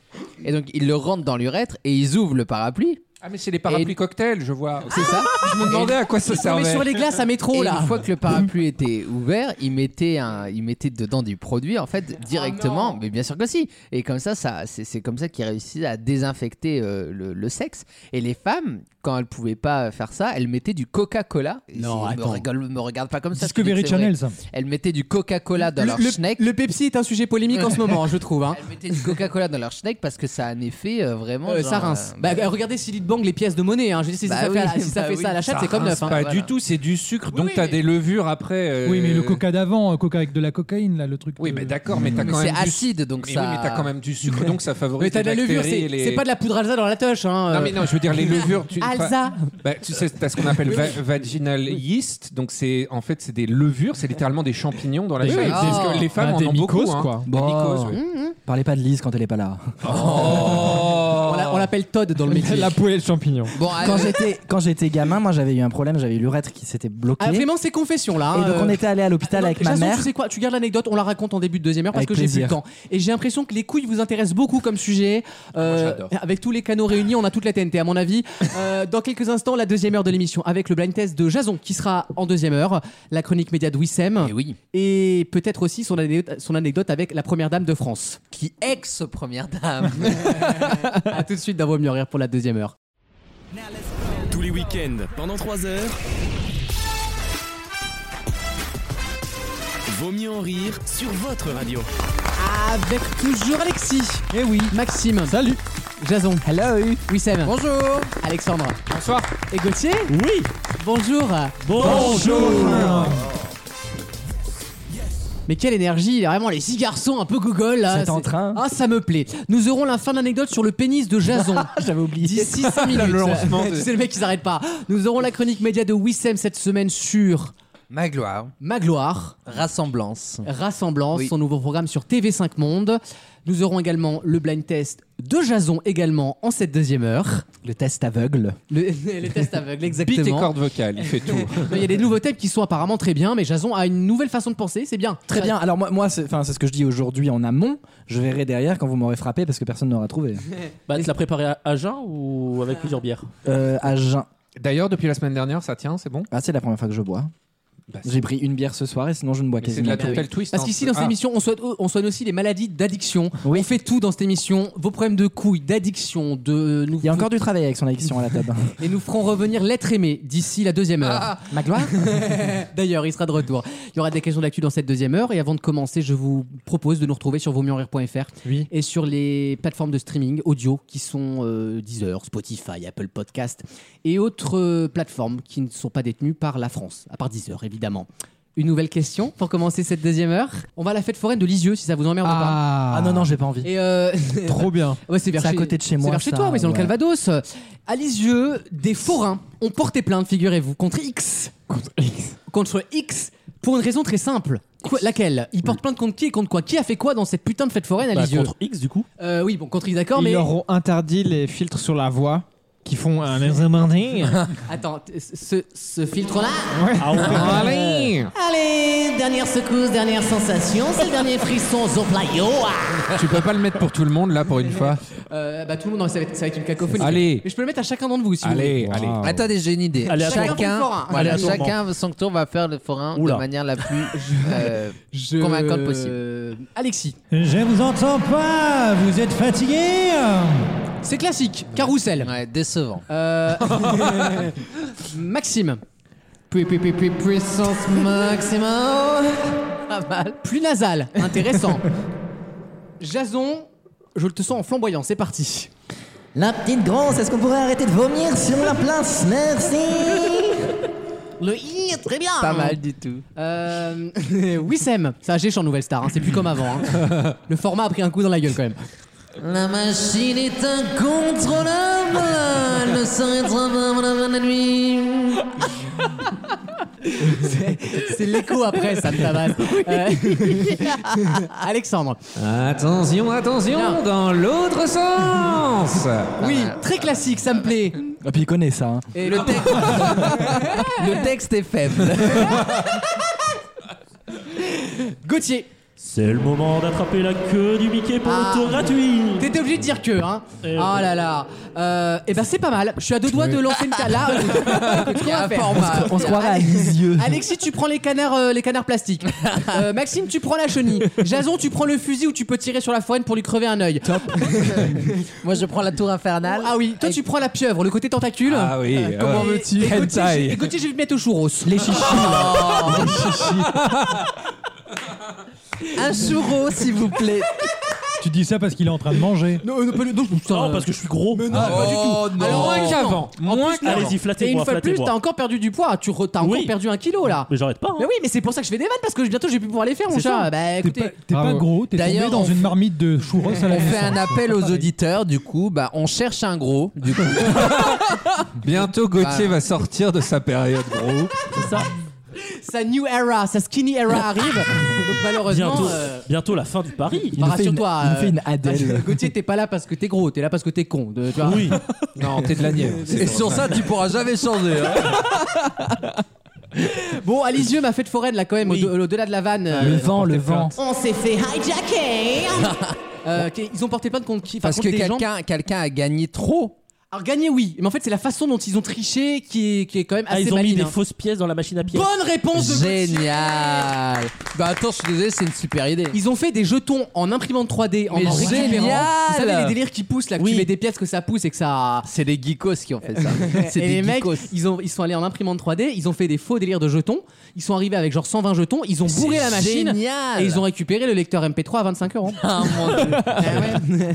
et donc ils le rentrent dans l'urètre et ils ouvrent le parapluie
Ah, mais c'est les parapluies
Et-
cocktails, je vois.
c'est ça
[laughs] Je me demandais à quoi ça
Non, mais
servait.
sur les glaces à métro,
et
là.
une fois que le parapluie était ouvert, il mettait un, il mettait dedans du produit en fait
Oh
directement. mais bien sûr que si. Et comme ça, ça c'est c'est comme ça qu'ils réussissaient à désinfecter euh, le, le sexe. Et les femmes, quand elles pouvaient pas faire ça, elles mettaient du Coca-Cola. Et
Non,
c'est- me,
attends.
rigole- me regarde pas comme ça. je te dis
Discovery
que c'est vrai.
Channel, ça.
Elles mettaient du Coca-Cola dans leur schneck.
le Pepsi est un sujet polémique en ce moment, je trouve. Hein.
Elles mettaient du Coca-Cola dans leur schneck parce que ça a un effet euh, vraiment.
Euh,
genre,
ça rince.
euh,
Bah, regardez Silly de bang les pièces de monnaie. hein. Je veux dire, si
Bah
ça fait, à la-
oui, [laughs]
si
Ah
ça
bah
fait
oui.
ça à la chatte,
Ça
c'est comme
rince
neuf. hein.
Pas
Voilà.
du tout, c'est du sucre, donc t'as des levures après. euh,
Oui, mais le coca d'avant, euh, coca avec de la cocaïne, là, le truc. Mm.
Oui, mais d'accord, mais t'as quand même. du- mais oui, mais t'as quand même du sucre, donc ça favorise.
Mais t'as de la
les
levure,
bactéries
c'est
et les-
c'est pas de la poudre Alsa dans la touche. Hein,
Non,
euh.
mais non, je veux dire,
[laughs]
les levures. Tu, enfin,
Alsa
bah, tu sais, t'as ce qu'on appelle va- vaginal yeast, donc c'est en fait, c'est des levures, c'est littéralement des champignons dans la
Oui,
chair. Ah.
oui.
Parce que les femmes
Bah,
en
des
ont beaucoup.
mycoses,
hein.
quoi.
Des
Bah. Bon. Mmh,
mycoses, oui. Oh.
Parlez pas de Lise quand elle est pas là.
On l'a- on l'appelle Todd
[laughs]
dans le métier.
La
poêle champignon.
[laughs] Bon,
quand
allez.
j'étais quand j'étais gamin, moi j'avais eu un problème, j'avais eu l'urètre qui s'était bloqué.
Ah, Clément, c'est confession là. euh.
Et donc on était allé à l'hôpital avec ma mère.
Tu sais quoi Tu gardes l'anecdote, on la raconte en début de deuxième heure parce
Avec
que j'ai plus le
plaisir.
temps. Et j'ai l'impression que les couilles vous intéressent beaucoup comme sujet. Euh, avec tous les canaux réunis, on a toute la TNT à mon avis. Euh, dans quelques instants, la deuxième heure de l'émission avec le blind test de Jason qui sera en deuxième heure, la chronique média de Wissem. Et
Eh oui.
Et peut-être aussi son, ané- son anecdote avec la première dame de France.
Qui ex-première dame.
[laughs] à tout de suite d'avoir mieux rire pour la deuxième heure.
Tous les week-ends, pendant 3 heures. Vaut mieux en rire sur votre radio.
Avec toujours Alexis. Et oui. Maxime.
Salut.
Jason.
Hello.
Wissem.
Bonjour.
Alexandre.
Bonsoir.
Et Gauthier.
Oui.
Bonjour. Mais quelle énergie, vraiment les six garçons un peu gogol là.
C'est en train.
Ah, ça me plaît. Nous aurons la fin d'anecdote sur le pénis de Jason.
[laughs] J'avais oublié.
D'ici 5 minutes. [laughs]
Le lancement de-
C'est le mec qui s'arrête pas. Nous aurons la chronique média de Wissem cette semaine sur
Ma gloire.
Ma gloire.
Rassemblance.
Rassemblance,
Oui.
son nouveau programme sur TV5 Monde. Nous aurons également le blind test de Jason également en cette deuxième heure.
Le test aveugle.
Le, le
[laughs]
test aveugle, exactement.
Bite et cordes vocales, il fait [laughs] tout.
Non, Il y a des nouveaux thèmes qui sont apparemment très bien, mais Jason a une nouvelle façon de penser, c'est bien.
Très bien. Alors moi, moi c'est enfin, c'est ce que je dis aujourd'hui en amont. Je verrai derrière quand vous m'aurez frappé parce que personne n'aura trouvé.
Bah, tu l'as préparé à, à jeun ou avec plusieurs bières
Euh, à jeun.
D'ailleurs, depuis la semaine dernière, ça tient, c'est bon
Ah, c'est la première fois que je bois. J'ai pris une bière ce soir et sinon je ne bois
Bah, Mais c'est
quasiment
de la
plus.
Total Twist,
Parce
hein,
qu'ici,
c'est-
dans cette
Ah.
émission, on soigne, on soigne aussi les maladies d'addiction. On fait tout dans cette émission. Vos problèmes de couilles, d'addiction, de. Nous,
Il y a encore du travail avec son addiction à la table.
Et nous ferons revenir l'être aimé d'ici la deuxième heure.
Ma [laughs] gloire
D'ailleurs, il sera de retour. Il y aura des questions d'actu dans cette deuxième heure. Et avant de commencer, je vous propose de nous retrouver sur vosmieuxenrire.fr
Oui.
et sur les plateformes de streaming audio qui sont euh, Deezer, Spotify, Apple Podcast et autres euh, plateformes qui ne sont pas détenues par la France, à part Deezer évidemment. Une nouvelle question pour commencer cette deuxième heure. On va à la fête foraine de Lisieux si ça vous emmerde
Ah, non, non, j'ai pas envie.
ou pas. Et euh,
[laughs] Trop bien.
[laughs] Ouais, c'est vers
C'est à
chez-
côté de chez
C'est
moi,
vers chez
ça,
toi, mais c'est dans le
ouais.
Calvados. À Lisieux, des forains ont porté plainte, figurez-vous, contre X. Contre X. pour une raison très simple. Quoi- laquelle Ils portent plainte contre qui et contre quoi Qui a fait quoi dans cette putain de fête foraine à
Bah,
Lisieux
contre
X, du coup
euh, Oui, bon, contre X, d'accord,
Ils
mais.
leur ont interdit les filtres sur la voix qui font un examending.
Attends, t- ce, ce filtre-là.
Ah, on peut parler.
Allez, dernière secousse, dernière sensation, c'est le dernier frisson, zoplayo. ah.
tu peux pas le mettre pour tout le monde, là, pour une fois
Euh, bah tout le monde, non, ça va être, ça va être une cacophonie.
Allez.
Mais je peux le mettre à chacun d'entre vous si
Allez,
vous voulez.
allez.
Attendez, j'ai une idée.
Allez, à
chacun,
tour. Chacun pour le forain. Allez,
voilà,
à tour.
chacun son tour va faire le forain
Oula.
de manière
[laughs]
la plus euh,
Je-
convaincante possible.
Alexis.
Je vous entends pas, vous êtes fatigué
hein.
C'est classique, carrousel.
Ouais, décevant.
Euh, [laughs] Maxime. Pu- pu- pu- pu- Puissance maximum.
Pas mal.
Plus nasal, intéressant. Jason, je le te sens en flamboyant, c'est parti.
La petite grosse, est-ce qu'on pourrait arrêter de vomir sur la place Merci
Le i, très bien.
Pas mal du tout.
Euh, [laughs] Wissem, ça gêche en Nouvelle Star, hein, c'est plus comme avant.
[laughs]
hein. Le format a pris un coup dans la gueule quand même.
La machine est incontrôlable.
Euh,
Elle ne s'arrêtera pas avant la fin de la nuit.
C'est l'écho après, ça me tabasse. Euh, [laughs] Alexandre.
Attention, attention,
Non.
dans l'autre sens
Oui, très classique, ça me plaît.
Et puis il connaît ça. hein.
Et le texte.
Le texte est faible.
Gauthier.
C'est le moment d'attraper la queue du Mickey pour
Ah.
le tour gratuit.
T'étais obligé de dire que, hein
Eh
Ah
ouais.
là là Euh, Eh ben c'est pas mal, je suis à deux doigts de lancer une canard. [laughs] Là, euh, qu'est-ce qu'on va
un
faire
format.
On se croirait à Lisieux.
Alexis, tu prends les canards, euh, les canards [laughs] plastiques. Euh, Maxime, tu prends la chenille. Jason, tu prends le fusil où tu peux tirer sur la foraine pour lui crever un œil. [laughs]
Moi, je prends la tour infernale.
Ah oui, toi tu prends la pieuvre, le côté tentacule.
Ah oui,
Euh, comment
euh,
veux-tu Et
hentai.
Gauthier, je- et Gauthier, je vais te mettre au churros. [laughs]
Les chichis.
Oh. Un churro, s'il vous plaît.
[laughs] Tu dis ça parce qu'il est en train de manger.
Non,
parce que je suis gros.
non, Ah, pas du
Oh,
tout.
non.
Alors,
Moins qu'avant.
En
Moins
plus,
qu'avant.
allez-y, flattez-moi,
Et une fois de plus,
flattez-moi.
t'as encore perdu du poids. Tu re- t'as encore
Oui.
perdu un kilo là.
Mais j'arrête pas. hein.
Mais oui, mais c'est pour ça que je fais des vannes parce que bientôt je vais plus pouvoir les faire, mon
C'est
chat.
ça.
Bah
T'es
écoutez,
T'es pas gros, t'es tombé
D'ailleurs,
dans
on-
une marmite de chou
On
rose à la
fait
naissance.
un appel aux
Pareil.
auditeurs, du coup, bah, on cherche un gros. Du coup.
[laughs] Bientôt Gauthier
Voilà.
Bah.
va sortir de sa période gros.
[laughs] Sa new era, sa skinny era arrive. Donc, malheureusement.
Bientôt,
euh,
bientôt la fin du pari.
bah, rassure-toi. euh,
Adèle.
Gauthier, t'es pas là parce que t'es gros, t'es là parce que t'es con. de- tu vois.
Oui.
Non, t'es de la Nièvre. c'est
Et
vrai.
sur ça, tu pourras jamais changer. hein.
[laughs] Bon, à Lisieux, ma fête foraine, là, quand même, au- au-delà de la vanne.
Le
euh,
vent, le vent.
On s'est fait hijacker Euh, ok, Ils ont porté plainte contre qui Enfin,
Parce que
contre des gens-
quelqu'un quelqu'un a gagné trop.
Alors gagner oui, mais en fait c'est la façon dont ils ont triché qui est, qui est quand même
Ah,
assez
ils ont mis
maligne,
des
hein.
fausses pièces dans la machine à pièces.
Bonne réponse de Gauthier.
Génial. Bah attends, je suis désolé, c'est une super idée.
Ils ont fait des jetons en imprimante 3D en
Mais
en récupérant.
génial.
Vous savez les délires qui poussent là, que
Oui.
tu mets des pièces que ça pousse et que ça.
C'est des geekos qui ont
[laughs]
fait ça. C'est
Et les
des
mecs,
geekos.
ils, ont, ils sont allés en imprimante 3D, ils ont fait des faux délires de jetons, ils sont arrivés avec genre 120 jetons, ils ont bourré la machine
Génial.
et ils ont récupéré le lecteur MP3 à 25 euros.
Ah, mon Dieu.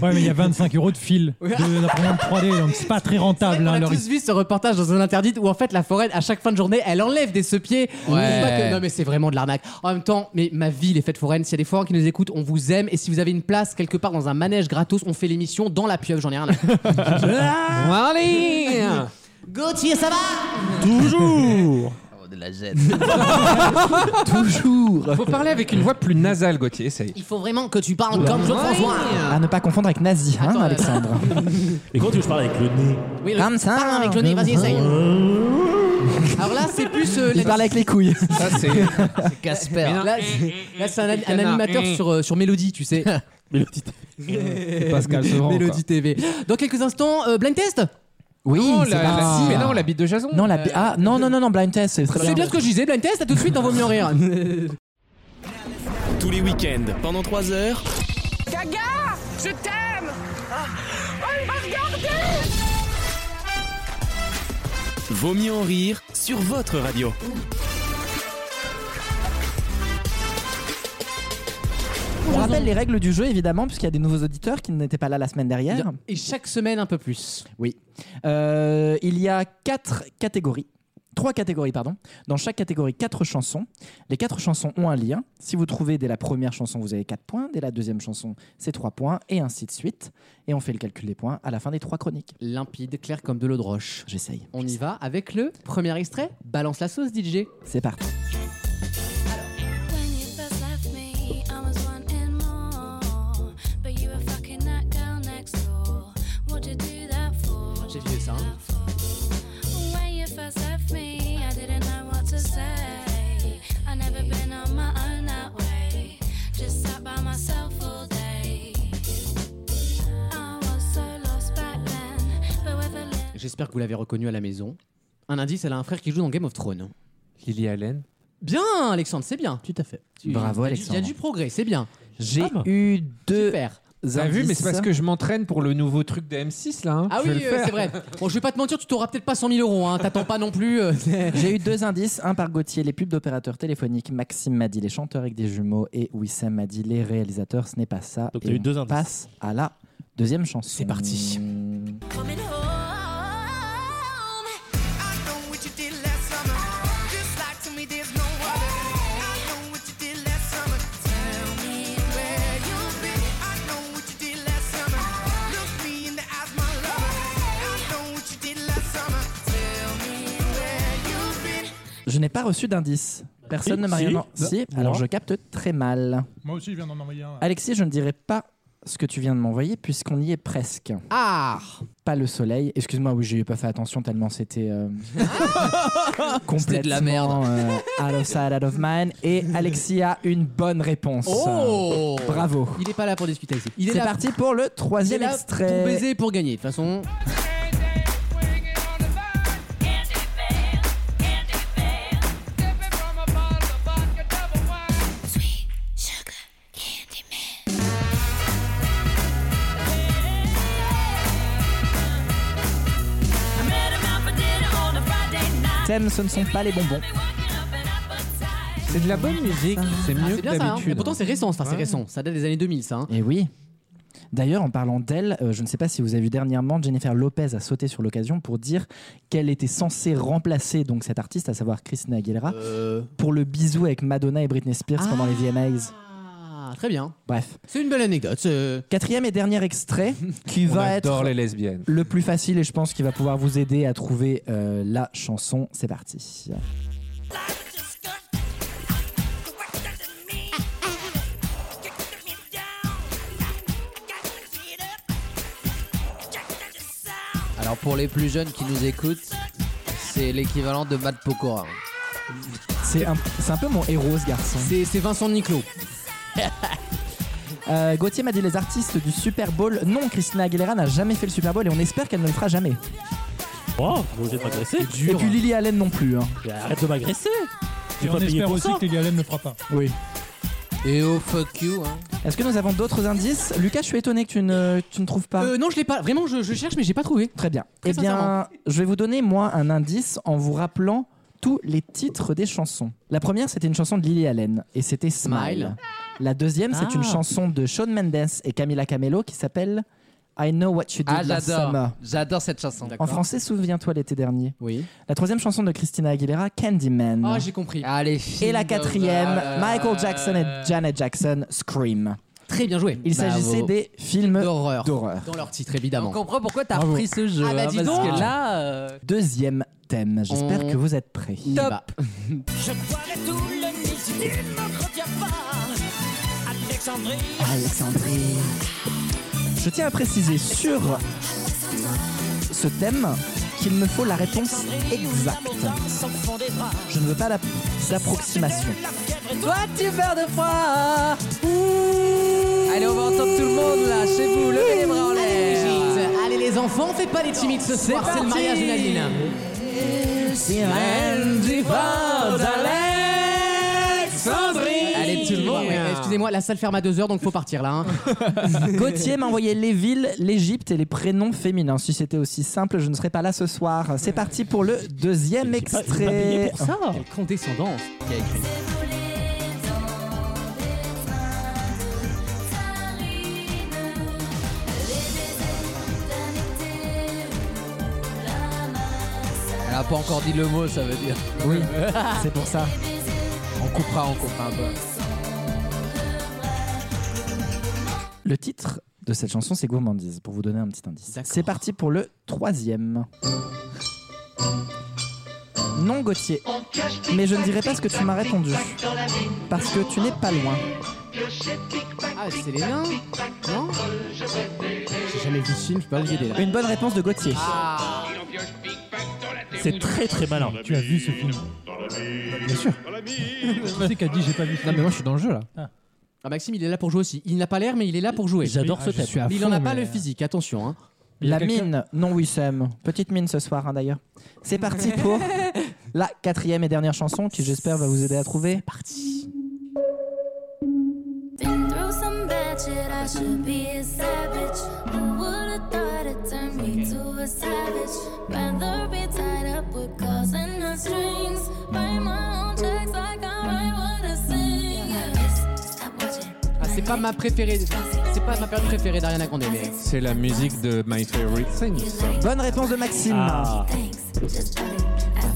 Ouais, mais il y a 25 euros de fil de l'imprimante 3D, donc c'est pas très rentable.
On
hein,
a
leur-
tous vu ce reportage dans une interdite où en fait la forêt à chaque fin de journée elle enlève des sepiers. Pour
Ouais.
pas que- Non mais c'est vraiment de l'arnaque. En même temps, mais ma vie les fêtes foraines, s'il y a des forains qui nous écoutent, on vous aime et si vous avez une place quelque part dans un manège gratos, on fait l'émission dans la pieuvre, j'en ai rien. à- Allez Gauthier, ça va
Toujours
Oh, de la jette.
[laughs] Toujours.
Faut parler avec une voix plus nasale, Gauthier, essaye.
[laughs] Il faut vraiment que tu parles comme Jean-François.
À ne pas confondre avec nazi, hein,
Attends, euh,
Alexandre.
Mais quand tu veux que je parle avec le nez
Oui, le-
Comme ça.
Parle avec le nez, vas-y, essaye.
[laughs]
Alors là, c'est plus euh,
Il
la-
parle avec les couilles.
Ça, c'est.
C'est Casper. hein.
Là, c'est- là, c'est un, an- un animateur sur, euh, sur Mélodie, tu sais.
Mais le petit.
Eh, Pascal Sevran. quoi.
Mélodie TV. Dans quelques instants, [laughs] euh, blind test
Oui,
Non,
c'est
la- la-
parti.
mais non, la bite de Jason. Euh,
Non, la... Ah, non, non, non, non, blind test, c'est très
C'est bien ce que je disais, blind test, à tout de suite, on vaut mieux en
[laughs]
rire.
Tous les week-ends, pendant 3 heures,
Gaga, je t'aime. Oh, il m'a regardé.
Vaut mieux en rire sur votre radio.
On rappelle les règles du jeu, évidemment, puisqu'il y a des nouveaux auditeurs qui n'étaient pas là la semaine dernière.
Et chaque semaine, un peu plus.
Oui. Euh, il y a quatre catégories. Trois catégories, pardon. Dans chaque catégorie, quatre chansons. Les quatre chansons ont un lien. Si vous trouvez dès la première chanson, vous avez quatre points. Dès la deuxième chanson, c'est trois points. Et ainsi de suite. Et on fait le calcul des points à la fin des
[laughs]
trois chroniques.
Limpide, clair comme de l'eau de roche.
J'essaye.
On y va avec le premier extrait. Balance la sauce, DJ.
C'est parti.
When you first left me, I was wanting more. But you were fucking that girl next door. What'd you do that for?
J'ai vu ça. hein.
When you first left me, I didn't know what to say. I never been on my own that way. Just sat by myself all day. I was so lost back then, but with a little
J'espère que vous l'avez reconnu à la maison. Un indice, elle a un frère qui joue dans Game of Thrones.
Lily Allen.
Bien, Alexandre, c'est bien.
Tout à fait.
Tu-
Bravo,
il y a du-
Alexandre.
Il y a du progrès, c'est bien.
J'ai
Ah bah.
eu deux.
Super.
T'as vu, mais c'est
indices.
parce que je m'entraîne pour le nouveau truc de M6 là. hein.
Ah
Je vais
oui,
le
euh,
faire.
c'est vrai. Bon, je vais pas te mentir, tu t'auras peut-être pas 100 000 euros. Hein. T'attends pas non plus. euh, c'est-
[laughs] J'ai eu deux indices, un par Gauthier, les pubs d'opérateurs téléphoniques, Maxime m'a dit les chanteurs avec des jumeaux et Wissem m'a dit les réalisateurs, ce n'est pas ça.
Donc
Et
t'as eu
on
deux indices.
passe à la deuxième chanson. C'est
parti.
coming home.
I know what you did last summer. Just like to me, there's no other. I know what you did last summer. Tell me where you've been. I know what you did last summer. Look me in the eyes, my lover. I know what you did last summer. Tell me where you've been.
Je n'ai pas reçu d'indice. Personne
Si,
ne m'a rien.
si.
non, si,
Bah,
alors
moi.
je capte très mal.
Moi aussi, je viens d'en envoyer un.
Alexis, je ne dirai pas ce que tu viens de m'envoyer puisqu'on y est presque.
Ah
Pas le soleil. Excuse-moi, oui, j'ai pas fait attention tellement c'était
[laughs]
euh, complètement
de la merde.
euh, out of sight, out of mind. Et Alexis a une bonne réponse.
Oh
Bravo.
Il est pas là pour discuter ici. Il est
C'est
là.
parti pour le
il est
troisième
là
extrait.
pour baiser et pour gagner. De toute façon,
Sweet sugar candy man. I met him out for dinner on a Friday night.
Thème, ce ne sont pas les bonbons.
C'est de la bonne musique. C'est
Ah,
mieux
c'est
que
bien ça. hein.
d'habitude.
Et pourtant, c'est récent. Enfin, c'est
Ouais.
récent. Ça date des années 2000, ça. hein.
Et Eh oui. D'ailleurs, en parlant d'elle, euh, je ne sais pas si vous avez vu dernièrement, Jennifer Lopez a sauté sur l'occasion pour dire qu'elle était censée remplacer donc cette artiste, à savoir Christina Aguilera,
Euh.
pour le bisou avec Madonna et Britney Spears pendant les VMAs.
Ah, très bien.
Bref.
C'est une belle anecdote.
Quatrième et dernier extrait qui
[laughs] On
va
adore
être
les lesbiennes.
le plus facile et je pense qu'il va pouvoir vous aider à trouver euh, la chanson. C'est parti.
Alors pour les plus jeunes qui nous écoutent, c'est l'équivalent de Matt Pokora.
C'est un, c'est un peu mon héros ce garçon.
C'est, Vincent
[laughs]
Niclot.
Euh, Gauthier m'a dit les artistes du Super Bowl. Non, Christina Aguilera n'a jamais fait le Super Bowl et on espère qu'elle ne le fera jamais.
Oh, vous êtes agressé.
Et puis Lily Allen non plus. hein.
Arrête de m'agresser. J'ai
Et on
pas payé
espère
pour
aussi
ça.
que Lily Allen ne fera pas.
Oui.
Et oh fuck you. Hein.
Est-ce que nous avons d'autres indices Lucas, je suis étonné que tu ne, tu ne trouves pas.
Euh, non, je l'ai pas. Vraiment, je, je cherche, mais j'ai pas trouvé.
Très bien.
Très
eh bien,
sincèrement.
je vais vous donner, moi, un indice en vous rappelant tous les titres des chansons. La première, c'était une chanson de Lily Allen et c'était Smile.
Smile.
La deuxième, c'est une
Ah.
chanson de Shawn Mendes et Camila Camelo qui s'appelle I Know What You Did
Ah
Last Summer.
j'adore, j'adore cette chanson.
En français, souviens-toi l'été dernier.
Oui.
La troisième chanson de Christina Aguilera, Candyman.
Ah, j'ai compris.
Allez.
et la quatrième, Michael Jackson et Janet Jackson, Scream.
Très bien joué.
Il s'agissait des films
d'horreur.
d'horreur.
Dans leur titre, évidemment.
On comprend pourquoi t'as
Bravo.
repris ce jeu.
Ah bah
hein,
dis
parce
donc.
que là, euh,
Deuxième thème, j'espère
On-
que vous êtes prêts.
top.
Je boirai tout le midi, tu ne m'entretiens pas. Alexandrie,
Alexandrie. Je tiens à préciser sur ce thème qu'il me faut la réponse exacte.
au fond des bras.
Je ne veux pas la- d'approximation.
Dois-tu faire de froid Allez, on va entendre tout le monde là, chez vous. Levez les bras en l'air.
Allez les enfants, faites pas les timides ce soir, c'est le
parti.
mariage de Nadine. hein. Allez tout le monde. ouais, Excusez-moi, la salle ferme à 2h donc faut partir là. hein.
Gauthier m'a envoyé les villes, l'Égypte et les prénoms féminins. Si c'était aussi simple, je ne serais pas là ce soir. C'est parti pour le deuxième
pas- il est pas payé
extrait.
pour ça.
Quelle condescendance.
Elle a pas encore dit le mot, ça veut dire.
Oui, c'est pour ça.
On coupera, on coupera un peu.
Le titre de cette chanson, c'est Gourmandise, pour vous donner un petit indice.
D'accord.
C'est parti pour le troisième. Non, Gauthier, mais je ne dirai pas ce que tu m'as répondu, parce que tu n'es pas loin.
Ah, c'est les nains Non J'ai jamais vu ce film, je peux pas le guider là. Ah,
Une bonne réponse de Gauthier.
C'est très très malin.
Tu as vu ce film
Bien sûr.
Qui c'est qui a dit j'ai pas vu ce
Non, mais
film
moi, je suis dans le jeu là.
Ah, Maxime, il est là pour jouer aussi. Il n'a pas l'air, mais il est là pour jouer.
Ah,
J'adore ce
je suis
thème.
à
Mais il
fond,
en a pas
mais-
le physique, attention. hein.
Il y a
La
quelqu'un-
mine, non Wissem. Petite mine ce soir, hein, d'ailleurs.
[laughs]
C'est parti pour la quatrième et dernière chanson qui, j'espère, va vous aider à trouver.
Been through some bad shit, I should be a savage. Who would've thought it turned me to a savage? Rather be tied up with calls and no strings. Write my own checks like I write what I sing. Stop watching.
Ah, c'est pas ma préférée. C'est pas ma période préférée d'Ariana Grande. Mais...
C'est la musique de My Favorite Thing. ça.
Bonne réponse de Maxime.
Ah.
Eh ben,
I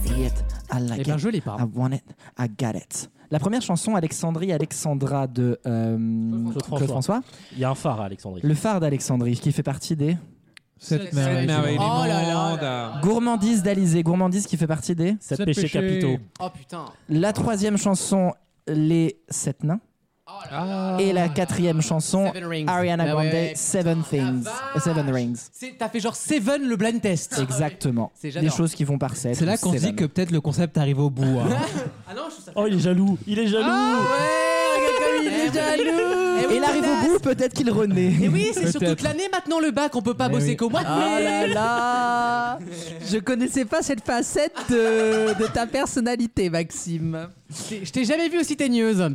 see it, I like
Eh ben,
it,
je l'ai pas.
I want it, I got it. La première chanson, Alexandrie Alexandra de euh, Claude, François.
François. Il y a un phare à Alexandrie.
Le phare d'Alexandrie qui fait partie des
Cette
Cette merveille
merveille.
du
Oh là là
monde.
Gourmandise d'Alizé. Gourmandise qui fait partie des.
Sept
Sept
péchés
péchés.
capitaux.
Oh putain.
La troisième chanson, Les Sept Nains.
Oh
Ah.
Et la quatrième chanson,
Seven Rings.
Ariana
Bah
Grande,
ouais,
Seven Things.
vache.
Euh, Seven Rings.
C'est- T'as fait genre Seven le blind test.
Exactement.
C'est- j'adore.
Des choses qui vont par sept.
C'est là qu'on se dit
Seven.
que peut-être le concept arrive au bout. hein.
Ah non, je trouve ça.
Oh, il est jaloux. Il est jaloux.
Ah il est jaloux. Eh
Et il arrive au bout, peut-être qu'il renaît.
Et Eh oui, c'est sur
Peut-être.
toute l'année maintenant le bac, on peut pas
Mais
bosser
oui.
qu'au mois de
Oh
mai.
là là Je connaissais pas cette facette de, de ta personnalité, Maxime.
Je t'ai- je t'ai jamais vu aussi teigneuse.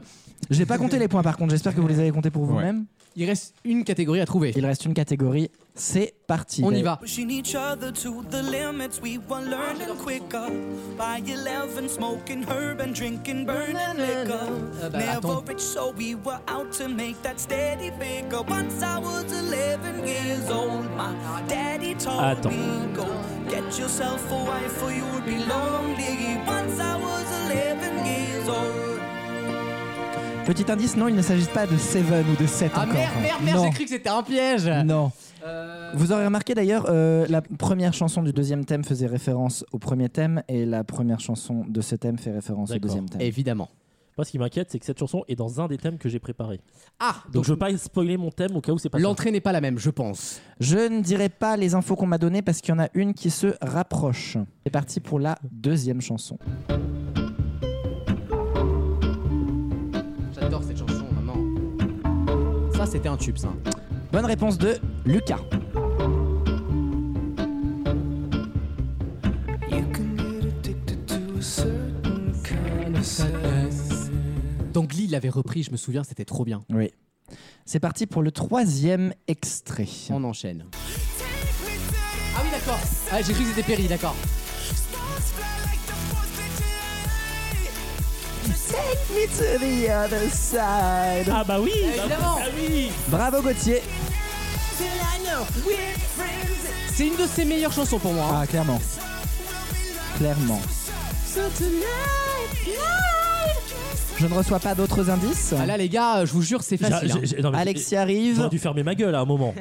J'ai pas compté les points par contre, j'espère que vous les avez comptés pour vous-même.
Il reste une catégorie à trouver.
Il reste une catégorie. C'est parti.
On y va.
Pushing each other to the limits, we were learning quicker. By 11, smoking herb and drinking burning liquor.
bah,
Never
attends.
rich, so we were out to make that steady figure. Once I was 11 years old, my daddy told
Attends.
me, Go get yourself a wife, or you'll be lonely. Once I was 11 years old.
Petit indice, non, il ne s'agit pas de Seven ou de 7
Ah
encore.
merde, merde, merde,
Non.
j'ai cru que c'était un piège.
Non.
Euh,
Vous aurez remarqué d'ailleurs, euh, la première chanson du deuxième thème faisait référence au premier thème et la première chanson de ce thème fait référence au
D'accord.
deuxième thème.
Évidemment.
Moi, ce qui m'inquiète, c'est que cette chanson est dans un des thèmes que j'ai préparé.
Ah
Donc, je veux pas spoiler mon thème au cas où c'est pas.
L'entrée n'est pas la même, je pense.
Je ne dirai pas les infos qu'on m'a données parce qu'il y en a une qui se rapproche. C'est parti pour la deuxième chanson.
J'adore cette chanson, vraiment. Ça, c'était un tube, ça.
Bonne réponse de Lucas.
Donc Glee l'avait repris, je me souviens, c'était trop bien.
Oui. C'est parti pour le troisième extrait.
On enchaîne. Ah oui, d'accord. Ah, j'ai cru que c'était Perry, d'accord.
Take me to the other side.
Ah bah oui
Évidemment.
Ah oui
Bravo Gauthier.
C'est une de ses meilleures chansons pour moi. hein.
Ah clairement. Clairement. Je ne reçois pas d'autres indices.
Ah là, les gars, je vous jure, c'est
J'a-
facile. hein.
j'ai- j'ai- non, mais-
Alexis arrive.
J'aurais dû fermer ma gueule à un moment.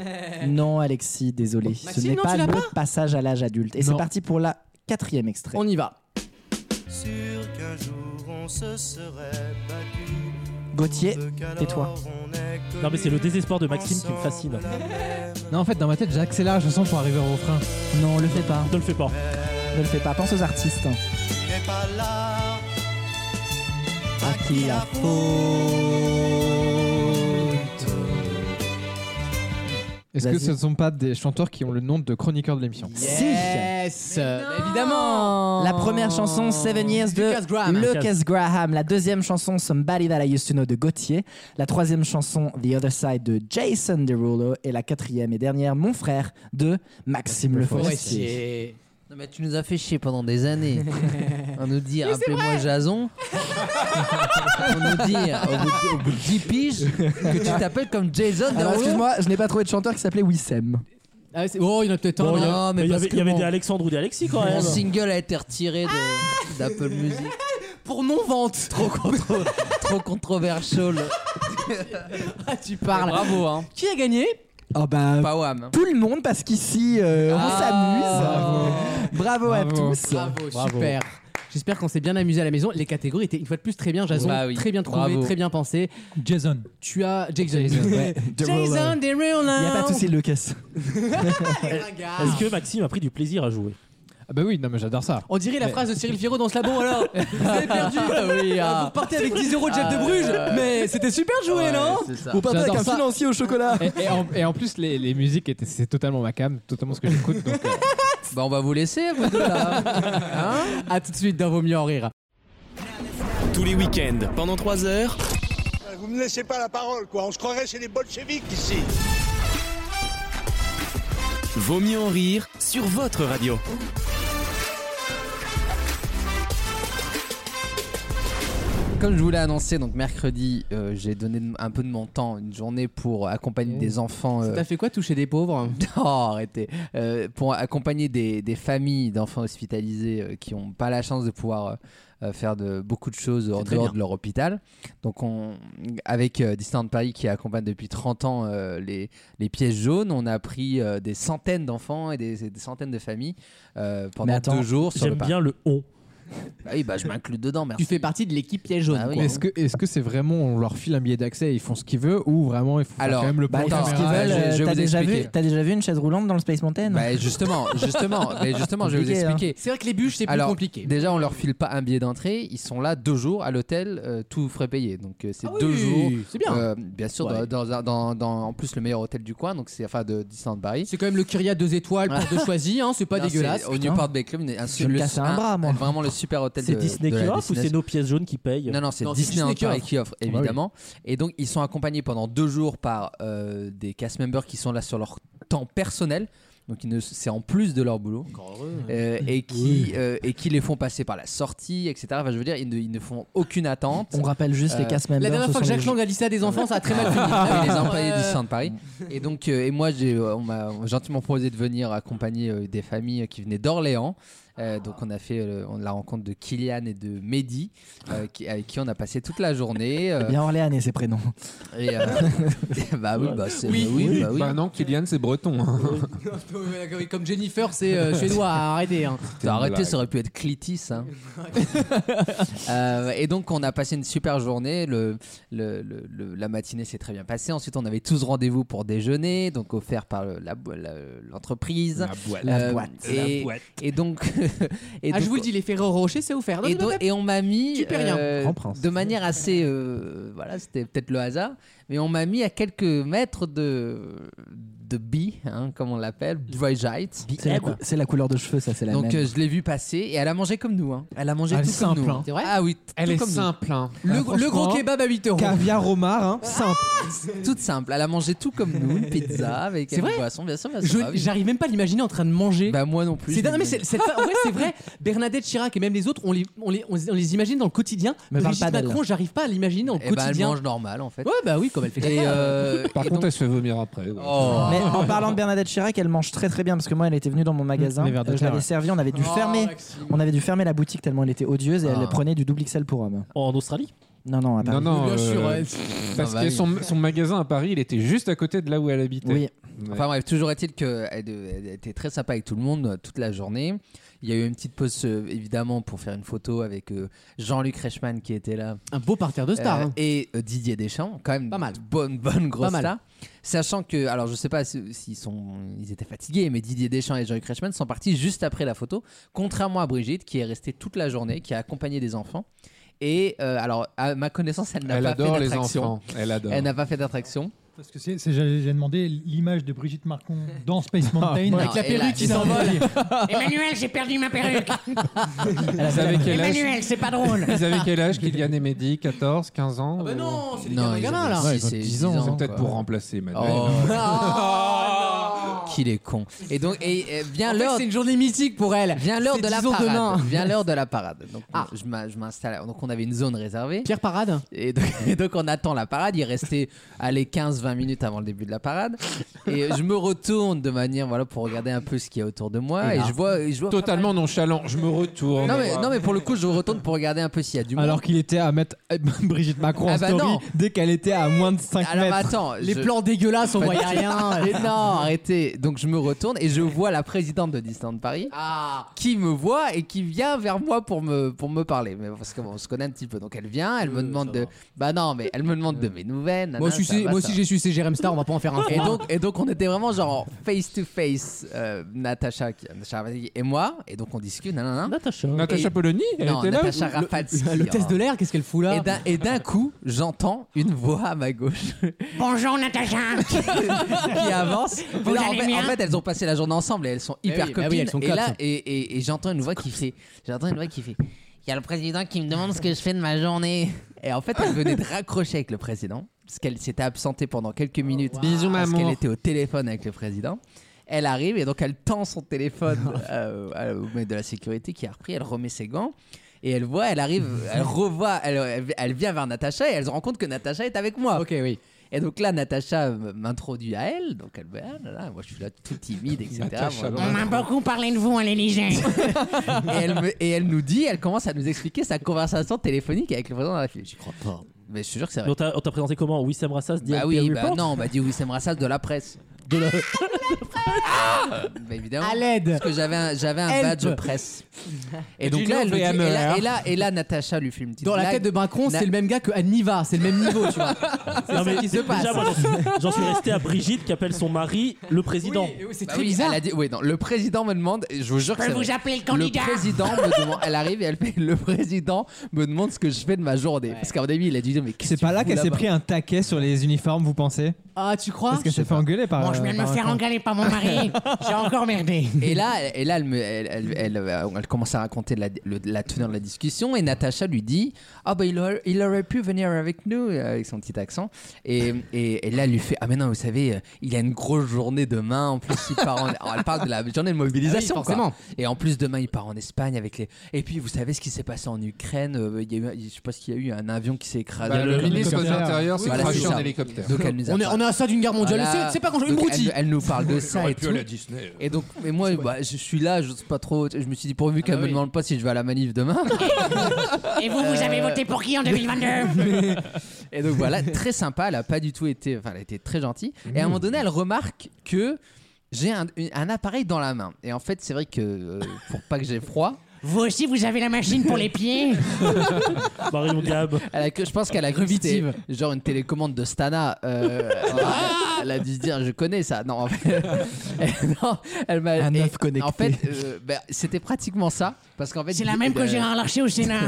Mm.
Non, Alexis, désolé.
Oh, Maxime,
Ce n'est
non,
pas
tu l'as
le
pas
passage à l'âge adulte. Et
Non.
c'est parti pour la quatrième extrait.
On y va.
Sûr qu'un jour on se serait battu.
Gauthier, tais-toi.
Non, mais c'est le désespoir de Maxime qui me fascine.
Non, en fait, dans ma tête, j'accélère la chanson pour arriver au refrain.
Non, le fais pas.
Ne le fais pas.
Ne le fais pas. Pense aux artistes. hein.
Il n'est pas
Ah,
là.
À qui la
Est-ce que ce ne sont pas des chanteurs qui ont le nom de chroniqueurs de l'émission
Yes Bah, Évidemment
La première chanson, Seven Years de
Lucas Graham.
Lucas Graham. La deuxième chanson, Somebody That I Used to Know de Gauthier. La troisième chanson, The Other Side de Jason Derulo. Et la quatrième et dernière, Mon Frère de Maxime Le Forestier.
Forestier.
Non, mais tu nous as fait chier pendant des années. On nous dit, appelez-moi Jason. On nous dit, au bout de- au bout de 10 piges, que tu t'appelles comme Jason
Alors
Derulo.
excuse-moi, je n'ai pas trouvé de chanteur qui s'appelait Wissem.
Ah, ouais, c'est- oh, il y en a peut-être un.
Bon, il y, a-
non, mais
il y
parce
avait,
que
il y avait
mon-
des Alexandre ou des Alexis quand
Mon
même.
single a été retiré
Ah
de- d'Apple Music.
Pour non-vente
Trop, contro- trop controversial.
[laughs] Ah, tu parles.
Bravo, hein.
Qui a gagné
Oh bah,
Pas Wham.
tout le monde parce qu'ici, euh, on
Ah.
s'amuse. Bravo, à
Bravo.
tous.
Bravo, super. J'espère qu'on s'est bien amusé à la maison. Les catégories étaient une fois de plus très bien, Jason.
Bah oui.
Très bien trouvé,
Bravo.
très bien pensé.
Jason.
Tu as Jason.
Ouais,
[laughs]
Derulo.
Jason Derulo.
Il n'y a pas de souci, Lucas.
Est-ce que Maxime a pris du plaisir à jouer
Ah bah oui, non mais j'adore ça.
On dirait la phrase de Cyril Firo dans ce labo alors.
[laughs]
Vous avez perdu.
oui, ah.
Vous repartez avec 10 euros de Jeff
Ah,
de Bruges.
ouais.
Mais c'était super joué,
Ouais,
non
c'est ça.
Vous partez avec
J'adore
un
ça.
financier au chocolat.
Et, et en, et en plus, les, les musiques, étaient- c'est totalement ma cam, totalement ce que j'écoute. donc, euh,
Bah, on va vous laisser, vous deux, là. Hein
À tout de suite dans Vos mieux en rire.
Tous les week-ends, pendant 3 heures,
Vous me laissez pas la parole, quoi. On se croirait chez les bolcheviks ici.
Vaut mieux en rire sur votre radio.
Comme je vous l'ai annoncé, donc mercredi, euh, j'ai donné de- un peu de mon temps, une journée pour accompagner des enfants. euh,
T'as fait quoi toucher des
[laughs]
pauvres
Oh, arrêtez. Euh, pour accompagner des, des familles d'enfants hospitalisés euh, qui n'ont pas la chance de pouvoir euh, euh, faire de, beaucoup de choses en
très
dehors
bien.
de leur hôpital. Donc, on, avec euh, Disneyland Paris qui accompagne depuis 30 ans euh, les, les pièces jaunes, on a pris euh, des centaines d'enfants et des, des centaines de familles euh, pendant
Mais attends,
deux jours sur le
J'aime
parc.
bien le on.
Ah oui, bah, je m'inclus dedans, merci.
Tu fais partie de l'équipe piège jaune.
Ah oui.
quoi.
Est-ce que est-ce que c'est vraiment on leur file un billet d'accès et ils font ce qu'ils veulent ou vraiment il faut faire
Alors,
quand même le
Bah,
point
ils font ce qu'ils
Attends,
veulent.
je-
Euh,
je vais
T'as
vous
déjà,
expliquer.
vu- t'as déjà vu une chaise roulante dans le Space Mountain
Bah, justement, justement, mais justement, je vais vous
Compliqué, hein.
expliquer.
C'est vrai que les bûches, c'est plus
Alors,
compliqué.
Déjà, on leur file pas un billet d'entrée. Ils sont là deux jours à l'hôtel, euh, tout frais payé. Donc euh, c'est
Ah oui,
deux jours.
C'est bien.
euh, bien sûr,
Ouais.
dans, dans- dans- dans- en plus le meilleur hôtel du coin, donc c'est enfin de Disneyland Paris. [laughs]
C'est quand même le Kyria 2 étoiles, porte de Choisy, hein, c'est pas
Non,
dégueulasse.
c'est Au New
putain.
Park Bay Club, une- un,
Je vais me casser un bras, moi.
Vraiment le super hôtel
C'est
de-
Disney
de
qui
la
offre ou
Disney.
c'est nos pièces jaunes qui payent
Non, non, c'est Disney, en Paris qui offre,
Ah bah oui.
évidemment. Et donc, ils sont accompagnés pendant deux jours par euh, des cast members qui sont là sur leur temps personnel. Donc, ils ne- c'est en plus de leur boulot. Euh, et, qui, euh, et qui les font passer par la sortie, etc. Enfin, je veux dire, ils ne, ils ne font aucune attente.
On rappelle juste les cast members,
La dernière fois que Jacques Lang a dit ça à des enfants, ça a
[laughs]
très mal fini.
Ah oui, les employés
Euh,
du centre de Paris. Et donc, euh, et moi, j'ai, euh, on m'a gentiment proposé de venir accompagner euh, des familles qui venaient d'Orléans. Euh, donc, on a fait euh, on- la rencontre de Kylian et de Mehdi, euh, qui- avec qui on a passé toute la journée. euh,
Eh Bien Orléanais ces prénoms.
et, euh, [laughs] bah oui, bah c'est
Oui.
bah oui, bah oui.
Bah non, Kylian, c'est breton. hein.
oui, Comme Jennifer, c'est euh,
[laughs]
chez-toi, arrêtez. hein.
T'as arrêté, Bah, ça aurait pu être Clitis.
[laughs]
hein. Euh, et donc, on a passé une super journée. Le, le- le- le- la matinée s'est très bien passée. Ensuite, on avait tous rendez-vous pour déjeuner, donc offert par le- la bo- la- l'entreprise. Euh,
La boîte. La boîte.
Et,
La boîte.
et donc. [laughs] et
Ah,
donc-
je vous le dis, les Ferrero Rocher, c'est offert.
et, donc- et on m'a mis
Tu paies rien.
euh,
Grand prince.
de manière assez euh, voilà c'était peut-être le hasard mais on m'a mis à quelques mètres de de B hein, comme on l'appelle Dreijite
C'est la, cou- c'est la couleur de cheveux, ça, c'est la
donc
même.
euh, je l'ai vu passer et elle a mangé comme nous. hein. Elle a mangé
Elle
tout
est
comme
simple,
nous.
hein.
C'est vrai Ah oui, t-
Elle
tout
est
comme nous.
simple, hein.
Le,
Ah,
gros- le gros
franchement,
kebab à 8 euros. Ah,
Caviar homard, hein, simple.
Toute simple. Elle a mangé tout comme nous, une pizza avec
C'est
une
vrai
boisson, bien sûr. bien sûr.
Je-
Ah oui.
J'arrive même pas à l'imaginer en train de manger.
Bah moi non plus.
C'est dingue,
je
mais c'est c'est- ouais, c'est vrai. [laughs] Bernadette Chirac et même les autres, on les, on les, on les- on les imagine dans le quotidien.
Mais parle
Brigitte
pas d'elle.
Macron, j'arrive pas à l'imaginer dans le
Eh ben, elle
quotidien.
mange normal en fait.
Ouais, bah oui, comme elle fait
Et,
caca.
euh,
Par contre,
et donc- Oh.
elle se fait vomir après. ouais.
Oh.
Mais en parlant de Bernadette Chirac, elle mange très très bien parce que moi elle était venue dans mon magasin,
Les verres de
euh, je
terre,
l'avais
ouais.
servi, on avait dû
Oh,
fermer, on avait dû fermer la boutique tellement elle était odieuse et
Ah.
elle prenait du double XL pour homme.
En Australie
Non non, à Paris.
Non, non, euh,
Ah
parce
bah
que
oui.
son, son magasin à Paris, il était juste à côté de là où elle habitait.
Oui.
Ouais.
Enfin bref, toujours est-il qu'elle elle était très sympa avec tout le monde euh, toute la journée. Il y a eu une petite pause euh, évidemment pour faire une photo avec euh, Jean-Luc Reichmann qui était là.
Un beau parterre de stars, hein.
Et euh, Didier Deschamps, quand même. Pas mal. Bonne, bonne grosse
Pas mal.
star. Sachant que, alors je sais pas si- s'ils sont, ils étaient fatigués, mais Didier Deschamps et Jean-Luc Reichmann sont partis juste après la photo, contrairement à Brigitte qui est restée toute la journée, qui a accompagné des enfants. Et euh, alors, à ma connaissance, elle n'a
Elle
pas
adore
fait
les
d'attraction.
enfants. Elle adore.
n'a pas fait d'attraction.
Parce que c'est, c'est- j'ai j'ai demandé l'image de Brigitte
[laughs]
Marcon dans Space Mountain
Non, Ah, et là- et là- [laughs]
Emmanuel, j'ai perdu ma perruque.
Ils avaient quel âge
Emmanuel, c'est
Ah,
pas drôle.
Ils avaient quel âge Kylian et Mehdi 14, 15 ans
bah non,
c'est des Non, gamins, ils gamins, avaient là. six
Ouais, ils ont
et 10
10
ans,
ans. C'est peut-être
quoi.
pour remplacer Manuel.
Oh.
Ah.
Qu'il est con. Et donc, et, et vient l'heure.
c'est une journée mythique pour elle.
Vient l'heure
C'est
de la
10 ans
parade.
demain.
Vient l'heure de la parade. Donc, on- je m'in- je m'installe. Donc, on avait une zone réservée. Pierre parade. Et donc, [laughs] et donc, on attend la parade. Il restait allez 15-20 minutes avant le début de la parade. Et je me retourne de manière voilà pour regarder un peu ce qu'il y a autour de moi. Et,
Voilà.
je vois, et je vois.
Totalement nonchalant. Je me retourne.
Non mais, non mais pour le coup, je retourne pour regarder un peu s'il y a du monde.
Alors qu'il était à mettre euh, [laughs] Brigitte Macron
Ah
en
bah
story
non.
dès qu'elle était à moins de 5
Alors
mètres.
attends, je-
dégueulasses, on
Pas
voyait
du tout.
rien.
Mais non, arrêtez. Donc je me retourne et je vois la présidente de Disneyland Paris
Ah.
qui me voit et qui vient vers moi pour me, pour me parler. Mais parce qu'on se connaît un petit peu. Donc elle vient,
Euh,
elle me demande de. Bah non, mais elle me demande de mes nouvelles.
Moi,
nanana,
je suis-
ça
moi
va, ça
aussi,
va.
j'ai sucé Jérém Star, on va pas en faire un
Et
film.
donc, et donc on était vraiment genre face to face, euh, Natacha qui- Natacha Rafalski et moi, et donc on discute. Nanana.
Natacha.
Natacha Polony, elle
non,
était là
Natacha
Le-
Rafalski. hein.
L'hôtesse de l'air, qu'est-ce qu'elle fout là
Et d'un- Et d'un coup, j'entends une voix à ma gauche
Ah,
Bonjour, Natacha. [laughs]
qui avance.
Vous
Là, en,
allez
fait,
bien
en fait, elles ont passé la journée ensemble et elles sont
Eh
hyper
oui, bah
copines.
oui, elles sont
et
quatre.
là, et, et- et j'entends une voix qui fait, j'entends une voix qui fait, il y a le président qui me demande ce que je fais de ma journée. Et en fait, elle venait de raccrocher avec le président parce qu'elle s'était absentée pendant quelques minutes.
Bisous,
Parce
maman.
qu'elle était au téléphone avec le président. Elle arrive et donc elle tend
[laughs]
son téléphone euh, euh, au mec de la sécurité qui a repris. Elle remet ses gants. Et elle voit, elle [laughs] arrive, elle revoit, elle, elle- elle vient vers Natacha et elle se rend compte que Natacha est avec moi. Ok, oui. Et donc là, Natacha m- m'introduit à elle, donc elle me dit, ah là là, moi je suis là tout timide, [laughs] etc.
On
Moi,
m'a beaucoup parlé de vous à l'Elysée.
et, elle me- et elle nous dit, elle commence à nous expliquer sa conversation téléphonique avec le président de la République. J'y crois pas. Mais je te jure que c'est vrai.
Mais on t'a on t'a présenté comment Wissam Rassas dit
Bah oui, bah non, on m'a dit Wissem Rassas de la presse.
De la-
Ah [laughs] Bah évidemment.
À l'aide.
Parce que j'avais un, j'avais un
Help.
badge
[laughs]
presse. Et
Du
donc là, elle le dit, et
November.
là, et là, et là, Natacha lui fait une petite
Dans la
blague.
tête de Macron,
Na-
c'est le même gars que Anniva, c'est le même [laughs] niveau, tu vois.
[laughs]
C'est ça
Non, mais
qui se
déjà,
passe.
moi, j'en suis- J'en suis resté à Brigitte qui appelle son mari le président.
Bah oui, elle a dit- oui, non, le président me demande, et je vous jure que
Peux
c'est
Bah, vous
vrai.
appeler le candidat
président
[laughs]
me demande, elle arrive et elle fait, le président me demande ce que je fais de ma journée. Parce qu'à mon avis, il a dû dire, mais qu'est-ce que
C'est pas
tu
là
fous
Ah, qu'elle s'est
là-bas
pris un taquet sur les uniformes, vous pensez
Ah, tu crois
Parce qu'elle s'est fait engueuler par.
Moi, je viens de me
par
faire
Macron.
engueuler par mon mari.
[laughs]
oui, j'ai encore merdé.
Et là, et là elle, me- elle, elle- elle, euh, elle commence à raconter la, le- la teneur de la discussion et Natacha lui dit Ah, bah, il, aurait- il aurait pu venir avec nous, euh, avec son petit accent. Et, et- et là, elle lui fait Ah, mais non, vous savez, euh, il a une grosse journée demain. En plus, il part en. [laughs] Alors, elle parle de la journée de mobilisation,
Ah oui, forcément.
quoi. Et en plus, demain, il part en Espagne avec les. Et puis, vous savez ce qui s'est passé en Ukraine euh, il y a eu, Je sais pas qu'il y a eu un avion qui s'est écrasé.
Bah, le
Voilà,
ministre de
c'est ça.
l'Intérieur s'est
Voilà,
crashé
c'est
en
ça.
hélicoptère.
Donc, elle nous
On est- on est à ça d'une guerre mondiale. C'est- c'est pas quand je- une
Donc,
broutille.
Elle, elle nous parle de ça
J'aurais
et
pu
tout.
aller à Disney. hein.
Et donc, et moi, bah, je suis là, je sais pas trop. Je me suis dit, pourvu
Ah
qu'elle me demande pas si je vais à la manif demain.
[laughs] Et vous, vous avez
Euh,
voté pour qui en
[laughs]
2022
et donc voilà, très sympa. Elle a pas du tout été. Enfin, elle a été très gentille. Et à un moment donné, elle remarque que j'ai un, une- un appareil dans la main. Et en fait, c'est vrai que euh, pour pas que j'ai froid.
Vous aussi, vous avez la machine pour les pieds
Euh, Marion Gab. je pense qu'elle a cru que c'était genre une télécommande de Stana. euh, elle a dû se dire, je connais ça. Non, en fait, [laughs] non, elle m'a. et En fait, euh, bah, c'était pratiquement ça. Parce qu'en fait, ben,
C'est la même que Gérard Larcher au
[laughs]
Sénat.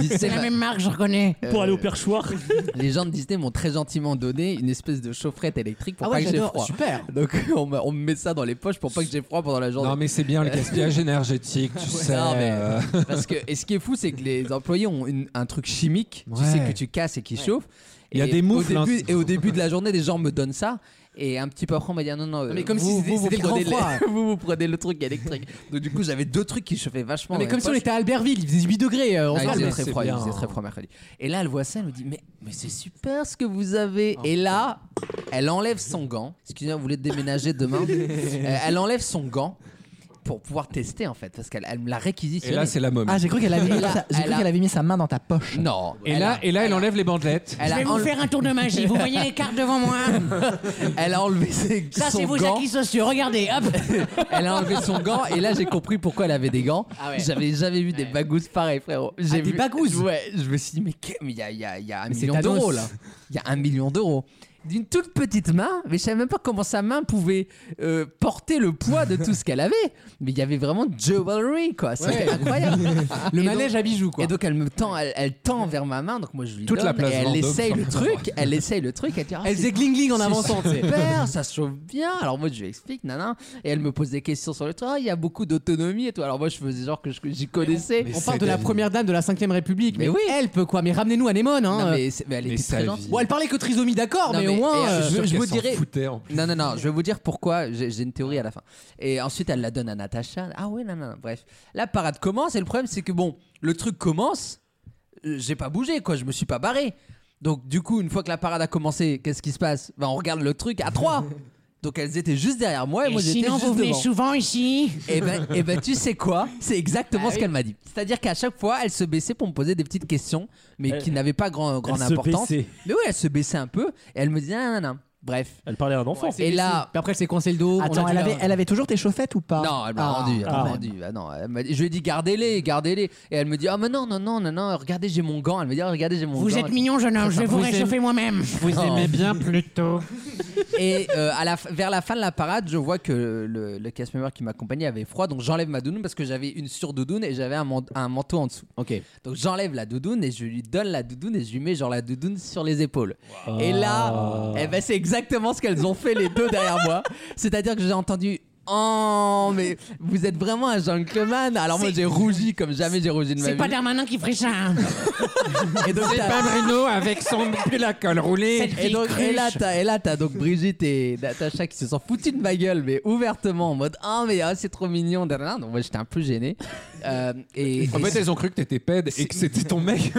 C'est la même marque, je reconnais.
Euh, Pour
Euh,
aller au perchoir.
[laughs]
Les gens de Disney m'ont très gentiment donné une espèce de chaufferette électrique pour
Ah ouais,
pas que j'ai
j'adore,
froid.
super.
Donc [laughs] on me, on me met ça dans les poches pour pas que j'ai froid pendant la journée.
Non, mais c'est bien le gaspillage
[laughs]
énergétique, tu sais.
Non, mais-
euh.
parce que, et ce qui est fou, c'est que les employés ont une- un truc chimique, tu sais, que tu casses et qui chauffe.
Il y a
Et
des moufles,
Au début,
hein.
et au début de la journée, des gens me donnent ça. Et un petit peu après, on m'a dit ah non, non.
mais
euh,
comme si
vous-
c'était-
vous, vous
c'était le
prenez
grand
[laughs]
froid.
vous, vous prenez le truc électrique. Donc, du coup, j'avais deux trucs qui chauffaient vachement.
Non, mais
dans
comme
les
si on
poches.
était à Albertville, il faisait 8 degrés. euh, en
Ah, il
France.
faisait très froid, il faisait très froid mercredi. Et là, elle voit ça, elle me dit Mais, mais c'est super ce que vous avez.
Oh.
et là, elle enlève son gant. Excusez-moi, vous voulez
[laughs]
déménager demain Euh, Elle enlève son gant pour pouvoir tester en fait, parce qu'elle elle me l'a réquisitionné.
Et là, c'est la momie.
Ah, j'ai cru qu'elle avait,
Et
mis
là,
sa- j'ai cru
elle a-
qu'elle avait mis sa main dans ta poche.
Non.
Et
Elle
là,
a-
et là, elle enlève les bandelettes.
Elle
Je vais
a
vous
enle-
faire un tour de magie. Vous voyez les cartes devant moi
[laughs] Elle a enlevé ses-
Ça,
son
c'est vos
gant.
acquis sociaux. Regardez, hop
Elle a enlevé son gant et là j'ai compris pourquoi elle avait des gants.
Ah ouais.
J'avais jamais vu des bagousses pareilles, frérot. J'ai
Ah, des
vu...
bagousses
Ouais, je me suis dit, mais que- mais il y a, il y a- il y a un
Mais c'est
million
Thanos.
d'euros là. Il y a un million d'euros. D'une toute petite main, mais je savais même pas comment sa main pouvait euh, porter le poids de tout ce qu'elle avait. Mais il y avait vraiment jewelry quoi, c'était
Ouais.
incroyable.
[laughs] Le
Et
manège
donc-
à bijoux quoi.
Et donc elle me tend, elle, elle tend vers ma main, donc moi je lui
Toute
donne
la place
et elle
Vendôme,
essaye le
sans-
truc, elle essaye le truc, [laughs] elle dit, Ah,
Elle
c'est-
faisait gling-gling en
c'est
avançant, tu sais.
[laughs] Super, ça se chauffe bien.
[laughs]
Alors moi je lui explique, nana, et elle me pose des questions sur le train. Il y a beaucoup d'autonomie et tout. Alors moi je faisais genre que je- que j'y connaissais.
On parle de la première dame de la 5ème République. Mais, oui, elle peut quoi. Mais ramenez-nous Anémone. Hein.
Non, mais c'est- mais elle était
sa
très
vie.
gentille.
Bon, elle parlait que trisomie, d'accord,
Non,
mais, au moins.
et, euh,
euh,
je, je vous dirai.
en
Non, non, non, je vais vous dire pourquoi. J'ai j'ai une théorie à la fin. Et ensuite, elle la donne à Natacha. Ah ouais, non, non, non, bref. La parade commence et le problème, c'est que bon, le truc commence. euh, J'ai pas bougé, quoi. Je me suis pas barré. Donc, du coup, une fois que la parade a commencé, qu'est-ce qui se passe ben, On regarde le truc
[laughs]
à 3. Donc, elles étaient juste derrière moi et,
Et
moi j'étais
sinon,
juste
vous venez
devant.
souvent ici
Et ben, eh ben, tu sais quoi C'est exactement
Bah
Ah
ce
oui.
qu'elle m'a dit. C'est-à-dire qu'à chaque fois, elle se baissait pour me poser des petites questions, mais qui n'avaient pas grand, grande
elle se
importance.
baissait.
Mais oui, elle se baissait un peu. Et elle me disait, non, non, non. Bref.
Elle parlait à un enfant.
et là,
Après, elle s'est coincée le dos.
Attends, elle
euh,
avait, elle avait toujours tes chaussettes ou pas
non, elle m'a
Ah,
rendu. Elle m'a
ah.
rendu. Ah non, elle m'a dit- je lui ai dit, gardez-les, gardez-les. Et elle me dit, ah, mais non, non, non, non, non, regardez, j'ai mon gant. Elle me dit, Ah, regardez, j'ai mon
Vous
gant.
êtes mignon, jeune homme. Je vais vous réchauffer moi-même.
Non.
bien plutôt.
Et euh, à la, f- vers la fin de la parade, je vois que le, le cast member qui m'accompagnait avait froid, donc j'enlève ma doudoune parce que j'avais une surdoudoune et j'avais un, man- un manteau en dessous.
Ok.
Donc j'enlève la doudoune et je lui donne la doudoune et je lui mets genre la doudoune sur les épaules. Et là, eh ben, c'est exactement ce qu'elles ont fait les deux derrière moi. C'est-à-dire que j'ai entendu. Oh, mais vous êtes vraiment un gentleman! Alors, moi, j'ai rougi comme jamais j'ai rougi de ma
C'est
vie.
pas Darmanin qui ferait ça.
[laughs]
hein.
Et donc,
C'est
t'as-
pas Bruno avec son pull à col roulé.
et, donc, et là, t'as, et là, t'as donc Brigitte et Natacha qui se sont foutues de ma gueule, mais ouvertement, en mode Ah, mais ah, c'est trop mignon. nanana. Donc, moi, j'étais un peu gêné. Euh, et,
En
et
fait,
ce-
elles ont cru que t'étais pède et que c'était ton
[laughs]
mec.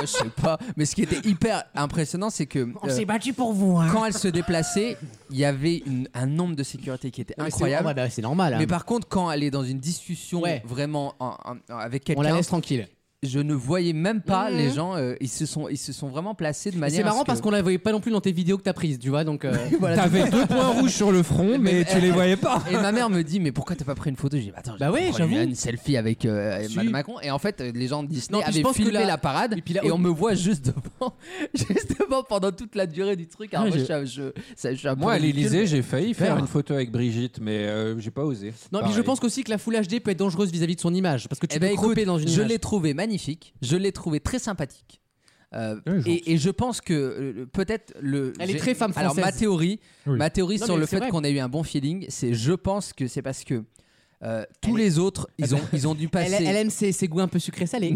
je sais pas. Mais ce qui était hyper impressionnant, c'est que.
On
euh,
s'est battu pour vous. hein.
quand elles se déplaçaient, il y avait une- un nombre de sécurité qui était
mais c'est-
incroyable.
ah bah, c'est normal, hein.
Mais par contre, quand elle est dans une discussion
Ouais.
vraiment en- en- en- avec quelqu'un,
On la laisse tranquille.
je ne voyais même pas
Mhm.
les gens. euh, ils se sont, ils se sont vraiment placés de
Et
manière.
C'est
à ce
marrant
que-
parce qu'on la voyait pas non plus
[laughs]
dans tes vidéos que t'as prises, tu vois. Donc, euh,
Voilà,
T'avais deux points rouges sur le front, mais tu les voyais pas.
Et ma mère me dit mais pourquoi t'as pas pris une photo J'ai dit bah attends, j'ai
Bah ouais,
pas pris
j'avoue.
une selfie avec euh, Emmanuel Macron et en fait euh, les gens de Disney
Non, puis je
avaient
pense que
filmé
là-
la parade et,
puis là-
on me voit juste devant juste devant pendant toute la durée du truc. Alors
Ouais,
moi,
je-
je... suis un- je- ça- je suis un peu
Moi, à
ridicule,
l'Elysée,
mais-
j'ai failli faire
Faire.
une photo avec Brigitte, mais euh, j'ai pas osé.
Non, puis
Pareil.
je pense aussi que la Full HD peut être dangereuse vis-à-vis de son image parce que tu
Eh
peux
ben,
couper
écoute,
dans une
je
image.
l'ai trouvé magnifique, je l'ai trouvé très sympathique. Euh,
Ouais, gentil.
et, et je pense que euh, peut-être le.
Elle est
j'ai-
très femme
Alors ma
française.
théorie,
Oui.
ma théorie
Non,
sur
mais
le
c'est
fait
vrai.
qu'on a eu un bon feeling, c'est je pense que c'est parce que euh, tous les autres ils ont ils ont dû passer.
Elle, elle
[laughs]
aime ses, ses goûts un peu sucrés-salés.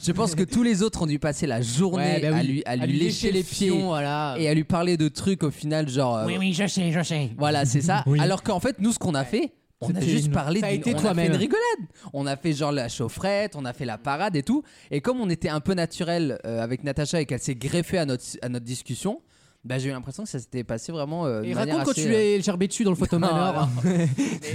Je pense que tous les autres ont dû passer la journée
Ouais, bah oui.
à, lui, à, lui lécher les pieds
pions, voilà.
et à lui parler de trucs au final genre. euh,
Oui, oui, je sais, je sais.
Voilà, c'est ça.
Oui.
Alors qu'en fait, nous, ce qu'on a fait, on a
C'était
juste
une-
parlé
Ça a
d'une-
été
on a fait
toi-même.
une rigolade. On a fait genre la chaufferette, on a fait la parade et tout. Et comme on était un peu naturel euh, avec Natacha et qu'elle s'est greffée à notre, à notre discussion, bah, j'ai eu l'impression que ça s'était passé vraiment. euh, de
Et
manière
raconte quand
assez,
tu lui
euh,
es gerbé dessus dans le photo
Non,
manor.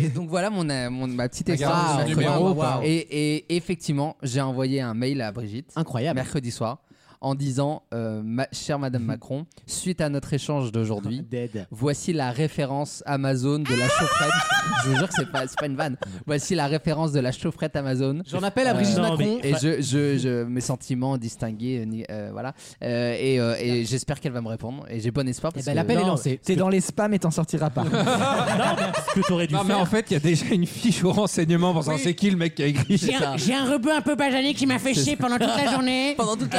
Et donc voilà mon, euh, mon- ma petite
Regarde,
expérience.
son numéro,
Waouh, waouh.
quoi.
Et, et effectivement, j'ai envoyé un mail à Brigitte. Incroyable. Mercredi soir. En disant, euh, ma, chère
[laughs]
Madame Macron, suite à notre échange
Oh,
d'aujourd'hui, voici la référence Amazon de
Ah
la chaufferette.
[laughs]
je vous jure que c'est pas, c'est pas une vanne. Voici la référence de la chaufferette Amazon.
J'en [laughs] appelle à
Euh,
Brigitte Macron.
Et je, je- je- mes sentiments distingués, euh, ni- euh, voilà. Euh, et euh, et j'espère qu'elle va me répondre. Et j'ai bon espoir. Parce
ben,
que-
l'appel est
Non,
lancé. T'es dans les spams et t'en
[laughs]
sortiras pas.
Ce que t'aurais dû
Non, mais en fait, il y a déjà une fiche au renseignement pour savoir c'est qui le mec qui a écrit.
J'ai un, j'ai un rebeu un peu basané qui m'a fait
C'est
chier
ça.
pendant toute la
[laughs]
journée.
pendant toute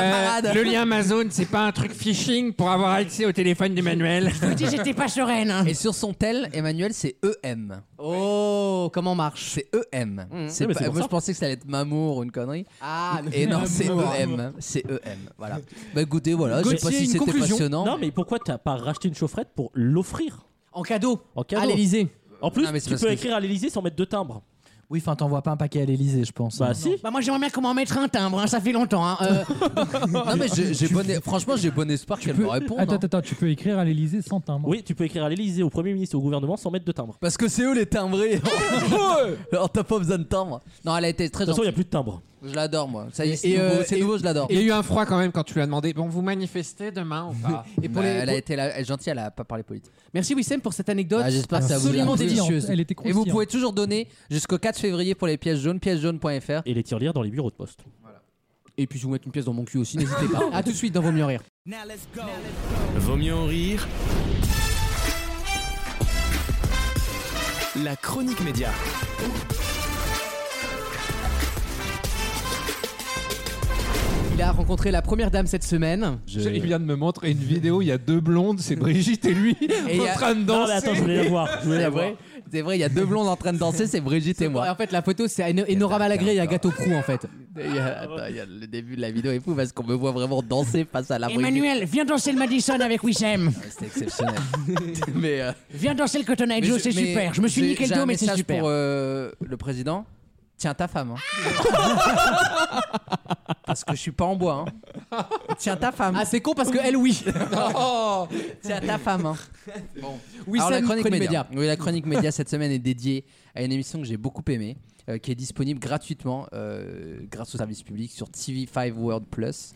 Euh, le lien Amazon, c'est pas un truc phishing pour avoir accès au téléphone d'Emmanuel.
j'étais pas sereine. hein.
Et sur son tel, Emmanuel, c'est EM.
Oh, comment marche
C'est EM.
Mhm.
C'est
Non, mais
pas-
c'est pour
moi,
ça.
je pensais que ça allait être Mamour ou une connerie.
Ah,
Et non, c'est
Mamour.
EM. C'est EM.
[laughs]
Voilà. Bah écoutez, voilà, je sais pas si c'était passionnant.
Non, mais pourquoi t'as pas racheté une chaufferette pour l'offrir
En cadeau.
En cadeau.
À l'Élysée.
En plus,
Non, mais c'est
tu
parce
peux
que-
écrire à l'Elysée sans mettre de timbre.
Oui, enfin, t'envoies pas un paquet à l'Elysée, je pense.
Bah, si.
Bah moi j'aimerais bien qu'on m'en mette un timbre, hein, ça fait longtemps. hein, euh.
[laughs] Non, mais j'ai j'ai bon, franchement, j'ai bon espoir qu'elle me réponde.
Attends,
hein.
attends, tu peux écrire à l'Elysée sans timbre.
Oui, tu peux écrire à l'Elysée, au Premier ministre, au gouvernement sans mettre de timbre.
Parce que c'est eux
[laughs]
les timbrés. Alors oh, t'as pas besoin de timbre. Non, elle a été très
De toute façon, il n'y a
gentille.
plus de timbre.
Je l'adore, moi. Ça y est,
Et-
c'est
et,
nouveau,
euh,
c'est
et-
nouveau, je l'adore.
Il y a eu un froid quand même quand tu lui as demandé Bon, vous manifestez demain ou pas
Et
Bah,
pour les-
Elle a
pour-
été la- elle est gentille, elle a pas parlé politique.
Merci Wissem pour cette anecdote.
Ah, J'espère que ça vous a
absolument
plu.
délicieuse.
Et vous pouvez toujours donner jusqu'au 4 février pour les pièces jaunes, piècesjaunes.fr.
Et les tirelires dans les bureaux de poste.
Et puis je vous mettre une pièce dans mon cul aussi, n'hésitez pas. À tout de suite dans Vos mieux en rire.
Vaut mieux en rire. La chronique média.
Il a rencontré la première dame cette semaine.
Il vient de me montrer une vidéo, il y a deux blondes, c'est Brigitte et
[laughs]
lui,
il y
en
a-
train de danser.
Non, mais attends, je voulais la voir. Je voulais
C'est
la voir.
vrai, c'est vrai, il y a deux blondes en train de danser, c'est Brigitte et
Ouais,
moi. Ah,
en fait, la photo, c'est Eno- Enora Malagré et Agathe Prou en fait.
Il y a- attends, il y a le début de la vidéo est fou parce qu'on me voit vraiment danser face à la Brigitte.
Emmanuel, viens danser le Madison avec Wissem.
C'était exceptionnel. [laughs] mais, euh,
Viens danser le Cotton Eye
mais
Joe,
je-
c'est
mais
super. Je me suis
j'ai-
niqué le
j'ai
dos,
un
mais c'est
message
super.
pour euh, le président. Tiens ta femme. hein.
[laughs]
parce que je suis pas en bois. hein. Tiens ta femme.
Ah, c'est con parce que elle, oui.
[laughs] Oh, Tiens ta femme. hein.
Oui, Sam,
Alors, la chronique,
Chronique
média.
Média.
Oui, la chronique média cette semaine est dédiée à une émission que j'ai beaucoup aimée, euh, qui est disponible gratuitement euh, grâce au service public sur TV5 World Plus.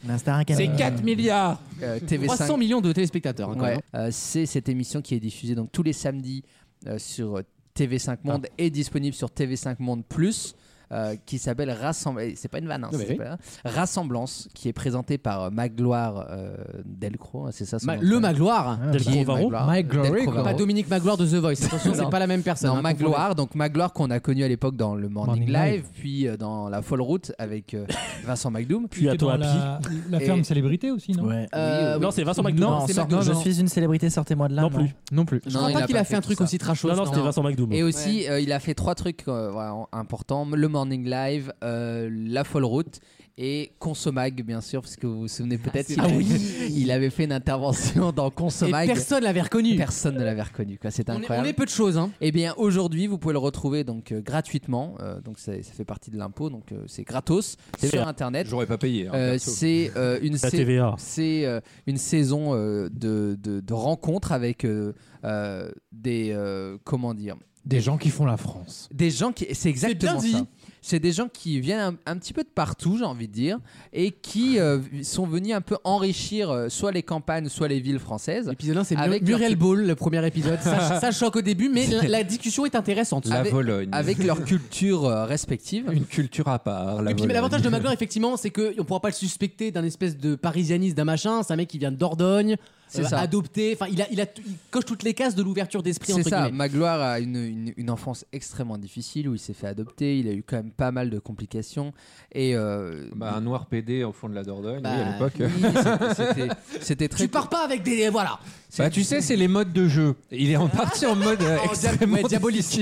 C'est 4 milliards
Euh, TV5.
300 millions de téléspectateurs. hein, quand
Ouais.
même.
Euh, c'est cette émission qui est diffusée donc tous les samedis euh, sur euh, TV5
Ah.
Monde et disponible sur TV5 Monde Plus. euh, qui s'appelle Rassemblance, c'est pas une vanne, hein,
Oui,
c'est
oui.
pas- Rassemblance, qui est présentée par euh, Magloire euh, Delcro, c'est ça son
Ma-
nom
le Ah, Magloire.
Pierre
Varro
Magloire. Del Crovaro.
Pas Dominique Magloire de The Voice. Attention, c'est
Non.
pas la même personne.
Non,
hein,
Magloire, donc Magloire qu'on a connu à l'époque dans le Morning,
Morning
Live,
Live.
puis euh, dans la Folle Route
[laughs]
avec euh, Vincent McDoom.
Puis à
T'es dans
toi, Happy.
la, la
Et-
ferme célébrité aussi, non
Ah. Ouais.
Euh,
Non, c'est Vincent
Non,
McDo.
Non,
c'est
sort-
McDo,
je
non.
suis une célébrité, sortez-moi de là.
Non plus.
Non plus.
Je crois
il
pas
a
qu'il a fait un
tout
truc
ça.
aussi trashos. hein.
Non, non, c'était
Non.
Vincent McDoom.
Et aussi, euh, il a fait trois trucs euh, voilà, importants le Morning Live, euh, la Folle Route et Consomag, bien sûr, parce que vous vous souvenez peut-être.
Ah, c'est
il,
vrai.
avait- [laughs] il avait fait une intervention dans
Et
Consomag.
personne l'avait reconnu.
Personne ne l'avait reconnu. quoi. C'était
On est, on
incroyable.
est peu de choses. Hein.
Eh bien, aujourd'hui, vous pouvez le retrouver donc euh, gratuitement. euh, donc, ça, ça fait partie de l'impôt, donc euh, c'est gratos. C'est
C'est-
sur Internet.
J'aurais pas payé. hein,
Euh,
perso.
c'est euh,
[laughs]
une
La
sé-
TVA.
c'est euh, une saison euh, de, de- de rencontres avec euh, euh, des euh, comment dire
Des gens qui font la France.
des gens qui c'est exactement
dit.
ça. C'est des gens qui viennent un, un petit peu de partout, j'ai envie de dire, et qui euh, sont venus un peu enrichir euh, soit les campagnes, soit les villes françaises.
L'épisode 1, c'est
Avec
Mur- Muriel
leur-
Ball, le premier [laughs] épisode.
[laughs]
Ça, ça choque au début, mais la, la discussion est intéressante.
La
avec-
Vologne.
Avec [laughs] leur culture euh, respective.
Une culture à part. La
Et puis, mais
Vologne.
l'avantage
[laughs]
de Magloire, effectivement, c'est qu'on pourra pas le suspecter d'un espèce de parisianisme, d'un machin. C'est un mec qui vient de Dordogne.
C'est
euh,
ça.
adopté. Enfin, il, a, il, a, il coche toutes les cases de l'ouverture d'esprit.
C'est
entre
ça,
guillemets.
Magloire a une, une- une enfance extrêmement difficile où il s'est fait adopter, il a eu quand même pas mal de complications. Et euh,
Bah, un noir PD au fond de la Dordogne,
Bah,
oui, à l'époque.
oui, c'était- c'était- C'était très.
Tu pars pas avec des. Voilà.
Bah, tu sais, c'est les modes de jeu. Il est en partie en mode
[laughs]
Oh,
euh, extrêmement diabolique.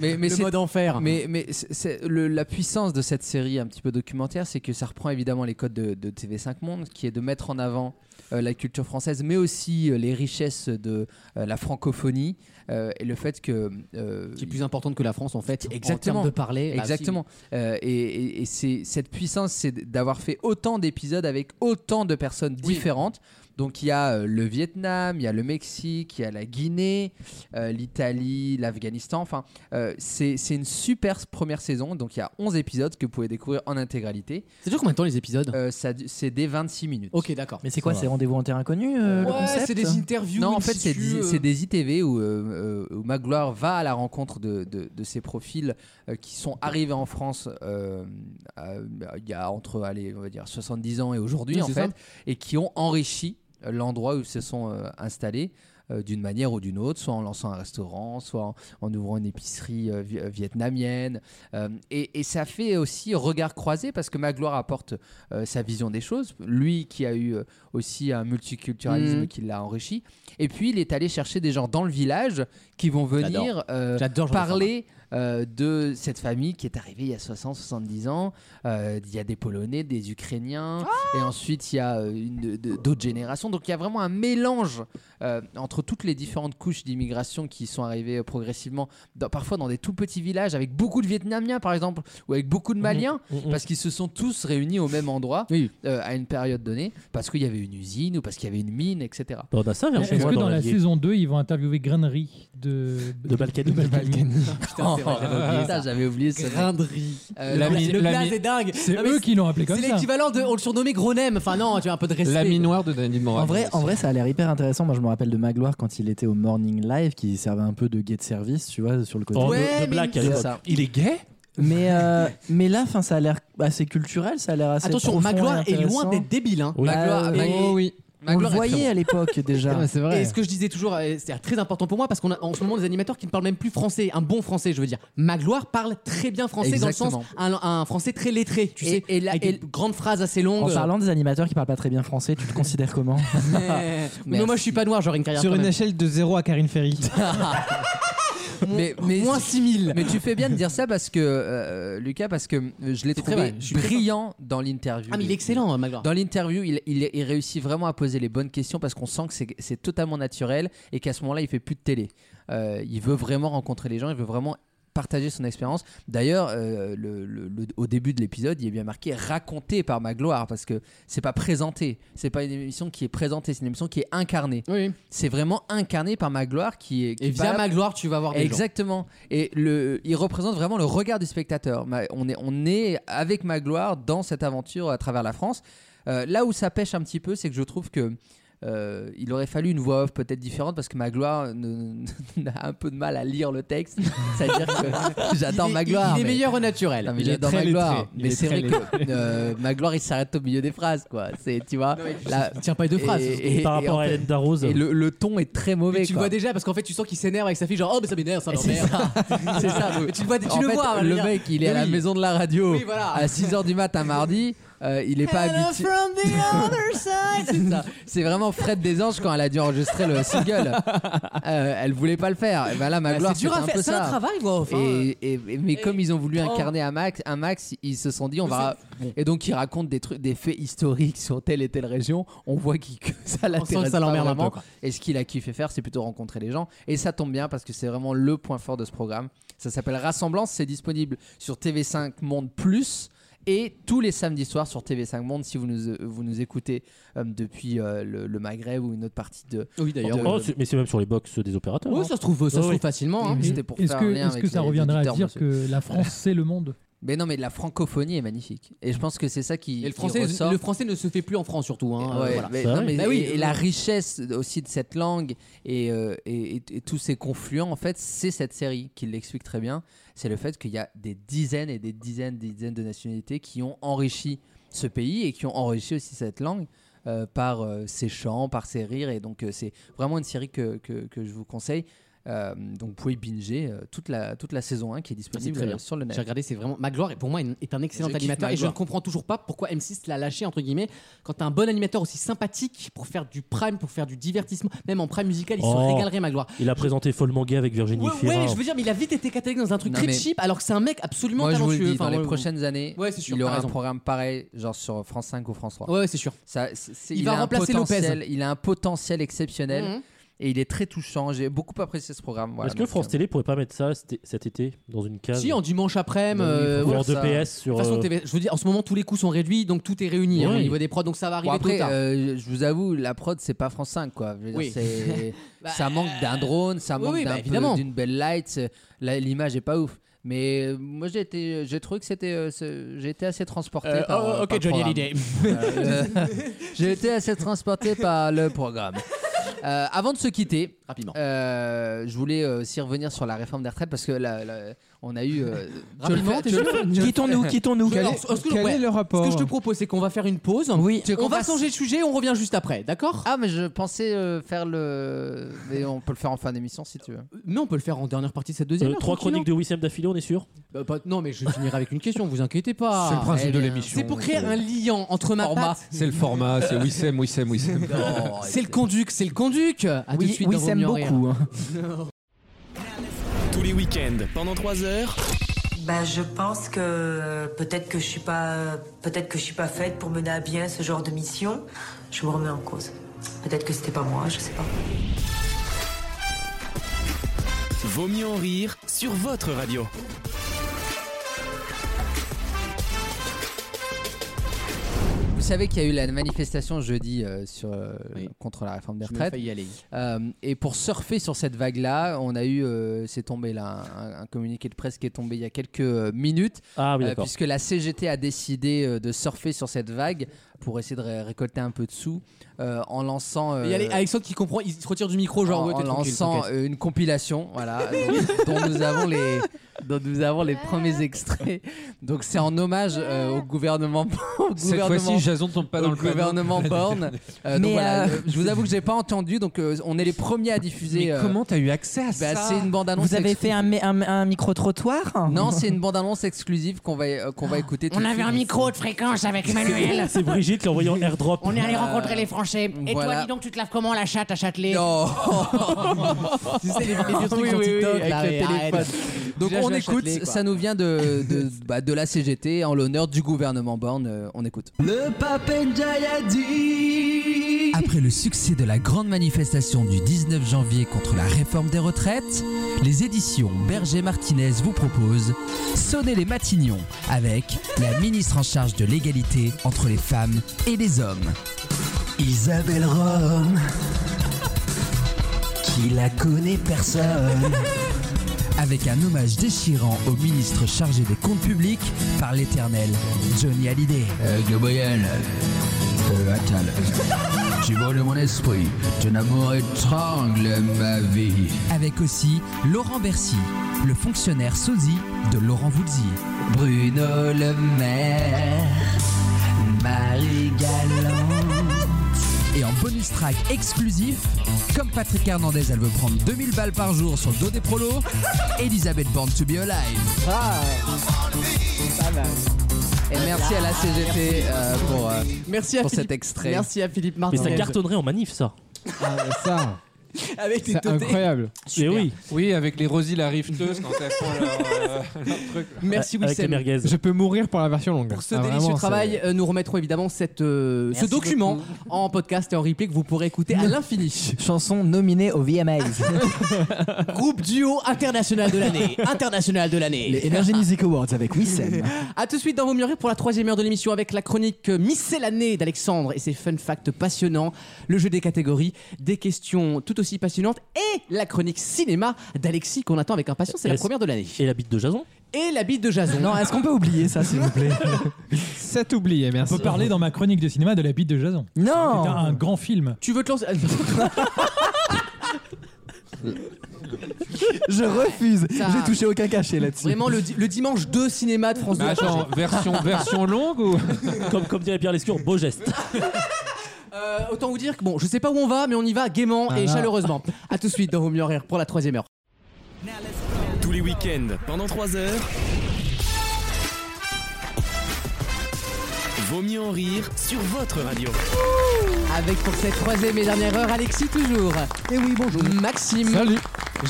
mais, mais
Le
c'est-
mode enfer.
Mais, mais c'est- c'est- le- la puissance de cette série un petit peu documentaire, c'est que ça reprend évidemment les codes de, de TV5 Monde, qui est de mettre en avant euh, la culture française, mais aussi euh, les richesses de euh, la francophonie euh, et le fait que. qui est
plus importante que la France en fait,
exactement.
termes de parler, bah,
Exactement. Euh, et et- et c'est, cette puissance, c'est d'avoir fait autant d'épisodes avec autant de personnes différentes. Donc il y a euh, le Vietnam, il y a le Mexique, il y a la Guinée, euh, l'Italie, l'Afghanistan. Enfin, euh, c'est, c'est une super première saison. Donc il y a 11 épisodes que vous pouvez découvrir en intégralité. Euh,
C'est déjà combien de temps les épisodes
C'est des 26 minutes.
Ok, d'accord.
Mais
C'est quoi, ces rendez-vous en terrain inconnu euh, le concept
interviews in
Non, en fait, c'est
situ,
des,
euh.
c'est des ITV où, euh, euh, où Magloire va à la rencontre de, de, de ces profils euh, qui sont arrivés en France euh, à- il y a entre, allez, on va dire 70 ans et aujourd'hui,
Oui,
en
c'est
fait,
ça.
et qui ont enrichi euh, l'endroit où ils se sont euh, installés. euh, d'une manière ou d'une autre, soit en lançant un restaurant, soit en, en ouvrant une épicerie euh, vi- euh, vietnamienne. Euh, et, et ça fait aussi regard croisé parce que Magloire apporte euh, sa vision des choses, lui qui a eu euh, aussi un multiculturalisme
Mhm.
qui l'a enrichi. Et puis il est allé chercher des gens dans le village qui vont venir
J'adore.
euh,
J'adore ce genre de
parler euh, de cette famille qui est arrivée il y a 60, 70 ans. Euh, il y a des Polonais, des Ukrainiens, et
Ah
ensuite il y a euh, une- de- d'autres générations. Donc il y a vraiment un mélange euh, entre toutes les différentes couches d'immigration qui sont arrivées euh, progressivement, dans- parfois dans des tout petits villages avec beaucoup de Vietnamiens par exemple, ou avec
Mmh,
beaucoup de Maliens, parce qu'ils se sont tous réunis au même endroit euh, à une période donnée, parce qu'il y avait une usine ou parce qu'il y avait une mine, etc.
on a ça vers chez
Est-ce
moi
que dans la
l'Allier.
saison 2, ils vont interviewer Grainery de,
De Balkany.
de Balkany.
Oh,
Oh.
Putain, c'est vrai,
[laughs]
j'avais oublié ça. J'avais oublié ce
Grindry.
Euh,
le
la mi-
blaze, le
la
blaze
mi-
est dingue.
C'est
Non, mais
eux qui l'ont appelé
c'est
comme ça.
l'équivalent de. On le surnommait Gronem. Enfin, non, tu as un peu de respect.
L'ami noir de Danny Moran.
En vrai, en vrai, ça a l'air hyper intéressant. Moi, je me rappelle de Magloire quand il était au Morning Live, qui servait un peu de guet de service, tu vois, sur le côté.
Oh, de- Ouais, de mais Black, à
C'est
l'époque.
ça.
Il est gay
Mais,
[laughs]
euh, mais là, fin, ça a l'air assez culturel, ça a l'air assez.
Attention,
profond et
Magloire est loin
intéressant.
d'être débile. Hein.
Oui.
Bah,
Ah,
est-
oh oui. On
Magloire
le
est très
voyait
bon. [laughs]
à l'époque, déjà. Ouais, c'est vrai.
Et ce que je disais toujours, euh, c'est très important pour moi parce qu'on a en ce moment des animateurs qui ne parlent même plus français, un bon français, je veux dire. Magloire parle très bien français dans
Exactement.
le sens un, un français très lettré, tu
Et-
sais.
et la-
avec
et-
des grandes phrases assez longues.
En parlant des animateurs qui parlent pas très bien français, tu te considères comment
[laughs]
[laughs]
Mais- non, moi je suis pas noir, j'aurais une carrière.
Sur
quand
une
même.
échelle de 0 à Karine Ferry.
mais, moins 6000 mais tu fais bien de dire ça parce que euh, Lucas parce que je l'ai
très
trouvé
vrai, je suis très
brillant dans l'interview
Ah, mais il est excellent, Magloire.
dans l'interview il, il- il réussit vraiment à poser les bonnes questions parce qu'on sent que c'est- c'est totalement naturel et qu'à ce moment là il fait plus de télé Euh, il veut vraiment rencontrer les gens il veut vraiment partager son expérience. D'ailleurs, euh, le- le- le- au début de l'épisode, il est bien marqué raconté par Magloire parce que c'est pas présenté, c'est pas une émission qui est présentée, c'est une émission qui est incarnée. C'est vraiment incarné par Magloire qui est. qui
Et via
parle-
Magloire, tu vas voir des gens.
Exactement. Et le, il représente vraiment le regard du spectateur. Ma- On est, on est avec Magloire dans cette aventure à travers la France. Euh, là où ça pêche un petit peu, c'est que je trouve que euh, il aurait fallu une voix off peut-être différente parce que Magloire ne- [laughs] a un peu de mal à lire le texte. C'est-à-dire
[laughs]
que j'adore
Il est-
Magloire.
il est
mais-
meilleur au naturel.
Non, mais
Il est
j'adore
très
Magloire.
lettré. Il
Mais
est
c'est
très
vrai que euh, Magloire, il s'arrête au milieu des phrases, quoi. C'est, tu vois. là-
il tient pas les deux phrases. Par rapport
en
à
fait-
Hélène Darroze.
Et le, le ton est très mauvais.
Tu le
quoi.
vois déjà parce qu'en fait tu sens qu'il s'énerve avec sa fille genre oh mais ça
[laughs]
m'énerve ça m'énerve
C'est ça.
[laughs] Mais tu le vois tu
En
le
fait,
vois
le mec, il est à la maison de la radio Ah,
Oui, voilà.
à 6h du matin mardi. euh, il est pas habitué. C'est ça. C'est vraiment Fred des Anges quand elle a dû enregistrer
[laughs]
le single. Euh, elle voulait pas le faire. Et ben là, Magloire,
Bah, c'est dur
c'était
à
un
faire.
peu
C'est un
ça.
travail, quoi, enfin.
Et- et- et- mais comme ils ont voulu
Oh.
incarner un max, un max, ils se sont dit on va. Et donc ils racontent des trucs, des faits historiques sur telle et telle région. On voit qu'il [laughs] que ça
sent que ça
l'intéresse pas
l'emmerde un peu,
vraiment.
quoi.
Et ce qu'il a kiffé faire, c'est plutôt rencontrer les gens. Et ça tombe bien parce que c'est vraiment le point fort de ce programme. Ça s'appelle Rassemblance. C'est disponible sur TV5 Monde Plus. Et tous les samedis soirs sur TV5 Monde, si vous nous, euh, vous nous écoutez euh, depuis euh, le, le Maghreb ou une autre partie de.
Oui, d'ailleurs.
de-
Oh,
euh,
c'est- mais c'est même sur les box des
Oh,
opérateurs.
Oui,
hein.
ça se trouve- ça se
Ouais,
trouve
ouais.
facilement, hein.
Mhm.
C'était pour-
Est-ce
faire un
que,
lien
est-ce que
avec
ça
les
reviendrait à
auditeurs,
dire
monsieur.
que la France, c'est le monde
Mais non, mais la francophonie est magnifique. Et je pense que c'est ça qui.
Et le
qui
français,
ressort.
le français ne se fait plus en France surtout. Hein,
Ouais,
euh, voilà.
mais- non, mais- et, et la richesse aussi de cette langue et, euh, et- et- et tous ces confluents, en fait, c'est cette série qui l'explique très bien. C'est le fait qu'il y a des dizaines et des dizaines, des dizaines de nationalités qui ont enrichi ce pays et qui ont enrichi aussi cette langue. euh, par euh, ses chants, par ses rires. Et donc, euh, c'est vraiment une série que, que, que je vous conseille. Euh, donc, vous pouvez binger euh, toute, la, toute la saison 1 qui est disponible
très bien.
euh, sur le net.
J'ai regardé, c'est vraiment. Magloire est pour moi une- est un excellent
Je kiffe
animateur et je
Magloire.
ne comprends toujours pas pourquoi M6 l'a lâché entre guillemets. Quand t'as un bon animateur aussi sympathique pour faire du prime, pour faire du divertissement, même en prime musical, il se
Oh.
régalerait Magloire.
Il a présenté Follement Gay avec Virginie
Ouais,
Fira.
ouais, je veux dire, mais il a vite été catalogué dans un truc
Non,
très
mais-
cheap alors que c'est un mec absolument
Moi, je vous le
talentueux.
dis, dans les
ouais,
prochaines années,
ouais, c'est sûr,
il
t'as
aura un
raison.
programme pareil, genre sur France 5 ou France 3.
Ouais, ouais, c'est sûr.
Ça, c'est- c'est-
Il va
a un
remplacer
potentiel-
Lopez.
Il a un potentiel exceptionnel
Mhm.
et il est très touchant. J'ai beaucoup apprécié ce programme. voilà,
Est-ce que
donc,
France
euh,
Télé pourrait pas mettre ça cet cet été dans une case
Si, en dimanche après-midi.
Non,
euh,
il faut
ouais,
voir
ça-
deux PS sur,
De toute façon,
euh,
TV je vous dis, en ce moment, tous les coûts sont réduits, donc tout est réuni hein,
Oui.
au niveau des prods, donc ça va
Bon,
arriver
après,
plus tard.
euh, je vous avoue, la prod, c'est pas France 5, quoi. Je veux dire,
Oui.
c'est-
[laughs] Bah,
ça manque d'un drone, ça
oui,
manque
oui, bah,
d'un
évidemment.
peu- d'une belle light. euh, la- L'image est pas ouf. Mais euh, moi, j'ai été, j'ai trouvé que c'était, euh, ce- j'ai été assez transporté.
Euh,
par,
oh,
euh,
ok,
par le
Johnny
programme.
Hallyday.
Euh,
[laughs]
le- j'ai été assez transporté par le programme. Euh, avant de se quitter,
rapidement,
je voulais euh, aussi revenir sur la réforme des retraites parce que la- la- on a eu. euh,
Rapidement,
tu veux le faire- tu veux le faire-
Alors, ce que- ouais, Ce que je te propose, c'est qu'on va faire une pause. Oui,
Tu veux
on
qu'on
va
fasse-
changer de sujet, on revient juste après, d'accord
Ah, mais je pensais euh, faire le. Mais on peut le faire en fin d'émission si tu veux.
Mais on peut le faire en dernière partie de cette deuxième.
Euh,
heure,
trois
tranquillement.
chroniques
de Wissem d'affilée, on est sûr
Bah, pas- Non, mais je finirai avec une question, vous inquiétez pas.
C'est le principe
Eh
de
bien.
l'émission.
C'est pour créer
C'est-
un lien entre ma
Format.
patte-
C'est le format, c'est Wissem, Wissem, [laughs] Wissem.
C'est le conduc, c'est le conduc. À tout de suite dans Vaut mieux en rire.
hein.
Tous les week-ends, [laughs] pendant 3 heures.
Bah, je pense que peut-être que je suis pas, peut-être que je suis pas faite pour mener à bien ce genre de mission. Je me remets en cause. Peut-être que c'était pas moi, je sais pas.
Vaut mieux en rire sur votre radio.
Vous savez qu'il y a eu la manifestation jeudi euh, sur, euh, contre la réforme des
Je me
retraites.
faillis y aller.
Euh, et pour surfer sur cette vague-là, on a eu, euh, c'est tombé là, un, un communiqué de presse qui est tombé il y a quelques euh, minutes.
Ah oui,
Euh,
d'accord.
puisque la CGT a décidé euh, de surfer sur cette vague pour essayer de ré- récolter un peu de sous euh, en lançant.
Il y a les-
euh,
Alexandre qui comprend, il se retire du micro, genre
en,
ouais,
en
t'es tranquille,
lançant
t'inquiète.
euh, une compilation,
[laughs]
voilà, dont, dont nous avons les, dont euh, nous avons les premiers extraits. Donc c'est en hommage euh, au gouvernement. au
Cette
gouvernement-
fois-ci, Jason tombe pas dans
au
le panneau. [laughs]
gouvernement Borne. Euh, donc
Mais,
voilà,
euh,
euh, je vous avoue que j'ai pas entendu, donc euh, on est les premiers à diffuser. euh,
Mais comment t'as eu accès à
bah,
ça
C'est une bande annonce.
Vous avez fait un, mé- un- un micro-trottoir Oh,
Non, c'est une bande annonce exclusive qu'on va euh, qu'on va écouter. tout
On
de
avait
suite.
un micro de fréquence avec Emmanuel.
[laughs] C'est Brigitte qui a envoyé en airdrop.
On est allé rencontrer les Français. Et
Euh, voilà.
toi, dis donc, tu te laves comment la chatte à Châtelet [laughs]
Non [laughs]
Tu sais, les, vieux trucs
Ah Oui,
sur
oui, oui,
TikTok,
avec
là,
le
mais arrête.
téléphone. Donc
Déjà, je
on
vais à
écoute,
Châtelet, quoi.
ça nous vient de, de, bah, de la CGT en l'honneur du gouvernement Borne. euh, on écoute. Le pape Ndiaye a dit Après le succès de la grande manifestation du 19 janvier contre la réforme des retraites, les éditions Berger Martinez vous proposent Sonnez les matignons avec la ministre en charge de l'égalité entre les femmes et les hommes.
Isabelle Rome, qui la connaît personne.
avec un hommage déchirant au ministre chargé des comptes publics par l'éternel Johnny Hallyday. Gabriel, euh, Attal, tu voles mon esprit, ton amour étrangle ma vie. Avec aussi Laurent Bercy, le fonctionnaire sosie de Laurent Voulzy. Bruno Le Maire, Marie Galante. Et en bonus track exclusif, comme Patrick Hernandez, elle veut prendre 2000 balles par jour sur le dos des prolos, Elisabeth Born to be alive. Et merci à la CGT euh, pour, euh,
Merci à
pour
Philippe-
cet extrait.
Merci à Philippe
Mais
Martin.
ça cartonnerait en manif, ça.
Ah, ça.
Avec tes
C'est
totés.
incroyable.
Mais Eh oui.
Oui, avec les Rosie la rifteuse quand elles font leur, euh, [laughs] leur truc.
Merci
Ah,
Wissem.
Je peux mourir pour la version longue. Ah,
Pour
Ah,
ce délicieux travail, euh, nous remettrons évidemment cette, euh, ce
Merci
document en podcast et en replay que vous pourrez écouter à l'infini.
[laughs] Chanson nominée au VMAs.
[laughs] Groupe duo international
[laughs]
de l'année. International de l'année.
Les Energy
[laughs]
Music Awards avec Wissem.
A tout de suite dans Vos Mieux en Rire pour la troisième heure de l'émission avec la chronique euh, miscellanée d'Alexandre et ses fun facts passionnants, le jeu des catégories, des questions tout aussi passionnantes et la chronique cinéma d'Alexis qu'on attend avec impatience. C'est la
Est-ce-
première de l'année.
Et la bite
[laughs]
de Jason
Et la bite de Jason.
Non, est-ce qu'on peut oublier ça, s'il vous plaît
C'est oublié, merci.
On peut parler dans ma chronique de cinéma de La bite de Jason.
Non
C'est un grand film.
Tu veux te lancer
Je refuse.
Ça-
J'ai touché aucun cachet là-dessus.
Vraiment le, di- le dimanche 2 cinéma de France
Mais
2. [laughs]
attends, version, version longue ou
Comme, comme dirait Pierre Lescure, beau geste.
Euh, autant vous dire que bon, je sais pas où on va, mais on y va gaiement et
Ah.
chaleureusement. À tout de suite dans Vos mieux en rire pour la troisième heure.
Tous les week-ends, pendant 3 heures. Vaut mieux en rire sur votre radio.
Avec pour cette troisième et dernière heure Alexis toujours.
Eh
Et oui bonjour. Maxime.
Salut.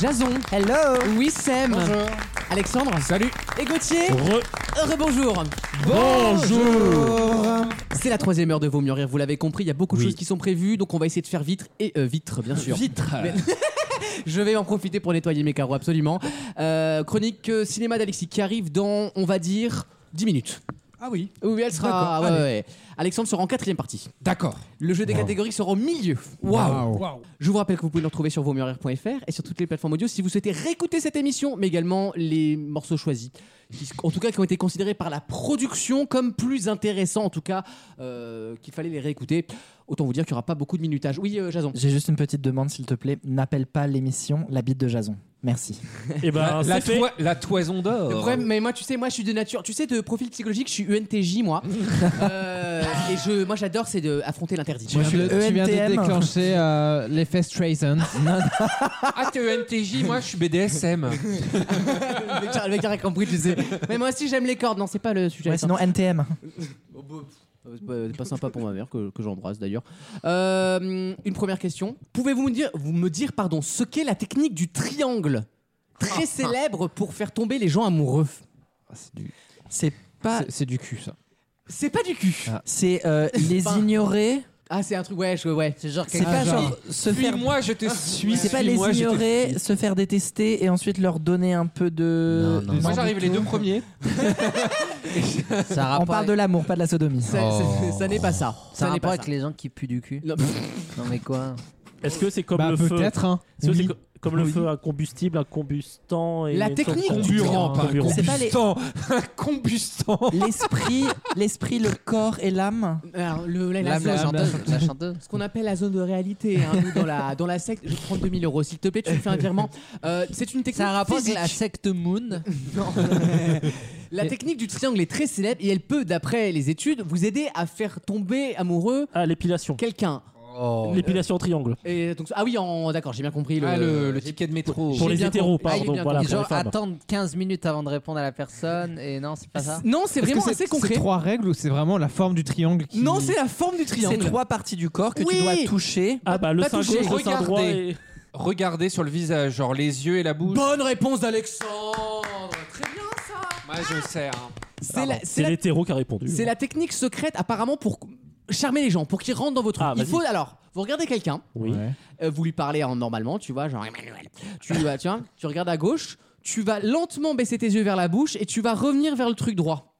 Jason. Hello. Wissem. Bonjour. Alexandre. Salut. Et Gauthier.
Re.
Rebonjour.
Bonjour.
C'est la troisième heure de Vaut mieux en rire, vous l'avez compris, il y a beaucoup de choses qui sont prévues, donc on va essayer de faire vite et euh, vitre bien sûr.
Vitre.
Mais- [laughs] Je vais en profiter pour nettoyer mes carreaux, absolument. Euh, chronique euh, cinéma d'Alexis qui arrive dans, on va dire, 10 minutes.
Ah oui.
Oui, elle
D'accord,
sera. ah ouais,
allez.
ouais. Alexandre sera en quatrième partie.
D'accord.
Le jeu des
Wow.
catégories sera au milieu. Waouh! Je vous rappelle que vous pouvez le retrouver sur vosmurrires.fr et sur toutes les plateformes audio si vous souhaitez réécouter cette émission, mais également les morceaux choisis, qui- en tout cas qui ont été considérés par la production comme plus intéressants, en tout cas euh, qu'il fallait les réécouter. Autant vous dire qu'il n'y aura pas beaucoup de minutage. Oui, euh, Jason.
J'ai juste une petite demande, s'il te plaît. N'appelle pas l'émission La bite de Jason. Merci.
Et
La- la, toi- la toison d'or.
Le problème, mais moi, tu sais, moi, je suis de nature. Tu sais, de profil psychologique, je suis E UNTJ, moi. Euh, et je, moi, j'adore, c'est de E affronter l'interdit.
Tu viens, de, tu viens de [laughs] déclencher euh,
[laughs]
l'effet Streisand.
Ah, t'es ENTJ, moi je
[laughs]
suis BDSM.
le mec- le mec a [laughs] compris, tu sais. Mais moi aussi, j'aime les cordes. Non, c'est pas le sujet.
Ouais, sinon, NTM.
Euh, C'est pas- c'est pas sympa pour ma mère que, que j'embrasse d'ailleurs. Euh, une première question. Pouvez-vous me dire, vous me dire pardon, ce qu'est la technique du triangle, très célèbre pour faire tomber les gens amoureux
C'est pas.
Ah, C'est du cul, ça. Ah.
C'est pas du cul.
C'est euh, les
Enfin.
ignorer.
Ah, c'est un truc. Ouais, je- ouais. C'est genre.
C'est pas genre se faire.
moi je te suis.
C'est pas les
suis-moi, je te
ignorer,
suis.
se faire détester et ensuite leur donner un peu de. de-
Moi j'arrive les deux premiers.
Ça a
On
rapport
parle de
avec-
l'amour, pas de la sodomie.
Ça-
[laughs] ça-
Oh.
ça n'est pas ça.
Ça
Ça
a
n'est
rapport
pas
avec
ça.
les gens qui puent du cul.
Non,
mais quoi
Est-ce que c'est comme
Bah,
le feu
peut-être, hein.
Est-ce que c'est
Oui.
co- comme le feu, un combustible, un combustant et
La technique
un
du
hein,
comburant,
grand, pas un
comburant.
C'est pas les-
Un
[laughs]
combustant.
L'esprit, l'esprit, le corps et l'âme.
Alors, le, la,
L'âme,
la-
la
la-
chanteuse, la chanteuse.
Ce qu'on appelle la zone de réalité. hein, nous, dans la dans la secte, je prends 2000 euros. S'il te plaît, tu me fais un virement. Euh, c'est une technique.
Ça a rapport avec
physique.
la
[laughs]
secte Moon.
La technique du triangle est très célèbre et elle peut, d'après les études, vous aider à faire tomber amoureux
Ah, l'épilation.
quelqu'un.
L'épilation en triangle.
Et donc, ah oui, en- d'accord, j'ai bien compris le,
Ah, le- le
j'ai-
ticket de métro.
j'ai
Pour les
bien
hétéros,
compris. Ah, j'ai
pardon,
bien
voilà,
compris.
pour les
Genre
femmes.
attendre 15 minutes avant de répondre à la personne et non,
Ah,
c'est pas ça.
Non, c'est
Est-ce que
vraiment assez concret.
C'est trois règles ou c'est vraiment la forme du triangle qui...
Non, c'est la forme du triangle.
C'est trois parties du corps que
Oui.
tu dois toucher.
Ah bah le
Pas
sein
touché.
gauche, le sein droit
Regardez.
et...
Regardez sur le visage, genre les yeux et la bouche.
Bonne réponse
Oh,
d'Alexandre. Très bien ça.
Moi je sais. hein.
C'est la, c'est
C'est
la-
l'hétéro qui a répondu.
c'est la technique secrète apparemment pour charmer les gens, pour qu'ils rentrent dans votre
Ah,
Il
vas-y.
faut alors, vous regardez quelqu'un,
Oui.
Euh, vous lui parlez en normalement, tu vois, genre Emmanuel. Tu, vas- tu vois, tu regardes à gauche, tu vas lentement baisser tes yeux vers la bouche et tu vas revenir vers le truc droit.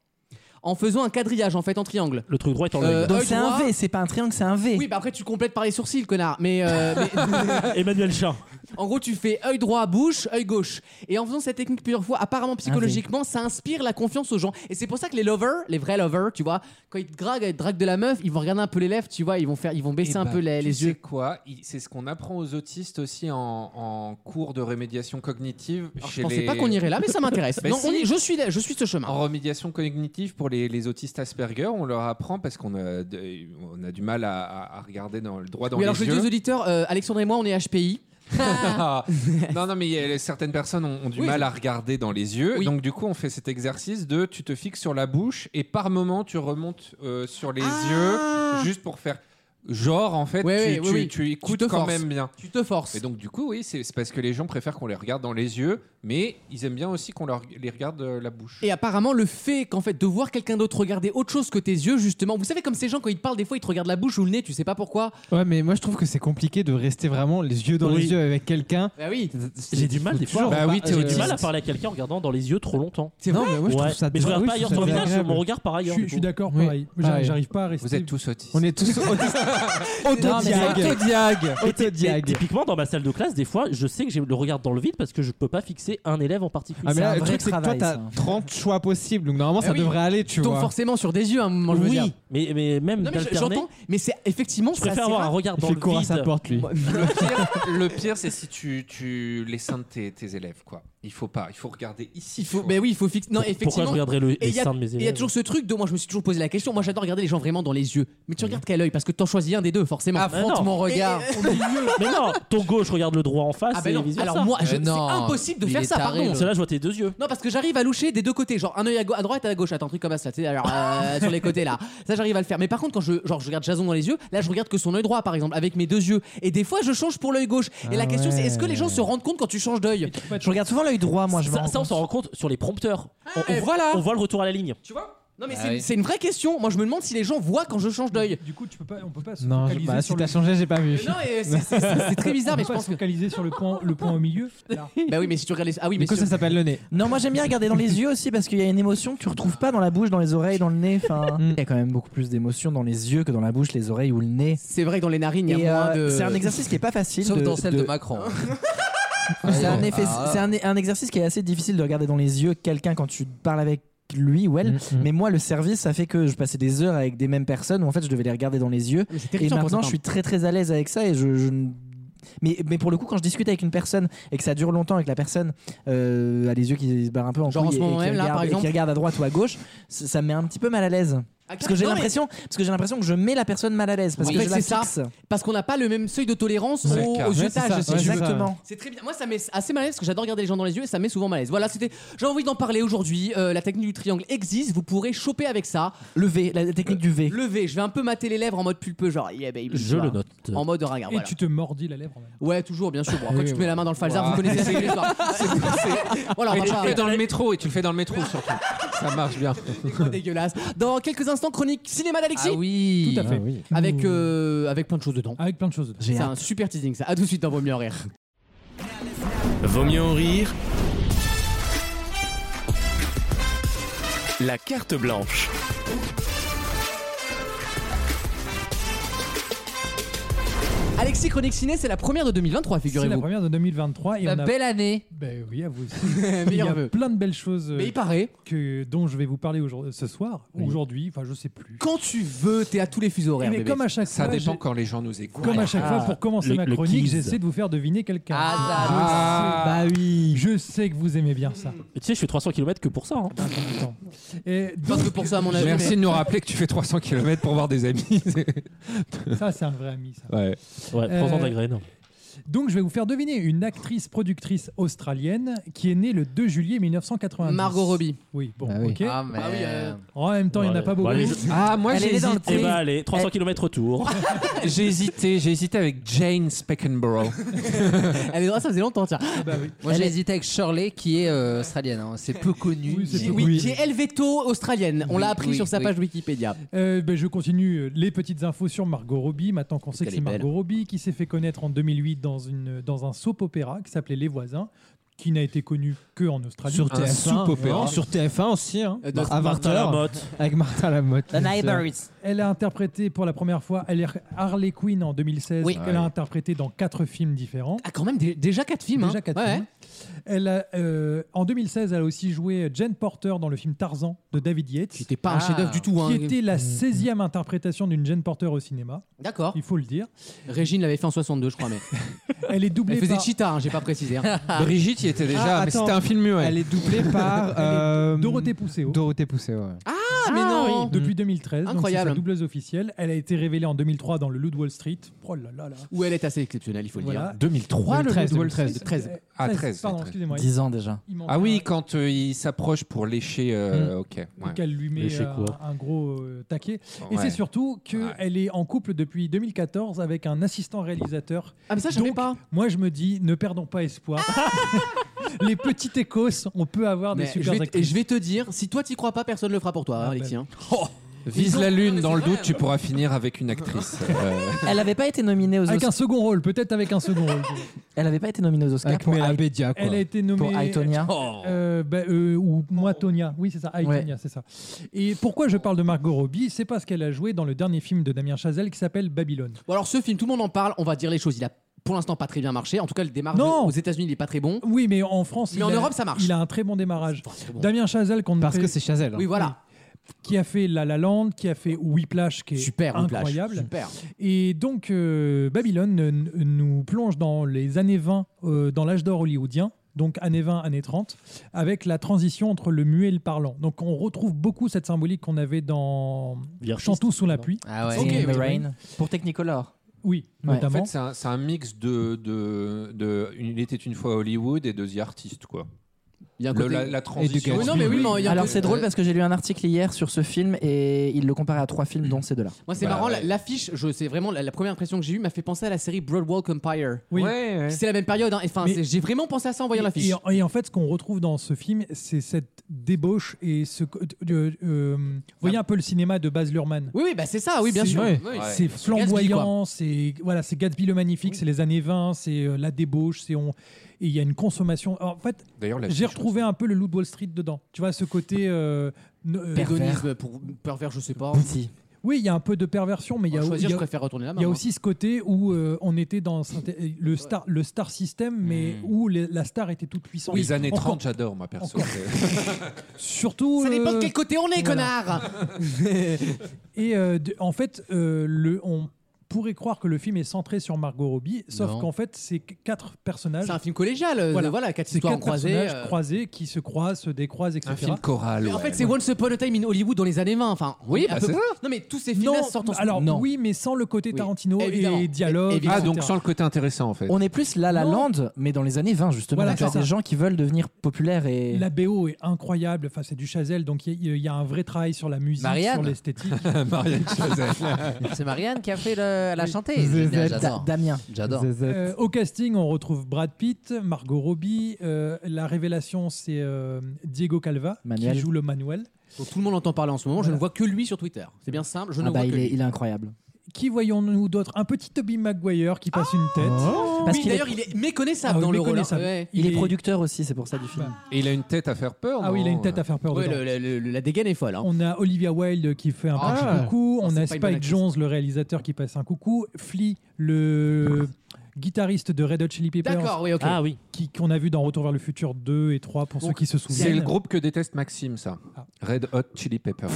En faisant un quadrillage en fait en triangle.
Le truc droit est en
Euh,
ligne.
Donc
œil
c'est un
droit.
V, c'est pas un triangle, c'est un V.
Oui, bah après tu complètes par les sourcils, connard. Mais, euh,
[laughs]
mais-
Emmanuel Chat.
en gros, tu fais œil droit, bouche, œil gauche. Et en faisant cette technique plusieurs fois,
Ah,
apparemment psychologiquement, ça inspire la confiance aux gens. Et c'est pour ça que les lovers, les vrais lovers, tu vois, quand ils te draguent, ils te draguent de la meuf, ils vont regarder un peu les lèvres, tu vois, ils vont faire, ils vont baisser
Eh
un
bah,
ben,
peu les,
tu
les
sais
yeux.
quoi Il- C'est ce qu'on apprend aux autistes aussi en, en cours de rémédiation cognitive.
Alors, Oh, je
chez
pensais
les-
pas qu'on irait là, mais ça m'intéresse.
[laughs] Bah
non,
si.
on y- je suis, je suis de ce chemin.
En remédiation cognitive pour les, les autistes Asperger, on leur apprend parce qu'on a, de- on a du mal à, à- à regarder dans le droit dans
Oui,
les
alors je
yeux.
dis aux auditeurs, euh, Alexandre et moi, on est HPI.
Ah. non, non, mais il y a- certaines personnes ont, ont du
Oui,
mal
je-
à regarder dans les yeux.
Oui.
Donc, du coup, on fait cet exercice de tu te fixes sur la bouche et par moment, tu remontes euh, sur les
Ah.
yeux juste pour faire genre, en fait,
Ouais, ouais,
tu, tu-
oui, oui.
tu écoutes
te
quand
forces.
même bien.
Tu te forces.
Et donc, du coup, oui, c'est c'est parce que les gens préfèrent qu'on les regarde dans les yeux, mais ils aiment bien aussi qu'on leur, les regarde euh, la
[laughs]
bouche.
Et apparemment, le fait qu'en fait de voir quelqu'un d'autre regarder autre chose que tes yeux, justement, vous savez comme ces gens quand ils te parlent, des fois ils te regardent la bouche ou le nez, tu sais pas pourquoi.
Ouais, mais moi je trouve que c'est compliqué de rester vraiment les yeux dans
Oui.
les yeux avec quelqu'un.
Bah oui.
J'ai du mal des fois.
Bah oui, t'es
J'ai du
autiste.
mal à parler à quelqu'un en regardant dans les yeux trop longtemps.
C'est
Non,
vrai.
mais moi je
Ouais.
trouve ça
mais je regarde
oui,
pas
je
ailleurs
trouve
sur le
ça
visage,
désagréable.
mon regard par
Je
ailleurs.
suis, je suis d'accord,
Oui,
pareil.
pareil.
J'arrive- J'arrive pas à rester.
Vous êtes tous autistes.
On est tous autistes. Autodiag. Autodiag.
Et t- mais
Autodiag.
Typiquement, dans ma salle de classe, des fois, je sais que j'ai le regard dans le vide parce que je peux pas fixer un élève en particulier.
Ah, mais
C'est un
là, le
vrai
truc, c'est que toi,
travail,
t'as
ça.
30 choix possibles, donc normalement,
Eh
ça
oui.
Bah,
devrait aller, tu
tombe
vois.
forcément sur des yeux à un moment, je veux
oui,
dire.
mais, mais même
Non mais je-
d'alterner,
j'entends, mais c'est effectivement
je
ça, c'est
préfère avoir un
rare.
regard
Il
dans
fait
le
le cours à sa
vide.
porte, lui.
Le pire, le pire, c'est si tu, tu les scènes tes, tes élèves, quoi. Il faut pas, il faut regarder ici.
Il faut, mais oui, il faut fixer. Non,
Pour-
effectivement.
pourquoi je regarderais le-
et
les
il y a-
seins de mes
et Il y a
élèves
toujours ce truc de moi, je me suis toujours posé la question. Moi, j'adore regarder les gens vraiment dans les yeux. Mais tu regardes quel œil Parce que t'en choisis un des deux, forcément.
Mais non.
Affronte mon regard.
[laughs] mais non, ton gauche regarde le droit en face.
Ah ben
et
non.
vice
Alors
versa.
moi, je- Euh, c'est non. impossible de Il faire est ça, taré, pardon. le-
C'est là, je vois tes deux yeux.
Non, parce que j'arrive à loucher des deux côtés, genre un œil à, gau- à droite et à gauche, attends, un truc comme ça, tu sais, alors euh, sur les côtés là. Ça, j'arrive à le faire. Mais par contre, quand je, genre, je regarde Jason dans les yeux, là, je regarde que son œil droit, par exemple, avec mes deux yeux. Et des fois, je change pour l'œil gauche. Et la
Ah
question, c'est
ouais.
est-ce que les gens se rendent compte quand tu changes d'œil
Je regarde
souvent l'œil droit, moi.
Je ça, ça, on s'en rend compte sur les prompteurs. on,
et
on-
voilà.
on voit le retour à la ligne.
Tu vois Non, mais
Ah
c'est
oui.
c'est une vraie question. Moi, je me demande si les gens voient quand je change d'œil.
Du coup, tu peux pas, on peut pas se
Non, je-
focaliser
bah, si
sur
t'as
le-
changé, j'ai pas vu.
Non, et c'est- c'est c'est très bizarre,
On peut
[laughs]
mais je
pas
pense
se
que.
focaliser sur le point, le point au milieu.
[laughs] Bah oui, mais si tu regardes les. Ah oui, mais
Du coup,
si-
ça s'appelle le nez.
Non, moi j'aime bien regarder dans les yeux aussi parce qu'il y a une émotion que tu retrouves pas dans la bouche, dans les oreilles, dans le nez. Enfin, il y a quand même beaucoup plus d'émotions dans les yeux que dans la bouche, les oreilles ou le nez.
[laughs] C'est vrai que dans les narines, il y
Et,
a moins
euh,
de.
C'est un exercice qui est pas facile.
Sauf
de-
dans celle de,
de-
Macron.
[laughs] C'est un,
Ah,
effet-
ah.
c'est un, e- un exercice qui est assez difficile de regarder dans les yeux quelqu'un quand tu parles avec lui ou elle.
Mm,
Mais moi, le service, ça fait que je passais des heures avec des mêmes personnes où en fait je devais les regarder dans les yeux.
c'est
Et
terrifiant pour
maintenant, je
certains.
suis très très à l'aise avec ça et je. je ne- mais, mais pour le coup, quand je discute avec une personne et que ça dure longtemps et que la personne euh, a les yeux qui se barrent un peu en
Genre en
couille
ce
et- et
moment
qui
même, là,
regarde-
par
et qui
exemple Ah,
regarde à droite ou à gauche, ça ça me met un petit peu mal à l'aise. Parce que j'ai
non, mais-
l'impression, parce que j'ai l'impression que je mets la personne mal à l'aise parce
En
que
fait,
je la
c'est ça.
fixe.
Parce qu'on n'a pas le même seuil de tolérance
Ouais,
au,
car-
au
ouais, c'est ça,
jetage. si
ouais,
tu veux.
exactement.
C'est très bien. Moi, ça met assez mal à l'aise parce que j'adore regarder les gens dans les yeux et ça met souvent mal à l'aise. Voilà, c'était. J'ai envie d'en parler aujourd'hui. Euh, la technique du triangle existe. Vous pourrez choper avec ça.
Le V, la technique du V.
Le V. Je vais un peu mater les lèvres en mode pulpeux, genre yeah baby.
Je
tu vois.
le note.
En mode regard.
Et
voilà.
tu te mordis la lèvre.
Ouais, toujours, bien sûr. Bon, après,
Oui,
tu te
ouais.
mets la main dans le falzar.
Ouah.
Vous connaissez la
[laughs]
l'histoire. [laughs] Voilà, on
Et
va
tu le
pas.
fais dans le métro, et tu le fais dans le métro
[laughs]
surtout. ça marche bien.
Pas [laughs] dégueulasse. Dans quelques instants, chronique cinéma d'Alexis.
Ah oui.
tout à fait.
Ah oui.
Avec euh, avec plein de choses dedans.
Avec plein de choses. dedans.
C'est un super teasing ça. À tout de suite dans Vaut mieux en rire.
Vaut mieux en rire. La carte blanche.
Alexis Chronique Ciné, c'est la première de 2023,
C'est la
figurez-vous.
première de 2023 et
La
Euh,
on a
belle
[laughs]
année.
Eh
Ben oui, à vous aussi. il y
Meilleur
a
vœu.
plein de belles choses. euh,
Mais il paraît.
que dont je vais vous parler aujourd'hui, ce soir,
Oui.
aujourd'hui, enfin je sais plus.
Quand tu veux, t'es à tous les fuseaux horaires.
Mais
bébé.
comme à chaque
Ça
fois,
dépend
j'ai-
quand les gens nous écoutent.
Comme à chaque fois, pour commencer ma chronique, j'essaie de vous faire deviner quelqu'un.
Ah,
Je sais- bah Je sais que vous aimez bien ça.
Tu sais, je fais 300 km que pour ça. hein.
Et
Parce que pour ça, à mon avis.
Merci
mais-
de nous rappeler que tu fais 300 km pour voir des amis. [laughs]
Ça, c'est un vrai ami, ça.
ouais.
Ouais, prends-en de la
Euh,
graine.
Donc, je vais vous faire deviner une actrice productrice australienne qui est née le 2 juillet 1990.
Margot Robbie.
Oui, bon,
Ah oui.
ok.
Ah, mais- Ah oui, euh.
En même temps, il n'y en a
Ouais.
pas beaucoup.
Ouais, mais je- Ah,
moi, j'ai hésité.
Eh ben allez, 300
[laughs]
km retour.
J'ai hésité, j'ai hésité avec Jane Speckenborough.
[laughs] Elle est droite, ça faisait longtemps, tiens.
Moi, j'ai hésité avec Shirley, qui est euh, australienne. hein. C'est peu connu.
Oui, c'est
mais-
peu
Oui, qui est Helveto australienne. On
Oui,
l'a appris
oui,
sur sa
oui.
page Wikipédia.
Euh, ben, je continue euh, les petites infos sur Margot Robbie. Maintenant qu'on sait que
qu'elle
c'est
est belle.
Margot Robbie qui s'est fait connaître en 2008 dans, une, dans un soap opéra qui s'appelait Les Voisins, qui n'a été connu que en Australie.
Sur
Un
TF1.
soap opéra.
Non, Sur TF1 aussi. Hein.
Euh, dans-
À 20 heures,
Lamotte.
Avec Martin Lamotte.
The Elle a interprété pour la première fois elle est Harley Quinn en 2016.
Oui.
Elle a interprété dans quatre films différents.
Ah, quand même, dé- déjà 4 films.
Déjà
hein.
quatre
Ouais,
films. Elle a, euh, en 2016, elle a aussi joué Jane Porter dans le film Tarzan de David Yates. Qui
n'était pas un Ah. chef-d'œuvre du tout, hein.
Qui était la 16e interprétation d'une Jane Porter au cinéma.
D'accord.
Il faut le dire.
ouais. Régine l'avait fait en 62, je crois, mais.
[laughs] Elle est doublée
Elle faisait
par-
Cheetah, hein, j'ai pas précisé. hein.
[laughs] Brigitte y était déjà,
Ah,
mais
attends.
c'était un film muet.
Elle est [laughs] doublée par. euh,
Dorothée Pousseau.
Dorothée Pousseau, ouais. Mm.
Ah, mais non
Depuis 2013,
[laughs]
donc c'est
Incroyable.
sa doubleuse officielle. Elle a été révélée en 2003 dans le Loup de Wall Street. Oh là là là.
Où elle est assez exceptionnelle, il faut le
Voilà.
dire.
2003, le
2013,
Loup de Wall
2013.
Street. 13. Ah, 13.
Pardon,
13.
excusez-moi.
10 ans déjà.
Il manque
Ah
un- Hmm.
oui, quand euh, il s'approche pour lécher. euh, Ok. ouais.
Mm. qu'elle lui met
Lécher
euh,
quoi
un, gros euh, taquet. Et
Ouais.
c'est surtout qu'elle est en couple depuis 2014 avec un assistant réalisateur.
Ah, mais ça, je savais
Donc,
pas. Ah
Moi, je me dis, ne perdons pas espoir. [laughs] Les petites Écosses, on peut avoir
Mais
des
je
super
vais t- et
actrices.
je vais te dire, si toi t'y crois pas, personne le fera pour
Ah,
toi, hein,
bah.
Alexis. hein.
Oh.
Vise la lune, dans le doute, tu pourras finir avec une
[laughs]
actrice. Euh,
[laughs] Elle n'avait pas été nominée aux
Avec un
Oscars.
second rôle, peut-être avec un second rôle.
[laughs] Elle n'avait pas été nominée aux Oscars
Avec
pour
Mela
I-
Bedia, quoi.
Elle a été nommée.
pour Aitonia.
Euh, bah, euh, ou moi Tonia, oui c'est ça, Aïe,
Oh. Ouais.
Tonia, c'est ça. Et pourquoi je parle de Margot Robbie C'est parce qu'elle a joué dans le dernier film de Damien Chazelle qui s'appelle Babylone.
Bon, alors ce film, tout le monde en parle, on va dire les choses. Il a pour l'instant pas très bien marché. En tout cas, le démarrage
Non.
aux États-Unis, il est pas très bon.
Oui, mais en France,
Mais
il
en
a-
Europe, ça marche.
Il a un très bon démarrage.
très bon.
Damien Chazelle, qu'on ne
Parce
fait-
que c'est Chazelle. hein.
Oui, voilà.
qui a fait La La Land, qui a fait Whiplash, qui est
Super, Whiplash.
incroyable.
Super.
Et donc, euh, Babylone euh, n- nous plonge dans les années 20, euh, dans l'âge d'or hollywoodien. donc années 20, années 30, avec la transition entre le muet et le parlant. Donc on retrouve beaucoup cette symbolique qu'on avait dans Chantons sous la pluie.
Ah ouais.
Ok,
In the
oui.
rain.
Pour Technicolor.
Oui,
En
notamment.
fait, c'est un, c'est un mix de, de, de Il était une fois à Hollywood et de The Artist, quoi.
Il y a un
Le-
côté-
la, la
Et de
transition.
Gatsby. Oui, non, mais oui, mais il y a un
Alors
peu-
c'est drôle
euh,
parce que j'ai lu un article hier sur ce film et il le comparait à trois films dont ces deux-là.
Moi,
Bah
c'est marrant, la- l'affiche, je- c'est vraiment la, la première impression que j'ai eue, m'a fait penser à la série Broadwalk Empire.
Oui. Ouais, ouais.
C'est la même période. hein. Et, Enfin,
Mais-
c'est- j'ai vraiment pensé à ça en voyant
Et-
l'affiche.
Et, en- et en fait, ce qu'on retrouve dans ce film, c'est cette débauche et ce. co- euh, euh, vous voyez un peu le cinéma de Baz Luhrmann.
Ah. Oui, oui, bah c'est ça, oui, bien
C'est-
sûr.
ouais,
Oui.
C'est
Gatsby,
flamboyant, c'est voilà, c'est Gatsby le magnifique, c'est les années 20, c'est euh, la débauche, c'est on. Et il y a une consommation. Alors, en fait,
D'ailleurs, la
j'ai retrouvé un peu le Loup de Wall Street dedans. Tu vois, ce côté. euh, ne- euh,
Pédonisme pour pervers, je sais pas.
Oui, il y a un peu de perversion, mais il y a,
Pour choisir,
il y a-
je préfère retourner la main,
Il y a
hein.
aussi ce côté où euh, on était dans le star, le star system, mais où les- la star était toute puissante.
Hmm. Les années 30,
Encore-
j'adore, ma perso.
Encore. Surtout.
Ça dépend de
euh,
quel côté on est,
voilà.
connard
[laughs] Et euh, de- en fait, euh, le, on pourrait croire que le film est centré sur Margot Robbie,
Non.
sauf qu'en fait, c'est qu- quatre personnages.
C'est un film collégial, euh, voilà, quatre
C'est
histoires croisées,
personnages
euh.
croisés qui se croisent, se décroisent, etc.
film choral,
Mais En fait, c'est Once Upon a Time in Hollywood dans les années 20. Enfin,
Oui,
à
bah,
peu
c'est
près.
ça.
Non, mais tous ces films-là
Non,
sortent en
alors
Non.
oui, mais sans le côté Tarantino
évidemment.
et dialogue.
Ah,
etc.
donc sans le côté intéressant, en fait.
On est plus La La
Non.
Land, mais dans les années 20 justement,
Voilà,
avec
c'est ça.
des gens qui veulent devenir populaires et
La BO est incroyable, enfin, c'est du Chazelle, donc il y, a- il y a un vrai travail sur la musique,
Marianne.
sur l'esthétique. [laughs]
[laughs] Marianne
[laughs] C'est Marianne qui a fait le- elle a chanté.
Zézette.
J'adore.
Da- Damien.
J'adore.
Euh, au casting, on retrouve Brad Pitt, Margot Robbie. euh, la révélation, c'est euh, Diego Calva
Manuel.
qui joue le Manuel.
Dont tout le monde entend parler en ce moment. Je ne vois que lui sur Twitter. C'est bien simple, je ne
Ah bah,
vois
il
que
est,
lui.
il est incroyable.
Qui voyons-nous d'autres Un petit Toby Maguire qui passe une tête.
Parce
Ah oui,
qu'il
d'ailleurs,
est-
il est méconnaissable
Ah oui,
dans le rôle. hein.
méconnaissable. Bah.
Ouais.
Il, est, producteur aussi, c'est pour ça du film.
[laughs] Et il a une tête à faire peur.
Ah oui, il a une tête à faire peur
Ouais,
dedans.
le- le- le- la dégaine est folle. hein.
On a Olivia Wilde qui fait un
Ah.
petit coucou.
Non,
on
c'est
a
pas une bonne
Spike
actrice.
Jones, le réalisateur, qui passe un coucou. Flea, le guitariste de Red Hot Chili Peppers.
D'accord, oui, ok.
Ah oui.
Qui, qu'on a vu dans Retour vers le futur 2 et 3 pour
Donc,
ceux qui se
C'est
souviennent. Ah.
le groupe que déteste Maxime, ça. Red Hot
[laughs]
Chili Peppers.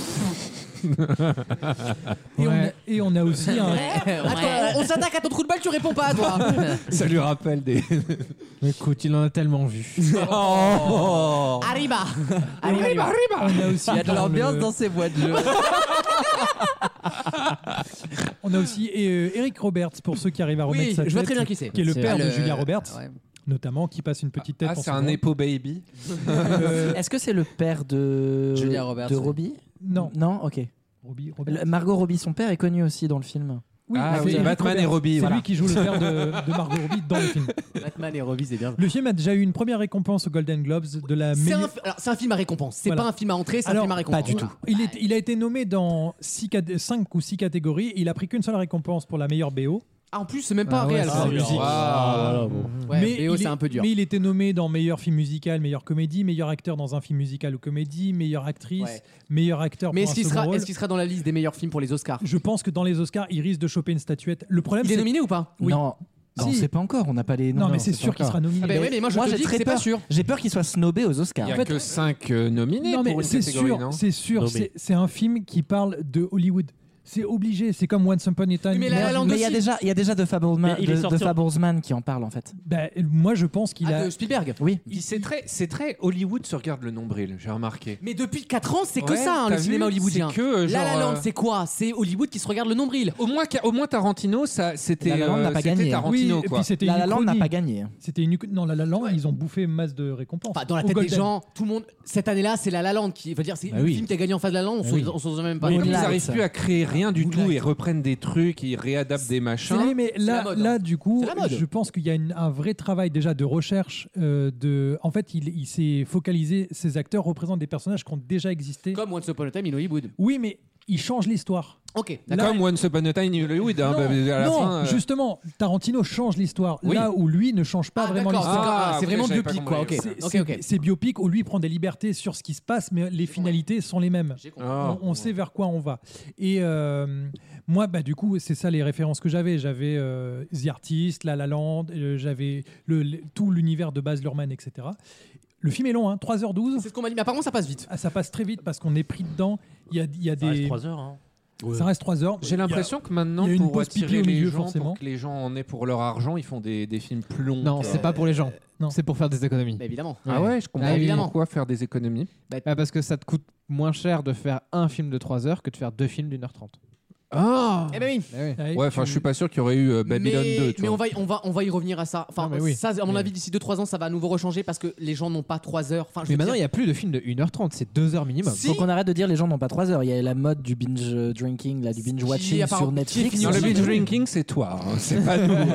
Et, on a, et on a
[laughs]
aussi un.
Attends, on s'attaque à ton trou de balle, tu réponds pas à
[laughs]
toi.
Ça lui rappelle des.
[laughs] Écoute, il en a tellement vu. [laughs]
Oh
Arriba.
Arriba, arriba.
On a aussi
Il y a de
dans
l'ambiance
le-
dans ces voix de jeu.
On a aussi euh, Eric Roberts, pour ceux qui arrivent à
Oui,
remettre sa
je
tête.
vois très bien qui c'est.
Qui est le
C'est
père
le-
de Julia Roberts,
ouais.
notamment, qui passe une petite tête.
Ah,
en ce
c'est un
moment.
Epo Baby.
Euh,
Est-ce que c'est le père de
Julia Roberts,
de
oui.
Robbie
Non.
Non, ok.
Robbie,
Le- Margot Robbie, son père est connu aussi dans le film.
Oui,
Ah
c'est
oui,
Eric
Batman
Roberts.
et Robbie,
C'est
voilà.
lui qui joue le père
[laughs]
de, de Margot Robbie dans le film.
Batman et Robbie, c'est bien.
Le film a déjà eu une première récompense aux Golden Globes de la
C'est
meilleure-
un, alors, c'est un film à récompense. C'est
Voilà.
pas un film à entrée, c'est un
Alors,
film à récompense.
Il, est- il a été nommé dans 5 ou 6 catégories. et il a pris qu'une seule récompense pour la meilleure BO.
Ah, en plus, c'est même pas réel.
c'est
ça.
la musique.
Ouais, BO,
il
c'est
est-
un peu dur.
Mais il était nommé dans meilleur film musical, meilleure comédie, meilleur acteur dans un film musical ou comédie, meilleure actrice,
Ouais.
meilleur acteur
Mais
pour
est-ce
un
qu'il
second
sera,
rôle.
est-ce qu'il sera dans la liste des meilleurs films pour les Oscars
Je pense que dans les Oscars, il risque de choper une statuette. Le problème,
Il est
c'est-
nominé ou pas
Oui.
Non, non,
Si.
c'est pas encore. On n'a pas les.
Non, mais c'est
pas
sûr qu'il
encore.
sera nominé.
Ah bah ouais, mais moi, je te
j'ai
dis que
très
c'est pas
peur.
sûr.
J'ai peur qu'il soit snobé aux Oscars.
Il n'y a que 5 nominés
Non, mais
pour une
c'est
catégorie,
sûr,
non
c'est sûr, c'est- c'est un film qui parle de Hollywood. C'est obligé, c'est comme Once Upon a Time.
Mais
in
La La
Hollywood.
Land
Mais il y a
aussi.
déjà, il y a déjà de
Mais
Fablesman,
il est
de,
sorti
de
en-
Fablesman qui en parle en fait.
Bah, moi, je pense qu'il
Ah,
a.
de Spielberg.
Oui.
Il- C'est très, c'est très Hollywood se regarde le nombril, j'ai remarqué.
Mais depuis 4 ans, c'est que
Ouais,
ça, hein,
t'as
le
vu,
cinéma hollywoodien.
c'est que, euh,
La La
genre,
Land,
euh,
c'est quoi C'est Hollywood qui se regarde le nombril.
Au moins, ca- au moins Tarantino, ça, c'était,
La La Land
euh,
n'a pas
c'était
gagné.
Tarantino,
hein. Oui, et
quoi.
puis c'était
La
une
La Land n'a
uchronie.
pas gagné.
C'était une. uc- Non, La La Land, ils ont bouffé masse de récompenses.
Enfin, dans la
Au
tête des
Golden. Bah
gens, tout le monde. Cette année-là, c'est La La Land qui. veut dire, c'est le
oui. Bah
film qui a gagné en face de La Land, on
Oui.
s'en souvient même pas.
Mais
Moonlight.
comme ils n'arrivent plus à créer rien du tout, ils reprennent des trucs, ils réadaptent des
Oui,
machins.
mais
C'est la
là,
mode, hein.
là, du coup,
C'est la mode.
je pense qu'il y a une- un vrai travail déjà de recherche. euh, de... En fait, il, il s'est focalisé, ces acteurs représentent des personnages qui ont déjà existé.
Comme Once Upon a Time in Hollywood.
Oui, mais ils changent l'histoire.
Ok, d'accord.
Là-
Comme Once Upon a Time in Hollywood, hein,
non,
bah, à la
non,
fin. euh,
justement, Tarantino change l'histoire.
Oui.
Là où lui ne change pas
Ah,
vraiment
d'accord,
l'histoire.
d'accord. Ah,
Ah,
c'est
ok,
vraiment
j'avais pas
biopic, quoi. Ok,
compris.
C'est-
ok,
c'est-
ok.
C'est biopic où lui prend des libertés sur ce qui se passe, mais les finalités sont les mêmes.
J'ai compris.
ah.
on, on sait vers quoi on va. Et euh, moi, bah, du coup, c'est ça les références que j'avais. J'avais euh, The Artist, La La Land, euh, j'avais le, le- tout l'univers de Baz Luhrmann, etc. Le film est long, hein, 3h12.
C'est ce qu'on m'a dit, mais apparemment, ça passe vite.
Ah, ça passe très vite parce qu'on est pris dedans. Il y a, il y a
Ça reste
des...
3 heures. hein.
Ça reste 3 heures.
J'ai l'impression que maintenant,
il y a une
pour
pause pipi
attirer
au
les
milieu,
gens,
forcément.
pour que Euh, les gens en aient pour leur argent, ils font des, des films plus longs.
Non, c'est pas pour les gens. Non. C'est pour faire des économies.
Bah, évidemment.
Ah ouais, je comprends.
Bah, évidemment.
Pourquoi faire des économies
Bah,
Parce que ça te coûte moins cher de faire un film de 3 heures que de faire deux films d'une heure trente.
Ah Eh ben oui.
Ouais, enfin, je suis pas sûr qu'il y aurait eu euh, Babylone
mais,
2. Tu
mais
vois.
on va, y- on va, on va y revenir à ça. Enfin,
Non, mais oui.
ça, à mon
Mais-
avis, d'ici 2-3 ans, ça va à nouveau rechanger parce que les gens n'ont pas 3 heures. Enfin, je
Mais
veux
maintenant, il
dire-
n'y a plus de films de 1h30, c'est 2 heures minimum.
Si.
Faut qu'on arrête de dire les gens n'ont pas 3 heures. Il y a la mode du binge euh, drinking, là, du binge watching
apparent-
sur
qui est
Netflix.
fini
Non, le
aussi.
binge drinking, c'est toi, hein, c'est pas
[laughs]
nous. hein.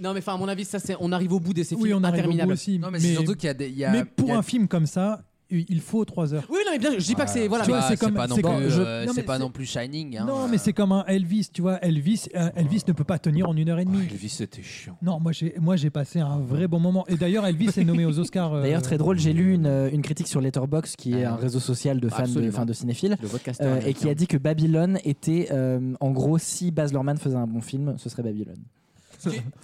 Non, mais enfin, à mon avis, ça, c'est, on arrive au bout de ces films
Oui, on arrive au
interminables.
bout aussi.
Non, mais,
c'est surtout qu'il y a des- il y a-
mais
il
pour
y a-
un film comme ça, il faut 3 heures.
Oui, non, mais bien, je dis pas que c'est. Voilà,
Tu vois,
Bah,
c'est comme-
pas non
c'est
plus,
comme- je-
euh,
non,
c'est
mais
pas
c'est-
non plus Shining. hein.
Non, mais c'est comme un Elvis, tu vois. Elvis, euh, Elvis ne peut pas tenir en une heure et demie.
Elvis, c'était chiant.
Non, moi j'ai, moi j'ai passé un vrai bon moment. Et d'ailleurs, Elvis est nommé aux Oscars. euh,
D'ailleurs, très drôle, j'ai lu une, euh, une critique sur Letterboxd, qui
Ah.
est un réseau social de fans de,
Absolument.
enfin, de cinéphiles,
Le podcaster
euh, et
américain.
qui a dit que Babylone était, euh, en gros, si Baz Luhrmann faisait un bon film, ce serait Babylone.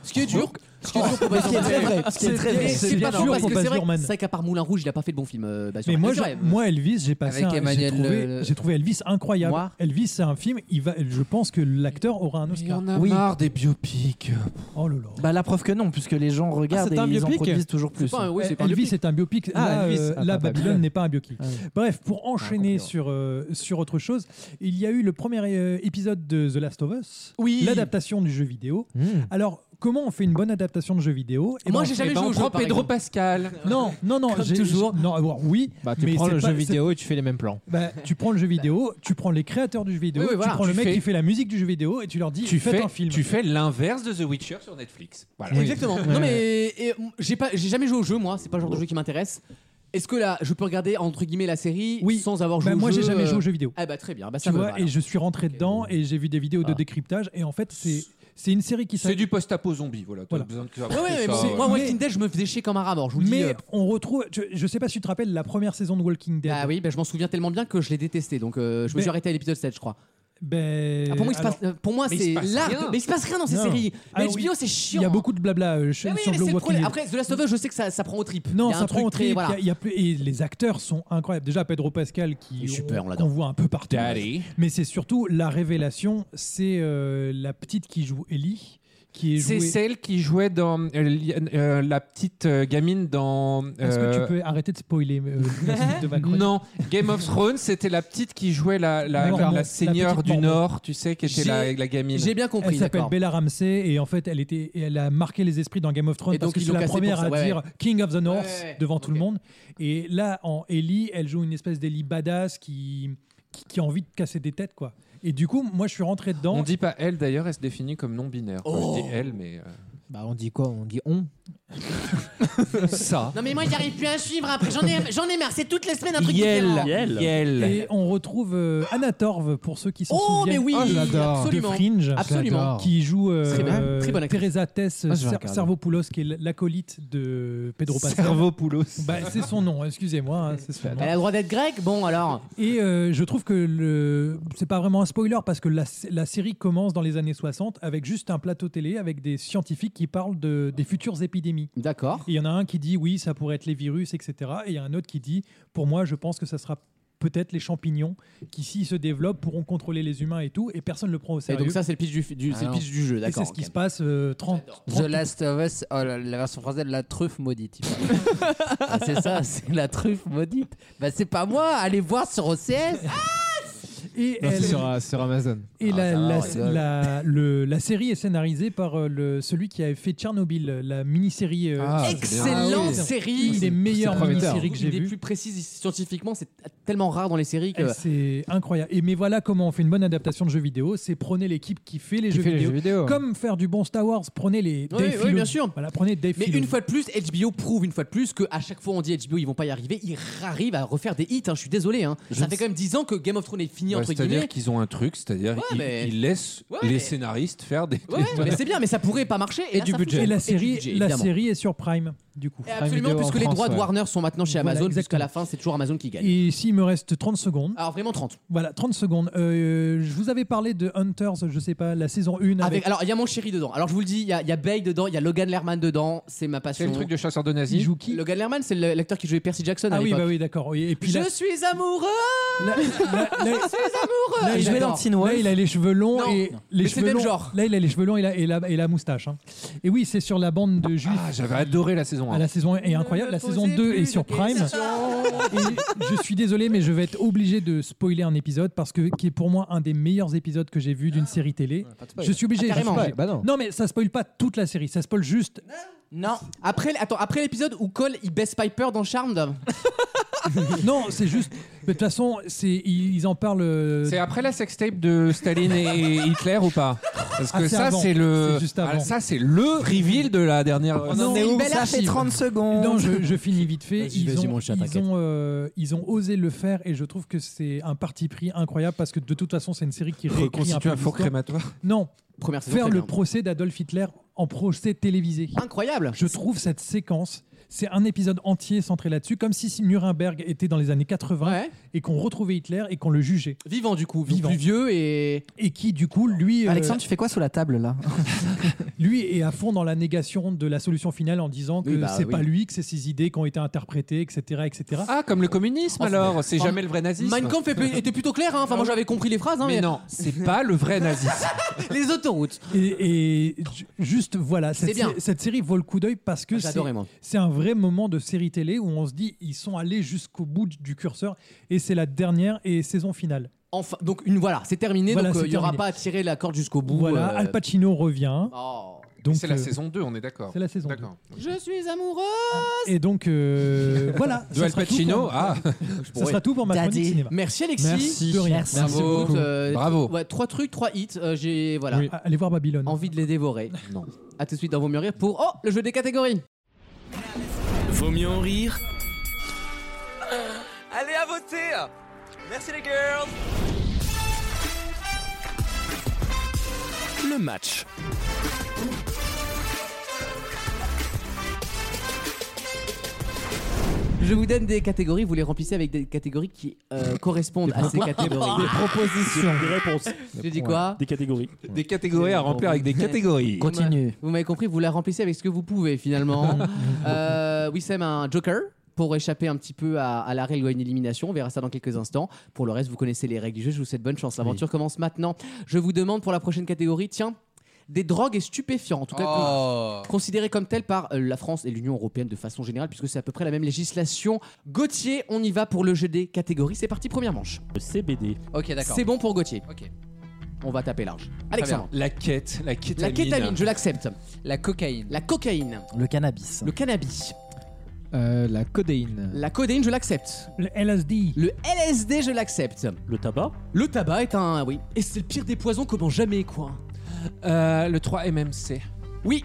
Ce qui est dur. Ce qui est dur pour Baz
Ce qui est très vrai, ce qui est très vrai.
C'est
C'est
pas dur
bien dur
parce
pour
que
Baz
c'est vrai,
Luhrmann.
c'est vrai qu'à part Moulin Rouge, il a pas fait de bon film. euh, Baz
Mais
Luhrmann.
moi,
C'est
je-
vrai.
moi, Elvis, j'ai passé.
Avec
un-
Emmanuel
j'ai, trouvé,
Le-
j'ai trouvé Elvis incroyable.
Noir.
Elvis, c'est un film. Il va, je pense que l'acteur aura un Oscar.
On a marre des biopics.
Oh là là.
Bah, la preuve que non, puisque les gens regardent
Ah, c'est
et
un
ils en
biopic
produisent toujours
C'est
plus.
pas un- oui, c'est pas un hein. Elvis biopic. est un biopic.
Ah,
Là,
Elvis.
euh,
Ah,
là,
pas
Babylone
Babylone.
n'est pas un biopic.
Ah oui.
Bref, pour enchaîner sur, euh, sur autre chose, il y a eu le premier euh, épisode de The Last of Us,
Oui.
l'adaptation du jeu vidéo.
Hmm.
Alors, comment on fait une bonne adaptation de jeu vidéo Eh
Moi,
ben,
j'ai
on-
jamais
eh ben,
joué
on
au jeu,
prend
par exemple.
Pascal.
Non, non, non,
Comme
j'ai-
toujours.
j'ai- Non, alors, oui,
Bah, tu
mais
prends
c'est
le
pas-
jeu
c'est-
vidéo et tu fais les mêmes plans.
[laughs] bah, tu prends le jeu vidéo, tu prends les créateurs du jeu vidéo,
Oui, oui, voilà.
tu prends le
Tu
mec
fais-
qui fait la musique du jeu vidéo et tu leur dis
Tu
faites
fais,
un film.
tu fais l'inverse de The Witcher sur Netflix. Voilà.
Exactement. Non mais et, mm, j'ai pas, j'ai jamais joué au jeu moi. C'est pas le genre de jeu qui m'intéresse. Est-ce que là, je peux regarder entre guillemets la série sans avoir joué
Bah,
au
moi,
jeu
j'ai jamais joué
euh,
au jeu vidéo.
Ah bah très bien. Bah, ça
tu
me
vois,
va,
et
alors. Ah.
je suis rentré dedans et j'ai vu des vidéos de décryptage et en fait c'est c'est une série qui
C'est
s'appelle
du post-apo zombie, voilà. T'as
Voilà.
besoin de-
Ouais, ouais, mais
ça, euh,
c'est-
ouais.
moi Walking Dead, je me faisais chier comme un rat mort. Je vous le dis.
mais
euh,
on retrouve je, je sais pas si tu te rappelles la première saison de Walking Dead
Ah oui, bah, je m'en souviens tellement bien que je l'ai détesté. Donc euh, je me
Mais-
suis arrêté à l'épisode 7, je crois.
ben
Ah, pour moi, il se passe- euh, pour moi,
Mais il se
c'est
passe
l'art.
rien.
de- Mais il se passe rien dans ces
Non.
séries. Mais
Alors,
HBO,
il-
c'est chiant. hein.
il y a beaucoup de blabla euh, sur
Mais oui,
sur
mais
le
c'est le
Walking
problème.
Dead
Après, The Last of Us, je sais que ça, ça prend au trip.
non,
Il y a un
ça prend
truc
au
très-
trip,
voilà.
il y a- il y a plus- et les acteurs sont incroyables. Déjà Pedro Pascal
Il est
qui
super, on
on,
l'adore.
qu'on voit un peu partout.
Daddy.
Mais c'est surtout la révélation, c'est euh, la petite qui joue Ellie qui est
C'est
jouée
celle qui jouait dans euh, li- euh, la petite euh, gamine dans.
Est-ce que
euh,
tu peux arrêter de spoiler euh, la suite de ma chronique
Non, Game of Thrones, c'était la petite qui jouait la, la,
Mormon,
la
la
seigneur
petite
du
Mormon.
Nord, tu sais, qui était la,
J'ai-
la gamine.
J'ai bien compris.
Elle s'appelle
d'accord.
Bella Ramsey et en fait elle était elle a marqué les esprits dans Game of Thrones
Et
parce
donc,
que
ils
c'est
l'ont
la
castée
première
pour ça,
à
ouais,
dire
ouais.
King of the North
Ouais, ouais,
devant tout le monde et là en Ellie elle joue une espèce d'Ellie badass qui, qui qui a envie de casser des têtes quoi. Et du coup moi je suis rentré dedans.
On dit pas elle d'ailleurs, elle se définit comme non binaire. quoi.
Oh.
Je dis elle, mais euh,
Bah, on dit quoi On dit on
ça.
Non mais moi j'arrive plus à suivre après j'en ai j'en ai marre c'est toutes les semaines un truc
Yel,
différent.
Yel,
Et on retrouve euh, Anna Torv pour ceux qui s'en
Oh, mais
souviennent.
oui,
Ah,
Oh, je l'adore. absolument.
de Fringe,
Absolument. Je l'adore.
qui joue euh,
Très bonne- très bonne actrice.
Teresa Tess
Ah, je vais
Cer-
regarder.
Servopoulos qui est l'acolyte de
[laughs]
Pedro Pascal.
Servopoulos.
Bah, c'est son nom, excusez-moi, hein, c'est son nom.
Bah,
Elle a le droit d'être grecque bon alors.
Et euh, je trouve que le... c'est pas vraiment un spoiler parce que la, la série commence dans les années 60 avec juste un plateau télé avec des scientifiques qui parlent de, des futures épidémies.
D'accord.
Et il y en a un qui dit oui, ça pourrait être les virus, etc. Et il y a un autre qui dit pour moi, je pense que ça sera peut-être les champignons qui, s'ils se développent, pourront contrôler les humains et tout. Et personne ne le prend au
Et
sérieux.
donc ça c'est le pitch du, du- c'est le
Ah,
pitch
non.
du jeu
Et
d'accord.
c'est ce qui
ok.
se passe euh, 30,
The Last of Us, oh, la, la version française, la truffe maudite. il
[laughs]
paraît. Ah, c'est ça, c'est la truffe maudite. Bah, c'est pas moi, allez voir sur OCS.
Et,
Non, c'est
elle-
sur, euh, sur Amazon.
et
Ah,
la,
ça va,
la-
on rigole.
la- le- la série est scénarisée par euh, le, celui qui avait fait Tchernobyl, euh, la mini-série. euh,
Ah, c'est bien.
Excellente
Ah oui.
série.
Une des meilleures
prometteur.
mini-séries que j'ai
Une des
vues.
plus précises scientifiquement c'est tellement rare dans les séries
Et
que.
C'est incroyable. Et mais voilà comment on fait une bonne adaptation de jeux vidéo, c'est prenez l'équipe qui fait les,
Qui
jeux,
fait les
vidéo.
jeux vidéo.
Comme faire du bon Star Wars, prenez les Dave
oui,
Filoni.
bien sûr.
Voilà, prenez Dave
Mais
Filoni.
une fois de plus, HBO prouve une fois de plus que à chaque fois on dit HBO ils vont pas y arriver, ils arrivent à refaire des hits. hein, je suis désolé. hein.
Je
Ça
ne
fait
sais-
quand même 10 ans que Game of Thrones est fini
Ouais,
entre
c'est-à-dire
guillemets.
qu'ils ont un truc, c'est-à-dire
Ouais,
ils,
mais-
ils laissent
Ouais,
les
mais-
scénaristes faire des.
Ouais, mais c'est bien, mais ça pourrait pas marcher. Et, là, ça fonctionne.
Et
Et
la
du
série,
budget,
la
évidemment.
série est sur Prime, du coup.
Et absolument,
Vidéo en
puisque les
France,
droits de
ouais.
Warner sont maintenant chez
Voilà,
Amazon, jusqu'à
exactement.
la fin, c'est toujours Amazon qui gagne.
Et s'il me reste 30 secondes,
Alors vraiment 30.
voilà, 30 secondes. Euh, je vous avais parlé de Hunters, je sais pas, la saison 1 avec,
Avec, alors, il y a mon chéri dedans. Alors, je vous le dis, il y, a- il y a Bay dedans, il y a Logan Lerman dedans, c'est ma passion.
C'est le truc de chasseur de
qui
nazis.
joue qui
Logan Lerman, c'est le- l'acteur qui jouait Percy Jackson.
Ah
à
oui,
l'époque.
bah oui, d'accord. oui. Et puis
Je
là,
suis amoureux
[laughs]
là- là- là-
Amoureux
Là, il
J'adore.
jouait dans Teen Wolf. Là, il a les cheveux longs
Non.
et
Non.
les
Mais c'est
cheveux
le même
longs.
genre.
Là, il a les cheveux longs et la, et la, et la moustache. hein. Et oui, c'est sur la bande de juifs.
Ah, j'avais adoré la saison saison.
Ah,
hein.
la saison 1 est incroyable. La saison 2 est sur Prime. Et je suis désolé, mais je vais être obligé de spoiler un épisode parce que qui est pour moi un des meilleurs épisodes que j'ai vu d'une série télé.
spoil.
je suis obligé.
Ah,
je suis
carrément.
obligé.
Bah non.
non. mais ça spoil pas toute la série. Ça spoil juste.
Non. Après, attends, après l'épisode où Cole il baisse Piper dans Charmed.
[laughs] non, c'est juste. mais De toute façon, c'est ils ils en parlent. euh,
C'est après la sextape de Staline et Hitler ou pas Parce que
Ah, c'est
ça,
avant.
c'est le.
C'est juste
Ah,
avant.
ça, c'est le reveal de la dernière.
Non,
c'est
il- ça fait 30
secondes.
Non, je, je finis vite fait.
Vas-y,
Ils
vas-y,
ont,
mon chat,
ils,
t'inquiète.
ont, euh, ils ont osé le faire et je trouve que c'est un parti pris incroyable parce que de toute façon, c'est une série qui réécrit
Reconstitue
peu
un four
l'histoire.
crématoire.
Non.
Première saison,
faire
très
le
bien.
procès d'Adolf Hitler en procès télévisé.
Incroyable.
Je trouve cette séquence. C'est un épisode entier centré là-dessus, comme si si Nuremberg était dans les années 80 et qu'on retrouvait Hitler et qu'on le jugeait.
Vivant du coup, vivant. plus vieux et.
Et qui du coup, lui. euh,
Alexandre, tu fais quoi sous la table là
lui est à fond dans la négation de la solution finale en disant que
Oui, bah,
c'est
oui.
pas lui, que c'est ses idées qui ont été interprétées, etc. etc.
Ah, comme le communisme alors C'est jamais le vrai nazisme.
Mein Kampf est plus-
était plutôt clair, hein. enfin moi j'avais compris les phrases. Hein,
Mais non, c'est pas le vrai nazisme.
[laughs] les autoroutes.
Et, et ju- juste voilà, cette,
C'est bien.
sé- cette série vaut le coup d'œil parce que
Ah, j'ai
c'est-
adoré, moi.
c'est un vrai moment de série télé où on se dit ils sont allés jusqu'au bout du- du curseur et c'est la dernière et saison finale.
Enfin, donc une voilà, c'est terminé.
Voilà,
donc
c'est
euh, il n'y aura
terminé.
pas à tirer la corde jusqu'au bout.
Voilà,
euh,
Al Pacino revient.
Donc
Donc,
c'est la
euh,
saison 2, on est d'accord.
C'est la saison.
D'accord.
Je suis amoureuse.
Et donc
[laughs]
euh, voilà.
De
ça
Al
sera tout
Pacino,
pour- [laughs]
ah.
Ça sera tout pour ma chronique cinéma.
Merci Alexis.
Merci. De rien. Merci
Bravo.
beaucoup.
Euh,
Bravo.
ouais, trois trucs, trois hits. euh, J'ai voilà.
Oui. Allez voir Babylone.
Envie de les
[laughs]
dévorer.
Non.
À tout de suite dans Vos mieux rire pour oh le jeu des catégories.
Vaut mieux en rire
Allez à voter Merci les girls
le match.
Je vous donne des catégories, vous les remplissez avec des catégories qui euh, correspondent à ces catégories.
[laughs] Des propositions. Des réponses.
J'ai dit quoi
Des catégories.
Des catégories à remplir avec des catégories.
Continue. Vous m'avez compris, vous la remplissez avec ce que vous pouvez [laughs] finalement. euh, Wissem a un joker pour échapper un petit peu à, à la règle ou à une élimination. On verra ça dans quelques instants. Pour le reste, vous connaissez les règles du jeu. Je vous souhaite bonne chance. L'aventure commence maintenant. Je vous demande pour la prochaine catégorie, tiens, des drogues et stupéfiants. En tout cas,
Oh.
con- considérées comme telles par euh, la France et l'Union européenne de façon générale, puisque c'est à peu près la même législation. Gauthier, on y va pour le jeu des catégories. C'est parti, première manche.
Le CBD.
Ok, d'accord. C'est bon pour Gauthier.
Ok.
On va taper large.
Très
Alexandre.
La quête, la
La
kétamine.
kétamine, je l'accepte.
La cocaïne.
La cocaïne.
Le cannabis.
Le cannabis.
Euh, la codéine.
La codéine, je l'accepte.
Le LSD.
Le LSD, je l'accepte.
Le tabac.
Le tabac est un. Oui. Et c'est le pire des poisons comment jamais, quoi.
Euh, le 3 MMC.
Oui.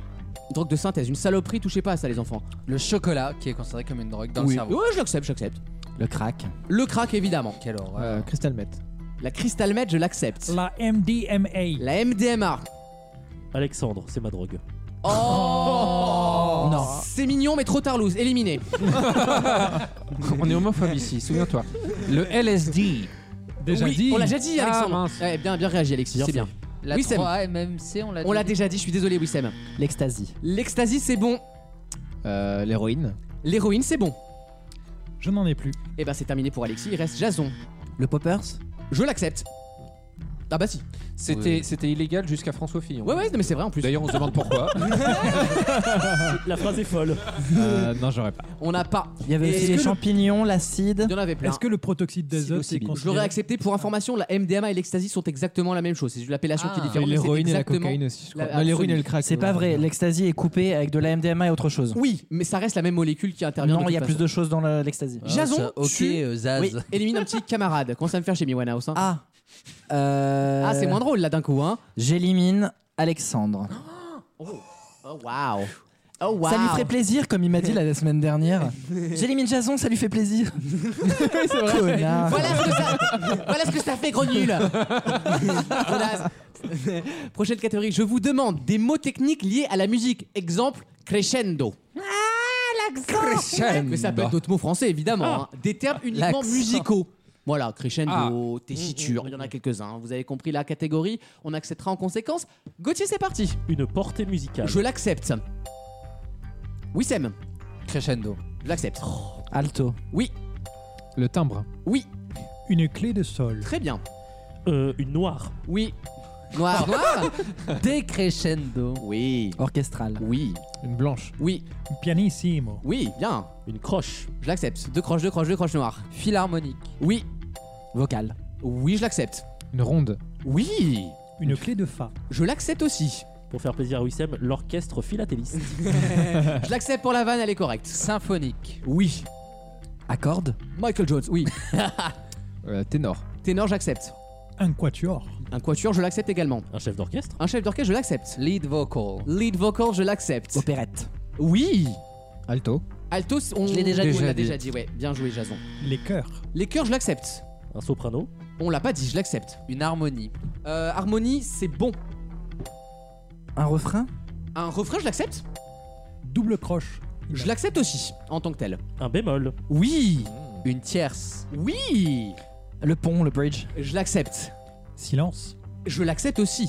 Drogue de synthèse, une saloperie, touchez pas à ça, les enfants.
Le chocolat, qui est considéré comme une drogue dans
oui.
le cerveau.
Ouais, je l'accepte, j'accepte.
Le crack.
Le crack, évidemment.
Quelle horreur.
Euh, Crystal Meth.
La crystal meth, je l'accepte.
La MDMA.
La MDMA.
Alexandre, c'est ma drogue.
Oh
Non.
C'est mignon, mais trop tard, loose.
[laughs]
Éliminé.
[laughs] on est homophobe ici, souviens-toi. Le LSD.
Déjà
oui,
dit.
On l'a déjà dit,
Ah,
Alexandre.
mince.
Ouais, bien, bien réagi, Alexis,
Bien
c'est
fait.
bien.
La
Wissem.
3 MMC, on l'a
On l'a déjà dit, je suis désolé, Wissem.
L'ecstasy.
L'ecstasy, c'est bon.
Euh, L'héroïne.
L'héroïne, c'est bon.
Je n'en ai plus.
Et ben, c'est terminé pour Alexis, il reste Jason.
Le poppers.
Je l'accepte. Ah bah si.
C'était c'était illégal jusqu'à François Fillon.
Ouais, ouais, non, mais c'est vrai en plus.
D'ailleurs, on se demande pourquoi.
[laughs] La phrase est folle.
Euh, non, j'aurais pas.
On n'a pas.
Il y avait
Et
aussi
est-ce
les
que le-
champignons, l'acide.
Il y en avait plein.
Est-ce que le protoxyde d'azote c'est
Je l'aurais accepté pour information, la MDMA et l'ecstasy sont exactement la même chose. C'est l'appellation qui est
Ah.
différente. mais c'est
L'héroïne et la
exactement
cocaïne aussi, je crois.
la-
Non, L'héroïne et le
absolue.
crack.
C'est pas vrai, l'ecstasy est coupé avec de la MDMA et autre chose.
Oui, mais ça reste la même molécule qui intervient.
Non,
toute
il y a plus
façon.
de Ah, choses dans le- l'ecstasy.
Jason,
Ah, ça, ok,
tu-
euh, Zaz.
Oui, élimine un petit camarade. Comment ça me faire chez Miwanehouse hein.
Ah. Euh,
Ah, c'est moins drôle là d'un coup. Hein.
J'élimine Alexandre.
[gasps] Oh waouh. Oh waouh.
Ça lui ferait plaisir, comme il m'a dit la la semaine dernière. J'élimine Jason, ça lui
[laughs]
fait plaisir. Connard.
Voilà ce que ça, [laughs] voilà ce que ça fait, gros
[laughs]
nul. Voilà. Prochaine catégorie. Je vous demande des mots techniques liés à la musique. Exemple crescendo.
Crescendo.
Mais ça peut être d'autres mots français, évidemment. hein. Des termes
Ah,
uniquement
L'accent.
musicaux. Voilà, crescendo,
Ah.
tessiture, il y en a quelques-uns. hein. Vous avez compris la catégorie, on acceptera en conséquence. Gauthier, c'est parti.
Une portée musicale.
Je l'accepte. Oui, Sam,
Crescendo.
je l'accepte.
Alto.
Oui,
Le timbre.
oui,
Une clé de sol.
très bien.
Euh, une noire.
Oui,
Noir, noir. Décrescendo.
Oui.
Orchestral.
Oui.
Une blanche.
Oui.
Pianissimo.
Oui, bien.
Une croche.
Je l'accepte. Deux croches, deux croches, deux croches noires.
Philharmonique.
Oui.
Vocal.
Oui, je l'accepte.
Une ronde.
Oui.
Une clé de fa.
Je l'accepte aussi.
Pour faire plaisir à Wissem, l'orchestre philatéliste.
[laughs] Je l'accepte pour la vanne, elle est correcte.
Symphonique.
Oui.
Accorde.
Michael Jones, oui.
Euh, ténor.
Ténor, j'accepte.
Un quatuor.
Un quatuor, je l'accepte également.
Un chef d'orchestre.
Un chef d'orchestre, je l'accepte.
Lead vocal.
Lead vocal, je l'accepte.
Opérette.
Oui.
Alto.
Alto, on
Je l'ai déjà dit.
on l'a
Déjà
déjà dit, ouais. Bien joué, Jason.
Les chœurs.
Les chœurs, je l'accepte.
Un soprano.
On l'a pas dit, je l'accepte.
Une harmonie.
Euh, harmonie, c'est bon.
Un refrain.
Un refrain, je l'accepte.
Double croche.
Je l'accepte aussi, en tant que tel.
Un bémol.
Oui.
Une tierce.
Mmh. Oui.
Le pont, le bridge.
Je l'accepte.
Silence.
Je l'accepte aussi.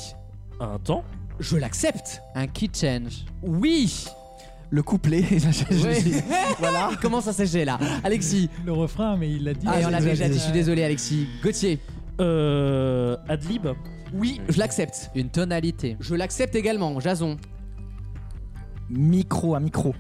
Un temps.
Je l'accepte.
Un key change.
Oui. [laughs]
Le couplet. Je- je- je-
Ouais. voilà. Il commence à sécher là. Alexis.
Le refrain, mais il l'a dit.
Ah, on l'a déjà dit, je suis
Ouais.
désolé, Alexis. Gauthier.
Euh, Adlib.
Oui, je l'accepte.
Une tonalité.
Je l'accepte également, Jason.
Micro, un micro.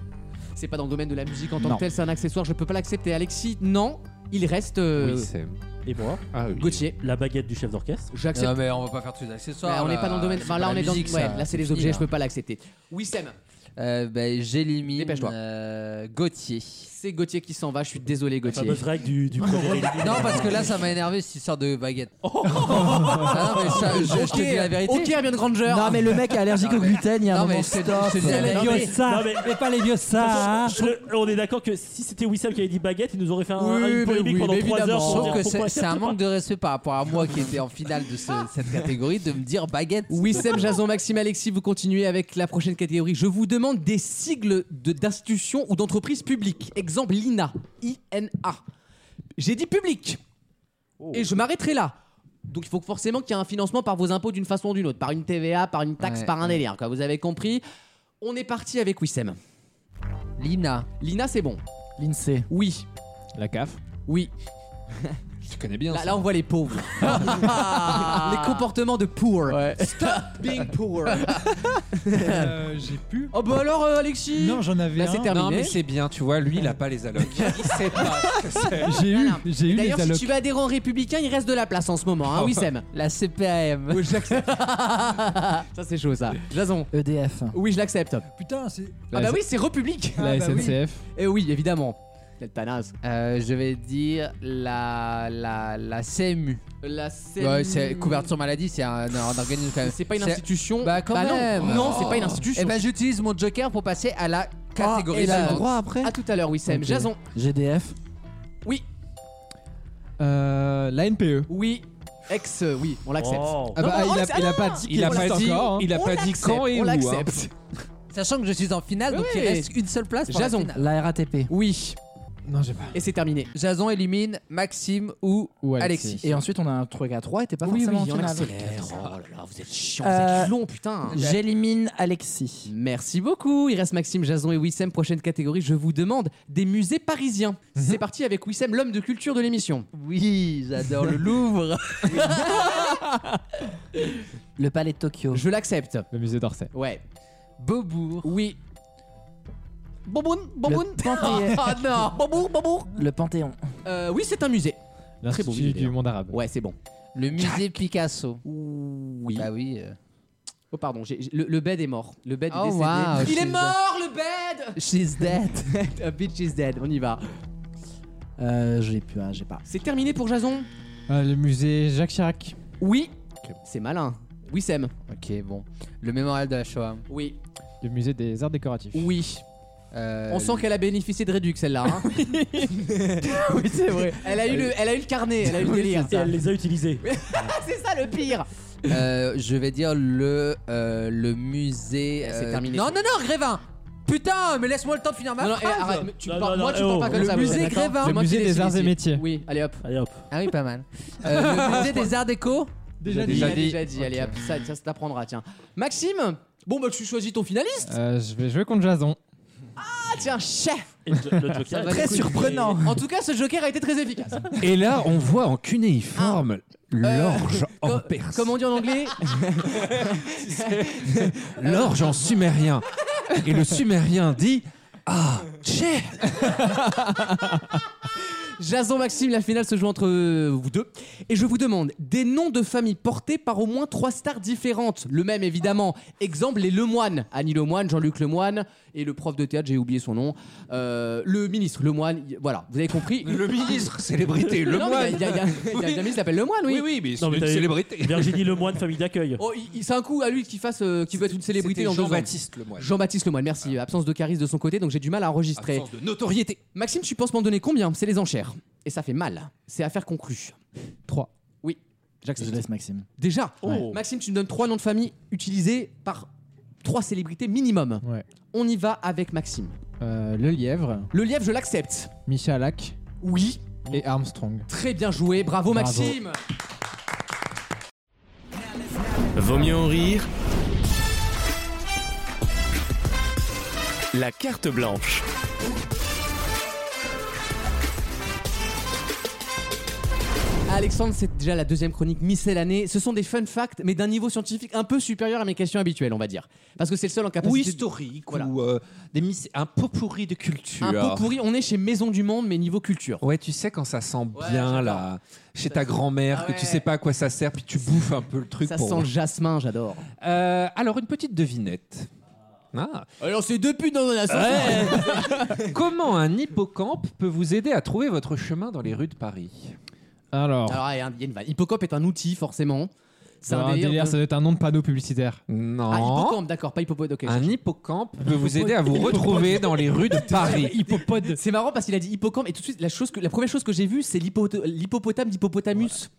C'est pas dans le domaine de la musique en tant
Non.
que tel, c'est un accessoire, je peux pas l'accepter. Alexis, non, il reste euh,
Oui, c'est.
Et moi,
Ah oui.
Gauthier.
la baguette du chef d'orchestre.
J'accepte.
mais on va pas faire tous les
Bah,
accessoires.
on n'est pas dans le domaine. Enfin, là, on est dans. ouais, là, c'est les objets, je peux pas l'accepter. Oui, Sam,
hein. Euh, ben, J'élimine
Dépêche-toi.
euh, Gauthier.
c'est Gauthier qui s'en va. Je suis désolé,
La
Gauthier.
fameuse règle du,
[laughs]
du premier éliminé.
Non, parce que là, ça m'a énervé cette histoire de baguette. Ah, non, mais ça, je, je te dis la vérité.
Oh. Ok, Hermione Granger.
Non, mais le mec est allergique
Non,
au
mais-
gluten, il y a un
Non,
moment
mais je te-
stop.
je te dis la
Les
Non,
vieux
mais-
ça.
non, mais-
Mais pas les vieux ça.
Le- on est d'accord que si c'était Wissam qui avait dit baguette, il nous aurait fait un,
Oui,
une
mais
polémique
oui,
pendant
mais
3 heures.
évidemment.
pour
Sauf
dire
que
pourquoi
c'est c'est un manque de respect par rapport à moi qui était en finale de ce- cette catégorie de me dire baguette.
Oui,
[laughs]
Sam, Jason, Maxime, Alexis, vous continuez avec la prochaine catégorie. Je vous demande des sigles de- d'institutions ou d'entreprises publiques. Exemple, l'INA. I-N-A. J'ai dit public.
Oh.
Et je m'arrêterai là. Donc il faut forcément qu'il y ait un financement par vos impôts d'une façon ou d'une autre, par une TVA, par une taxe,
Ouais,
par un délire. Quoi. Vous avez compris On est parti avec Wissem.
Lina.
L'INA, c'est bon.
L'INSEE.
Oui,
La CAF.
oui.
Tu connais bien
Là,
ça.
là, on voit les
[laughs]
pauvres. Ah. les comportements de poor. Stop being poor.
Euh, J'ai pu.
Oh bah alors, euh, Alexis
Non, j'en avais
Là, c'est
un.
terminé.
Non,
[laughs]
mais c'est bien, tu vois, lui, il a pas les allocs. [laughs] il sait pas.
J'ai eu,
Voilà.
j'ai eu les
D'ailleurs, si
allocs.
tu vas adhérer en républicain, il reste de la place en ce moment, hein, oui, Sam
La CPAM.
Ça, c'est chaud, ça. Jason
EDF.
Oui, je l'accepte.
Putain, c'est.
Ah
La
bah
S-
oui, c'est Republique
La
Ah bah oui.
[laughs]
SNCF.
Eh oui, évidemment. Quelle tanasse.
Euh, je vais dire la, la, la CMU.
La CM...
Ouais, c'est couverture maladie, c'est un, un organisme quand même.
C'est pas une
C'est-
institution.
Bah, quand
non.
même.
Non, c'est pas une
Eh
institution.
ben, j'utilise mon joker pour passer à la
Ah,
catégorie
et là, le
suivante.
droit après
À tout à l'heure, oui, Sam.
Ok.
Jason
GDF.
Euh, la NPE.
Oui. Ex, euh, oui, on l'accepte.
Oh.
Ah
Non,
bah,
non,
il, a,
c'est-
il a pas dit.
Il a
qu'il
pas
existe
dit,
encore, hein.
il a
On
pas dit
l'accepte,
quand et
on
où. hein.
l'accepte.
Sachant que je suis en finale, donc
Oui.
il reste une seule place pour la
Jason.
finale.
La RATP.
Oui,
Non, j'ai pas.
et c'est terminé.
Jason élimine Maxime ou
Ou Alexis.
Alexis.
Et ensuite, on a un truc à 3 et t'es pas
oui, oui,
forcément en
on
finale.
accélère. Oh là là, vous êtes chiant, vous
Euh,
êtes long, putain. hein.
J'élimine Alexis.
Merci beaucoup. Il reste Maxime, Jason et Wissem. Prochaine catégorie, je vous demande des musées parisiens. C'est parti avec Wissem, l'homme de culture de l'émission.
Oui, j'adore
[laughs]
le Louvre.
Le Palais de Tokyo.
Je l'accepte.
Le musée d'Orsay.
Ouais.
Beaubourg.
Oui. Boboun, boboun.
Le Panthéon.
Ah non, bobour, bobour.
Le Panthéon.
Euh, oui, c'est un musée. bon
L'Institut
musée,
du monde arabe.
Ouais, c'est bon.
Le musée Picasso.
Oui.
Bah oui. euh.
Oh, pardon, j'ai- j'ai- le, le bed est mort. Le bed
Oh,
est décédé.
wow,
Il est
she's
mort, le bed
She's dead.
A bitch is dead. [laughs] On y va.
Euh, j'ai pu, ah, j'ai pas.
C'est terminé pour Jason
Euh, le musée Jacques Chirac.
Oui. C'est malin. Wissem
ok, bon. Le mémorial de la Shoah.
Oui.
Le musée des arts décoratifs.
Oui.
Euh,
On sent qu'elle a bénéficié de Redux, celle-là. hein. [laughs] oui, c'est vrai. Elle a, eu le, elle a eu le carnet, elle a eu le délire. Ah,
Et elle les a utilisés.
C'est ça le pire.
euh, je vais dire le, euh, le musée.
Eh, c'est
euh,
terminé.
Non, non, non, Grévin Putain, mais laisse-moi le temps de finir ma
Non, non, eh,
phrase.
arrête, mais tu
Non,
parles-
non,
moi,
non,
tu
eh,
parles
oh.
pas comme
Le
ça.
musée
Wissem, d'accord
Grévin.
C'est
le
moi qui
musée
l'ai
des arts et
sollicité.
métiers.
Oui, allez hop.
Allez hop.
Ah oui, pas mal. Euh,
[laughs]
le musée des arts déco.
Déjà
dit.
dit. Déjà dit, allez hop. Ça, ça, ça t'apprendra, tiens. Maxime Bon, bah, tu choisis ton finaliste.
Euh, je vais jouer contre Jason.
Ah, tiens, chef
Et le, le Joker, il-
Très surprenant. En tout cas, ce Joker a été très efficace.
Et là, on voit en cunéiforme Euh, [laughs] l'orge en
Co- Comme on dit en anglais
L'orge en sumérien. Et le sumérien dit Ah, tché
Jason Maxime, la finale se joue entre euh, vous deux. Et je vous demande des noms de familles portés par au moins trois stars différentes. Le même, évidemment. Exemple, les Lemoine. Annie Lemoine, Jean-Luc Lemoine et le prof de théâtre, j'ai oublié son nom. Euh, le ministre Lemoine. y- Voilà, vous avez compris.
Le ministre, célébrité,
Non, mais
Lemoine.
Il y a, il y a- il y a- il y a un ministre qui s'appelle Lemoine, oui.
Oui, oui, mais
Non, mais t'as eu Virginie Lemoine, famille d'accueil.
Oh, il- il- c'est un coup à lui qui fasse, euh, qui veut être une célébrité
c'était
dans deux ans.
Jean-Baptiste Lemoine.
Jean-Baptiste Lemoine, merci. Absence de charisme de son côté, donc j'ai du mal à enregistrer.
Absence de notoriété.
Maxime, tu penses m'en donner combien C'est les enchères. Et ça fait mal. C'est affaire conclue.
3.
Oui.
Je laisse Maxime.
Déjà, Oh.
Ouais.
Maxime, tu me donnes trois noms de famille utilisés par trois célébrités minimum. On y va avec Maxime.
Euh, le lièvre,
Le lièvre, je l'accepte.
Michel Lac
Oui.
et Armstrong.
Très bien joué, bravo,
Bravo.
Maxime.
Vaut mieux en rire. La carte blanche.
Alexandre, c'est déjà la deuxième chronique miscellanée. Ce sont des fun facts, mais d'un niveau scientifique un peu supérieur à mes questions habituelles, on va dire. Parce que c'est le seul en
Ou
capacité.
historique, ou euh, des mis- un pot pourri de culture.
Un pot pourri, on est chez Maison du Monde, mais niveau culture.
Ouais, tu sais quand ça sent bien là, chez ta grand-mère, que tu sais pas à quoi ça sert, puis tu bouffes un peu le truc.
Ça
pour-
sent le jasmin, j'adore.
Euh, alors une petite devinette. Ah.
Alors c'est deux putes dans un [laughs]
Comment un hippocampe peut vous aider à trouver votre chemin dans les rues de Paris
Alors,
Alors, il y a un- il y a une vanne. Hippocampe est un outil, forcément. C'est
alors,
un
un
délire.
délire,
de-
ça doit être un nom de panneau publicitaire.
Non.
Ah, hippocampe, d'accord, pas hippopode, ok.
Un hippocampe peut vous aider à vous retrouver dans
[laughs]
les rues de Paris.
Hippopode. C'est marrant parce qu'il a dit hippocampe et tout de suite la chose que la première chose que j'ai vue c'est l'hippote- l'hippopotame d'hippopotamus.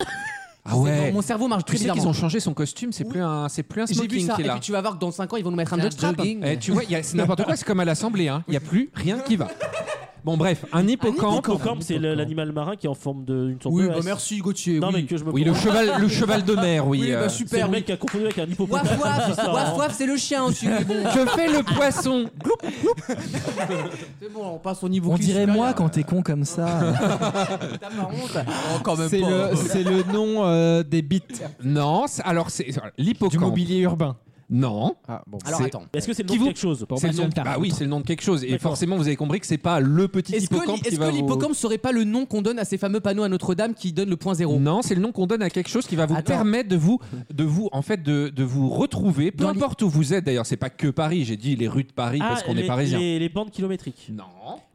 Ah ouais.
C'est- Mon cerveau marche
Tu
très
sais
bizarrement.
qu'ils ont changé son costume, c'est plus un, c'est plus un
J'ai vu
smoking
ça
qui
et
est là.
puis tu vas voir que dans 5 ans ils vont nous mettre un jockstrap.
Eh, tu vois, il y a- c'est [laughs] n'importe quoi, c'est comme à l'Assemblée, hein. il n'y a plus rien qui va. Bon, bref, un hippocampe.
Hippocampe, c'est le-
[laughs]
l'animal marin qui est en forme d'une sorte
Oui,
de.
bah
S.
merci, Gauthier,
Non,
oui.
mais que je me
Oui, le
comprends.
cheval- le cheval de mer, oui, Oui, bah, euh.
C'est
super,
le
oui.
mec qui a confondu avec un hippopotame.
Waf waf,
c'est ça,
waf
hein.
waf, c'est le chien aussi. mais bon.
Je fais le poisson.
C'est bon, [laughs] on passe au niveau.
On
cuisse
dirait
supérieur.
moi quand t'es con comme ça.
[laughs]
[laughs]
T'as pas honte Oh, quand même
C'est
pas.
le, c'est le nom euh, des bites.
Non, c'est- alors c'est alors, l'hippocampe.
Du mobilier urbain.
Non.
Alors,
C'est-
attends.
Est-ce que c'est le
Qui
nom de
vous-
quelque chose
C'est le nom- bah oui, c'est le nom de quelque chose. Et forcément, vous avez compris que c'est pas le petit
Est-ce que,
hippocampe
l'hi-
qui
est-ce
va
que
vous-
l'hippocampe serait pas le nom qu'on donne à ces fameux panneaux à Notre-Dame qui donnent le point zéro
Non, c'est le nom qu'on donne à quelque chose qui va vous
Attends.
permettre de vous, de vous, en fait, de, de vous retrouver, peu importe où vous êtes. D'ailleurs, c'est pas que Paris. J'ai dit les rues de Paris parce
Ah,
qu'on
les-
est parisien.
Les, les bandes kilométriques.
Non.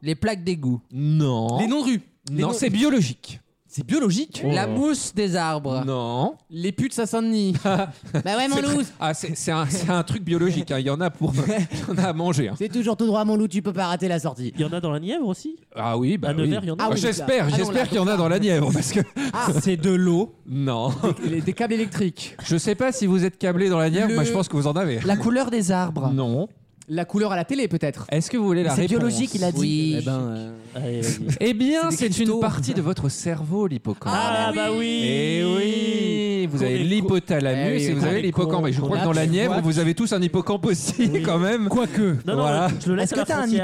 Les plaques d'égout.
Non.
Les noms de rue. Les
Non,
noms-
c'est biologique.
C'est biologique.
Oh.
La mousse des arbres.
Non.
Les putes à
[laughs]
Saint-Denis. bah ouais, mon
C'est
loup.
très- Ah, c'est c'est un, c'est un truc biologique. hein. Il y en
[laughs]
a pour, il y en a à manger. hein.
C'est toujours tout droit, mon loup, tu peux pas rater la sortie.
Il y en a dans la Nièvre aussi
Ah oui, bah
À
oui.
Nevers, il y en a.
Ah oui, ah
j'espère,
non, là, Ah.
j'espère qu'il y en a dans la Nièvre parce que [laughs]
C'est de l'eau.
non.
Des, des câbles électriques.
Je sais pas si vous êtes câblé dans la Nièvre,
Le-
mais je pense que vous en avez.
La couleur des arbres.
Non.
La couleur à la télé, peut-être.
Est-ce que vous voulez la
C'est
réponse
biologique, il a dit.
Oui. Eh ben, euh,
Allez, vas-y.
[laughs] Eh bien,
C'est des
c'est une
cristaux.
partie de votre cerveau, l'hippocampe.
Ah, bah oui
Eh oui, vous avez
Qu'on est
Eh oui,
l'hypothalamus et vous
qu'on
avez
est
l'hippocampe. Et je
con,
crois
qu'on
que dans
a-
la
tu
Nièvre,
vois.
vous avez tous un hippocampe aussi, quand même.
Quoique.
Non, non,
Voilà.
je le laisse
Est-ce
à
que
la
t'as un
frontière.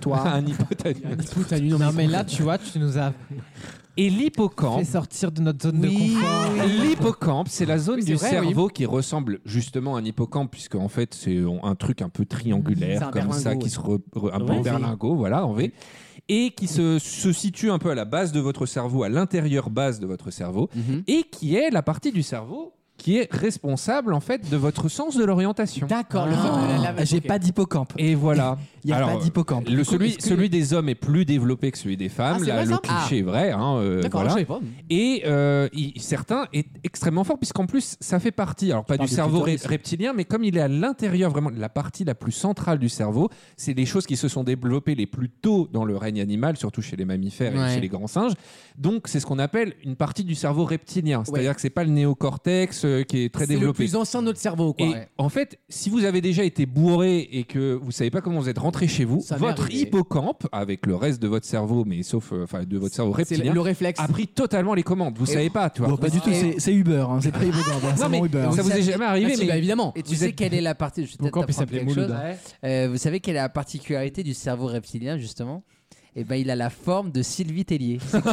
[laughs]
toi
Un hypothalamus.
Non, mais là, tu vois, tu nous as
Et
fait
l'hippocampe.
sortir de notre zone de confort.
[laughs] L'hippocampe, c'est la zone
Oui, c'est
du
vrai,
cerveau qui ressemble justement à un hippocampe, puisque en fait, c'est un truc un peu
C'est un
triangulaire, comme ça,
berlingot, Ah
qui se re- re- un
Ouais.
peu berlingot, voilà, en V, et qui se, se situe un peu à la base de votre cerveau, à l'intérieur base de votre cerveau,
Mhm.
et qui est la partie du cerveau qui est responsable en fait de votre sens de l'orientation.
D'accord, le
Ah.
fameux- la- la-
J'ai
ok.
pas d'hippocampe.
Et voilà.
[laughs] Il y a
Alors,
pas d'hippocampe.
Le celui,
Est-ce que-
celui des hommes est plus développé que celui des femmes.
Ah, c'est
là,
vrai,
le
ça
cliché est vrai. hein, euh,
D'accord,
voilà.
je savais pas.
Et euh, il- certains est extrêmement fort, puisqu'en plus, ça fait partie, alors pas du
parles du
cerveau
clitoris.
re- reptilien, mais comme il est à l'intérieur, vraiment, de la partie la plus centrale du cerveau, c'est les choses qui se sont développées les plus tôt dans le règne animal, surtout chez les mammifères
Ouais.
et chez les grands singes. Donc, c'est ce qu'on appelle une partie du cerveau reptilien, c'est-à-dire
Ouais.
que c'est pas le néocortex euh, qui est très
C'est le
développé.
plus ancien de notre cerveau, quoi.
Et en fait, si vous avez déjà été bourré et que vous savez pas comment vous êtes rentrez chez vous,
Ça m'est
votre
arrivé.
hippocampe, avec le reste de votre cerveau, mais sauf euh, enfin de votre cerveau
C'est
reptilien,
le réflexe.
a pris totalement les commandes. Vous
Et-
savez pas, tu vois.
Bon, pas du tout, c'est c'est Uber, hein, c'est pas Uber, hein, c'est
Non, mais
vraiment Uber.
ça vous est jamais
Ah,
arrivé, mais
Et tu sais quelle est la partie. Je vais peut-être
Mon corps, il
t'apprendre
s'appelait
quelque chose.
Mouloud, hein.
Euh, Vous savez quelle est la particularité du cerveau reptilien, justement Eh ben, il a la forme de Sylvie [laughs] Tellier. C'est-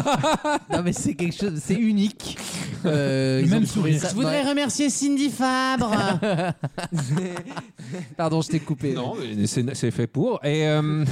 non, mais c'est quelque chose. C'est [laughs] unique. Euh, ils ont trouvé ça-
Je voudrais
Ouais.
remercier Cindy Fabre.
Euh,
Pardon, je t'ai coupé.
Non, [laughs] mais c'est c'est fait pour. Et euh,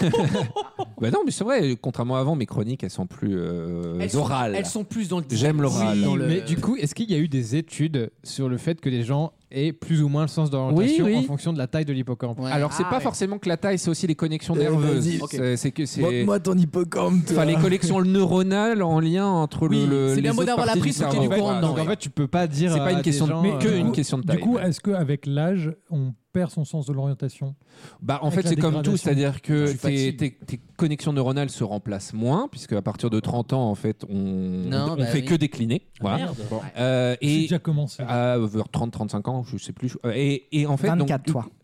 [laughs] bah non, mais c'est vrai. Contrairement à avant, mes chroniques, elles sont plus euh,
Elles sont-
orales.
elles sont plus dans le-
J'aime l'oral.
Oui, dans le-
Mais du coup, est-ce qu'il y a eu des études sur le fait que les gens aient plus ou moins le sens d'orientation
Oui, oui.
en fonction de la taille de l'hippocampe
Alors
Ah
c'est pas forcément que la taille, c'est aussi les connexions
Euh,
nerveuses.
vas-y.
C'est- C'est que c'est.
Montre-moi ton hippocampe. toi.
Enfin, les
[laughs]
connexions neuronales en lien entre le-
Oui,
le.
c'est
euh, les
bien
autres
beau d'avoir
parties
la prise,
du
faut qu'il y ait du
cerveau.
courant
Voilà.
dedans.
Donc, en fait,
tu peux pas dire.
C'est pas
à
une
des
question de-
gens,
mais
euh,
que une question de taille.
Du coup, est-ce qu'avec l'âge, on perd son sens de l'orientation
Bah, en
Avec
fait,
la
c'est comme tout,
dégradation.
c'est-à-dire que
Tu
tes,
fatigues.
tes- tes connexions neuronales se remplacent moins, puisque à partir de 30 ans, en fait, on,
Non,
on
bah
fait
oui.
que décliner.
Ah,
Voilà.
merde. Bon.
Euh,
J'ai
et
déjà commencé.
À euh, vers 30, 35 ans, je sais plus. Euh, Et, et en fait, donc,
24, toi.
[laughs]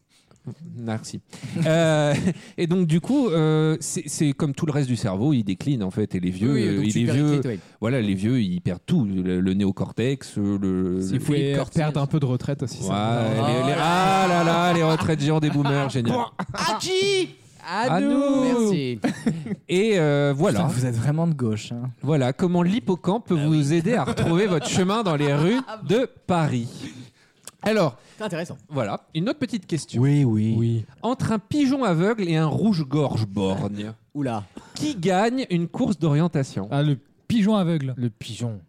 Merci. Euh, et donc du coup, euh, c'est c'est comme tout le reste du cerveau, il décline en fait. Et les vieux,
Oui,
euh,
donc
et
tu
les
perds
vieux,
les clés, ouais.
voilà, les vieux, ils perdent tout, le, le néocortex, euh, le.
Il
le-
faut
les-
perdre un peu de retraite aussi.
Ouais, les-
Oh.
les- ah là là, les retraites géants des boomers, génial.
À qui
À nous.
Ah, Merci.
Et euh, voilà.
Putain, vous êtes vraiment de gauche. hein.
Voilà comment l'hippocampe peut
Ah
vous aider à
[laughs]
retrouver votre chemin dans les rues de Paris. Alors,
C'est intéressant.
voilà, une autre petite question. Oui, oui. Entre un pigeon aveugle et un rouge-gorge borgne,
Oula.
qui gagne une course d'orientation
Ah, le pigeon aveugle.
Le pigeon.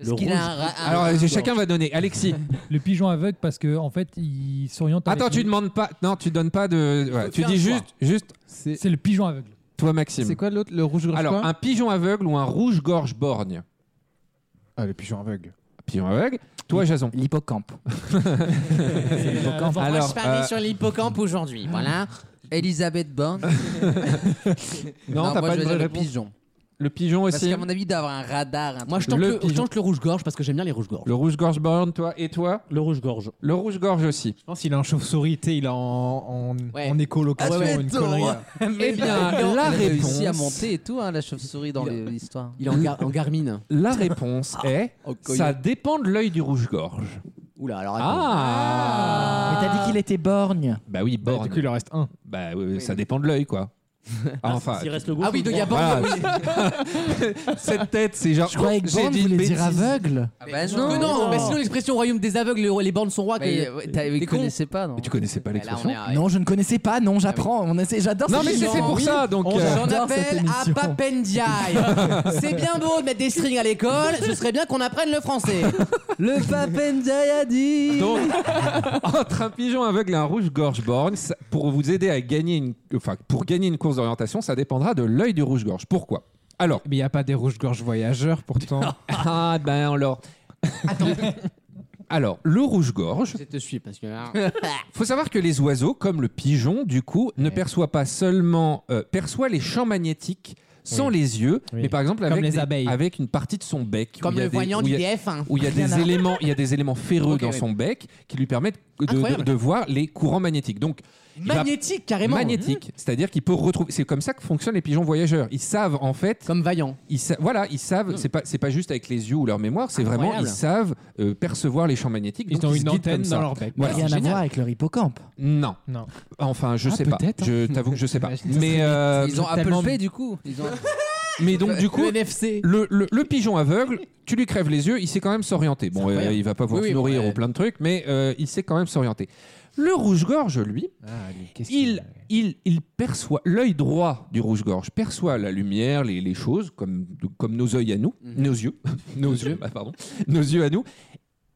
Le qu'il a rouge. un ra- un
Alors,
rouge-gorge.
chacun va donner.
[laughs]
Alexis.
[laughs] Le pigeon aveugle, parce que en fait, il s'oriente. avec
Attends, tu
les-
demandes pas. Non, tu donnes pas de. voilà, tu
faire un
dis
choix.
juste, juste.
C'est le pigeon aveugle.
Toi, Maxime.
C'est
quoi l'autre, le rouge-gorge
Alors,
quoi
un pigeon aveugle ou un rouge-gorge borgne
Ah, le pigeon aveugle.
Pigeon aveugle. Toi, Jason. [laughs]
L'hippocampe.
Alors,
l'hippocampe.
moi, je parlais
euh,
sur l'hippocampe
[laughs]
aujourd'hui. Voilà.
Elisabeth Bain.
Non,
Non,
t'as
moi,
pas de bonne
je vais dire le
réponse.
pigeon.
Le pigeon
Parce
aussi.
qu'à mon avis, d'avoir un radar. un
Moi, je tente
truc.
Le
le, je
pigeon.
tente le rouge-gorge parce que j'aime bien les rouges-gorges.
Le rouge-gorge borgne, toi. Et toi
Le rouge-gorge.
Le rouge-gorge aussi.
Je pense qu'il est en chauve-souris, tu sais, il est en, en,
Ouais.
en écolocation,
Ah ouais,
une
attends.
[laughs] connerie.
[laughs] Mais
Eh bien, la
non, elle a réussi à
réponse-
monter et tout, hein, la chauve-souris dans les- l'histoire.
Il est en, gar- en Garmin.
La réponse
[laughs]
est
Oh, coyote.
ça dépend de l'œil du rouge-gorge.
Oula, alors attends.
Ah,
Mais t'as dit qu'il était borgne.
Bah oui, borgne.
du coup, il en reste un.
Bah oui, ça dépend de l'œil quoi. Ah, enfin,
S'il reste le gauche.
Ah oui, donc il y a
Voilà.
Borgne. oui.
[laughs] cette tête, c'est genre. oh,
Je croyais que
j'ai
borgne
dit une
voulait dire
bêtise.
aveugle.
Ah bah
Non, mais non, mais sinon l'expression royaume des aveugles, les- les bornes sont
Bah,
rois.
Mais,
que- Bah
euh, ouais, t'as-
des
Vous
cons.
connaissez pas, non
Mais tu connaissais pas
Mais là,
l'expression
on est à-
Non, je ne connaissais pas, non,
Ah
j'apprends. On essaie- J'adore
Non,
cette
mais c'est
émission.
fait pour ça donc.
On
euh,
adore
J'en
cette
appelle à
émission.
[laughs]
Papendiaï. C'est bien beau de mettre des strings à l'école, ce serait bien qu'on apprenne le français.
Le Papendiaï a dit
Donc, [laughs] entre un pigeon aveugle et un rouge-gorge borgne, ça- pour vous aider à gagner une, enfin, pour gagner une course d'orientation, ça dépendra de l'œil du rouge-gorge. Pourquoi Alors,
Mais il n'y a pas des rouges-gorges voyageurs
[laughs]
pourtant.
ah ben alors. [laughs] Alors, le rouge-gorge,
Je te suis parce que hein. là,
[laughs] faut savoir que les oiseaux, comme le pigeon, du coup, ne perçoivent pas seulement, euh, perçoit les champs magnétiques sans les yeux,
Oui.
mais par exemple
Comme
avec,
les
des-
abeilles.
avec une partie de son bec. où
comme
il y a
le
des-
voyant
où
du
il
hein.
y a-
DF1.
où il y a des éléments, il y a des éléments ferreux
Ok,
dans
ouais.
son bec qui lui permettent de, de-
Incroyable.
de voir les courants magnétiques. Donc, il va-
Magnétique, carrément. Mmh.
magnétique, c'est-à-dire qu'il peut retrouver. C'est comme ça que fonctionnent les pigeons voyageurs. Ils savent en fait.
Comme vaillant.
Ils sa- voilà, ils savent. C'est pas, c'est pas juste avec les yeux ou leur mémoire. C'est vraiment
Incroyable.
ils savent euh, percevoir les champs magnétiques.
Ils
donc
ont
se
une
guident comme
antenne
ça.
dans leur
ben,
bec.
Voilà,
Bah, Rien
c'est
à
génial.
voir avec leur hippocampe.
Non.
Non.
Enfin, je
Ah,
sais pas.
peut-être, hein.
Je t'avoue que je sais pas.
Imagine, ça
mais
serait
euh,
Ils ont
tellement-
Apple Pay du coup.
[laughs]
Ils ont...
mais donc du coup.
Le NFC.
Le, le- le pigeon aveugle, tu lui crèves les yeux, il sait quand même s'orienter. Bon,
incroyable.
euh, il va pas pouvoir
Oui,
se
oui,
nourrir
bon, ouais.
ou plein de trucs, mais euh, il sait quand même s'orienter. Le rouge-gorge, lui, il, il, il perçoit, l'œil droit du rouge-gorge perçoit la lumière, les, les choses, comme, comme nos yeux à nous, nos yeux, [laughs] nos yeux, ah, pardon, nos yeux à nous.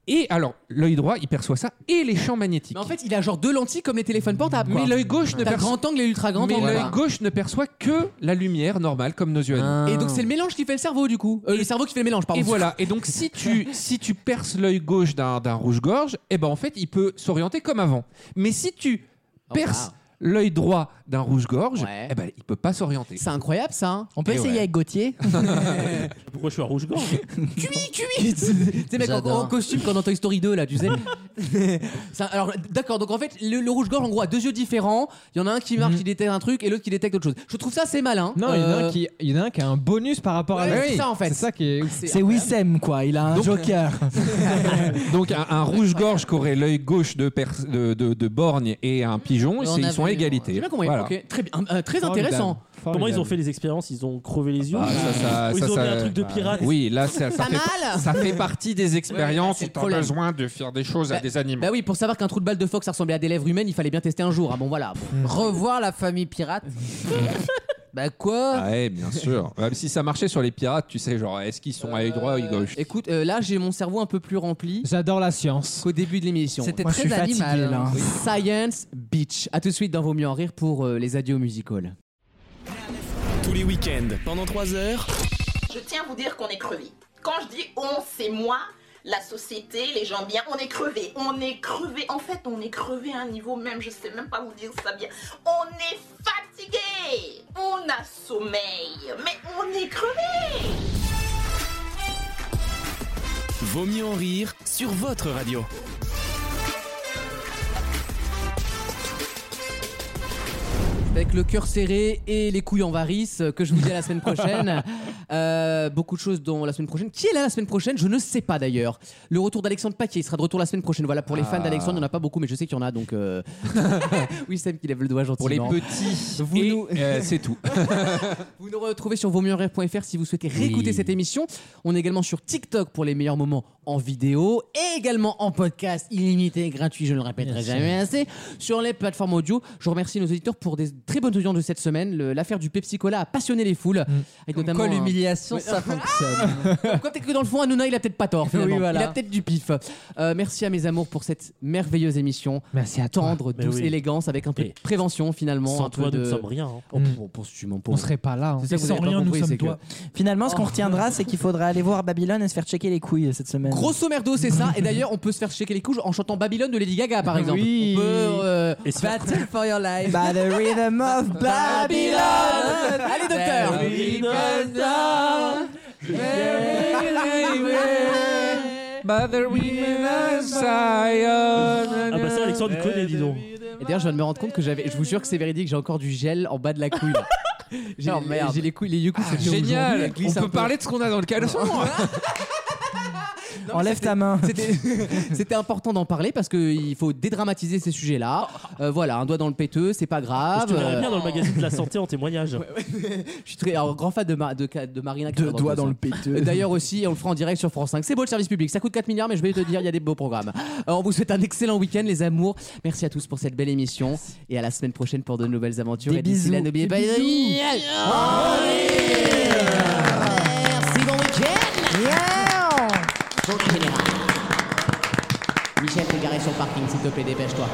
Et alors, l'œil droit, il perçoit ça et les champs magnétiques.
Mais en fait, il a genre deux lentilles comme les téléphones portables.
Mais
quoi.
l'œil gauche ne
T'as
perçoit
grand angle et ultra grand
mais
angle.
l'œil gauche ne perçoit que la lumière normale comme nos yeux à nous.
Et donc c'est le mélange qui fait le cerveau du coup. Euh, le cerveau qui fait le mélange, Ah. pardon.
Et voilà. Et donc,
[laughs]
si tu, si tu perces l'œil gauche d'un d'un rouge-gorge, eh ben, en fait, il peut s'orienter comme avant. Mais si tu
Oh,
perces l'œil droit d'un rouge-gorge, eh ben, il peut pas s'orienter.
C'est incroyable ça. hein.
On
peut essayer
[laughs]
avec
Gauthier.
Pourquoi je suis à rouge-gorge
Cui, cui Tu sais, mec, en,
J'adore.
en costume, quand dans Toy Story 2, là, tu sais. Ça- alors, d'accord, donc en fait, le, le rouge-gorge, en gros, a deux yeux différents. Il y en a un qui marque, qui détecte un truc, et l'autre qui détecte autre chose. Je trouve ça, c'est malin.
[laughs] Non, il y en a
Euh,
un qui- il y en a un qui a un bonus par rapport à
Ouais,
l'autre.
c'est ça, en fait.
C'est euh, ça qui est.
C'est-
C'est Wissem, quoi. Il a un
Donc-
joker.
Donc un, un rouge-gorge qui aurait l'œil gauche de, pers- de, de- de borgne et un pigeon,
On
c'est-
a
ils sont à
vu,
égalité.
J'ai bien compris.
Voilà.
Ok, Très, bien, euh, très intéressant.
Comment ils ont fait les expériences Ils ont crevé les yeux
Ah, ça, ça-
Ou Ils
ça,
ont mis
ça-
un truc de pirate
Oui, là, ça, ça
Pas
fait,
mal.
ça fait partie des expériences
Ouais, c'est
où
le
t'as
problème.
besoin de faire des choses à des animaux.
Bah oui, pour savoir qu'un trou de balle de phoque, ça ressemblait à des lèvres humaines, il fallait bien tester un jour. Ah bon, voilà. Bon.
Revoir la famille
[laughs]
pirate. bah quoi
Ah ouais, bien sûr. Même si ça marchait sur les pirates, tu sais, genre, est-ce qu'ils sont à œil droit ou œil gauche
Écoute, euh, là, j'ai mon cerveau un peu plus rempli.
J'adore la science.
Qu'au début de l'émission.
C'était Moi, je très suis animal, fatigué, là. hein.
Science Beach. À tout de suite dans Vaut mieux en rire pour
[laughs]
euh, les adieux au musical.
Tous les week-ends, pendant 3 heures.
Je tiens à vous dire qu'on est crevé. Quand je dis on, c'est moi, la société, les gens bien, on est crevé. On est crevé. En fait, on est crevé à un niveau même, je sais même pas vous dire ça bien. On est fatigué. On a sommeil. Mais on est crevé.
Vaut mieux en rire sur votre radio.
Avec le cœur serré et les couilles en varice, euh, que je vous dis à la semaine prochaine. Euh, beaucoup de choses dont la semaine prochaine. Qui est là la semaine prochaine Je ne sais pas d'ailleurs. Le retour d'Alexandre Paquet il sera de retour la semaine prochaine. Voilà, pour les fans
Ah.
d'Alexandre, il n'y en a pas beaucoup, mais je sais qu'il y en a donc. euh, oui, Sam qui lève le doigt
Pour les
gentiment.
petits,
Vous
et,
nous-
euh, c'est
[laughs]
tout.
[laughs] Vous nous retrouvez sur vosmieuxenrire.fr si vous souhaitez réécouter cette émission. On est également sur TikTok pour les meilleurs moments en vidéo et également en podcast illimité et gratuit, je ne le répéterai
Merci.
jamais assez, sur les plateformes audio. Je remercie nos auditeurs pour des très bonnes audiences de cette semaine. Le- L'affaire du Pepsi Cola a passionné les foules.
Mm.
Avec notamment
quoi,
un- [laughs]
l'humiliation,
Ouais.
ça fonctionne.
Comme quoi, peut-être que dans le fond, Hanouna, il a peut-être pas
[laughs]
tort. finalement.
Oui, voilà.
Il a peut-être du pif. Euh, merci à mes amours pour cette merveilleuse émission.
Merci à toi.
Tendre,
Mais
douce
oui.
élégance avec un peu de prévention finalement.
sans
un peu
toi,
de-
nous ne sommes rien, hein.
[laughs] Oh,
Mm.
pauvre, pauvre, tu m'en pauvre.
hmm. On serait pas là, hein.
C'est ça que vous
Sans
avez pas
rien, nous
compris,
sommes
c'est que- Oh.
toi.
Finalement, ce qu'on retiendra, c'est qu'il faudra aller voir Babylone et se faire checker les couilles cette semaine.
Grosso merdo, c'est ça. Et d'ailleurs, on peut se faire checker les couches en chantant Babylone de Lady Gaga, par exemple.
Oui.
On peut. euh,
Et si-
Battle for your life.
By the rhythm of Eh Babylon.
Allez, docteur.
Ah bah ça, bah Alexandre, il connaît, dis donc.
Et d'ailleurs, je viens de me rendre compte que j'avais. Je vous jure que c'est véridique, j'ai encore du gel en bas de la couille. là. J'ai
Oh, merde.
j'ai les couilles, les yeux c'est
Génial On peut parler de ce qu'on a dans le caleçon
Enlève ta main.
C'était- [laughs] C'était important d'en parler parce qu'il faut dédramatiser ces sujets-là. Euh, voilà, un doigt dans le péteux, c'est pas grave.
Je te verrais
Euh,
bien dans le magazine de la santé en
[laughs]
témoignage.
Je suis très alors, grand fan de, ma- de, ca- de Marina.
Deux
Carrère
doigts
tout
dans
ça.
le péteux.
Euh, D'ailleurs aussi, on le fera en direct sur France 5. C'est beau le service public, ça coûte 4 milliards, mais je vais te dire, il y a des beaux programmes. Alors, on vous souhaite un excellent week-end, les amours. Merci à tous pour cette belle émission et à la semaine prochaine pour de nouvelles aventures.
Des
et d'ici là,
bisous.
n'oubliez
Des
pas.
bisous.
Merci, bon week-end. Michel, t'es garé sur le parking, s'il te plaît, dépêche-toi.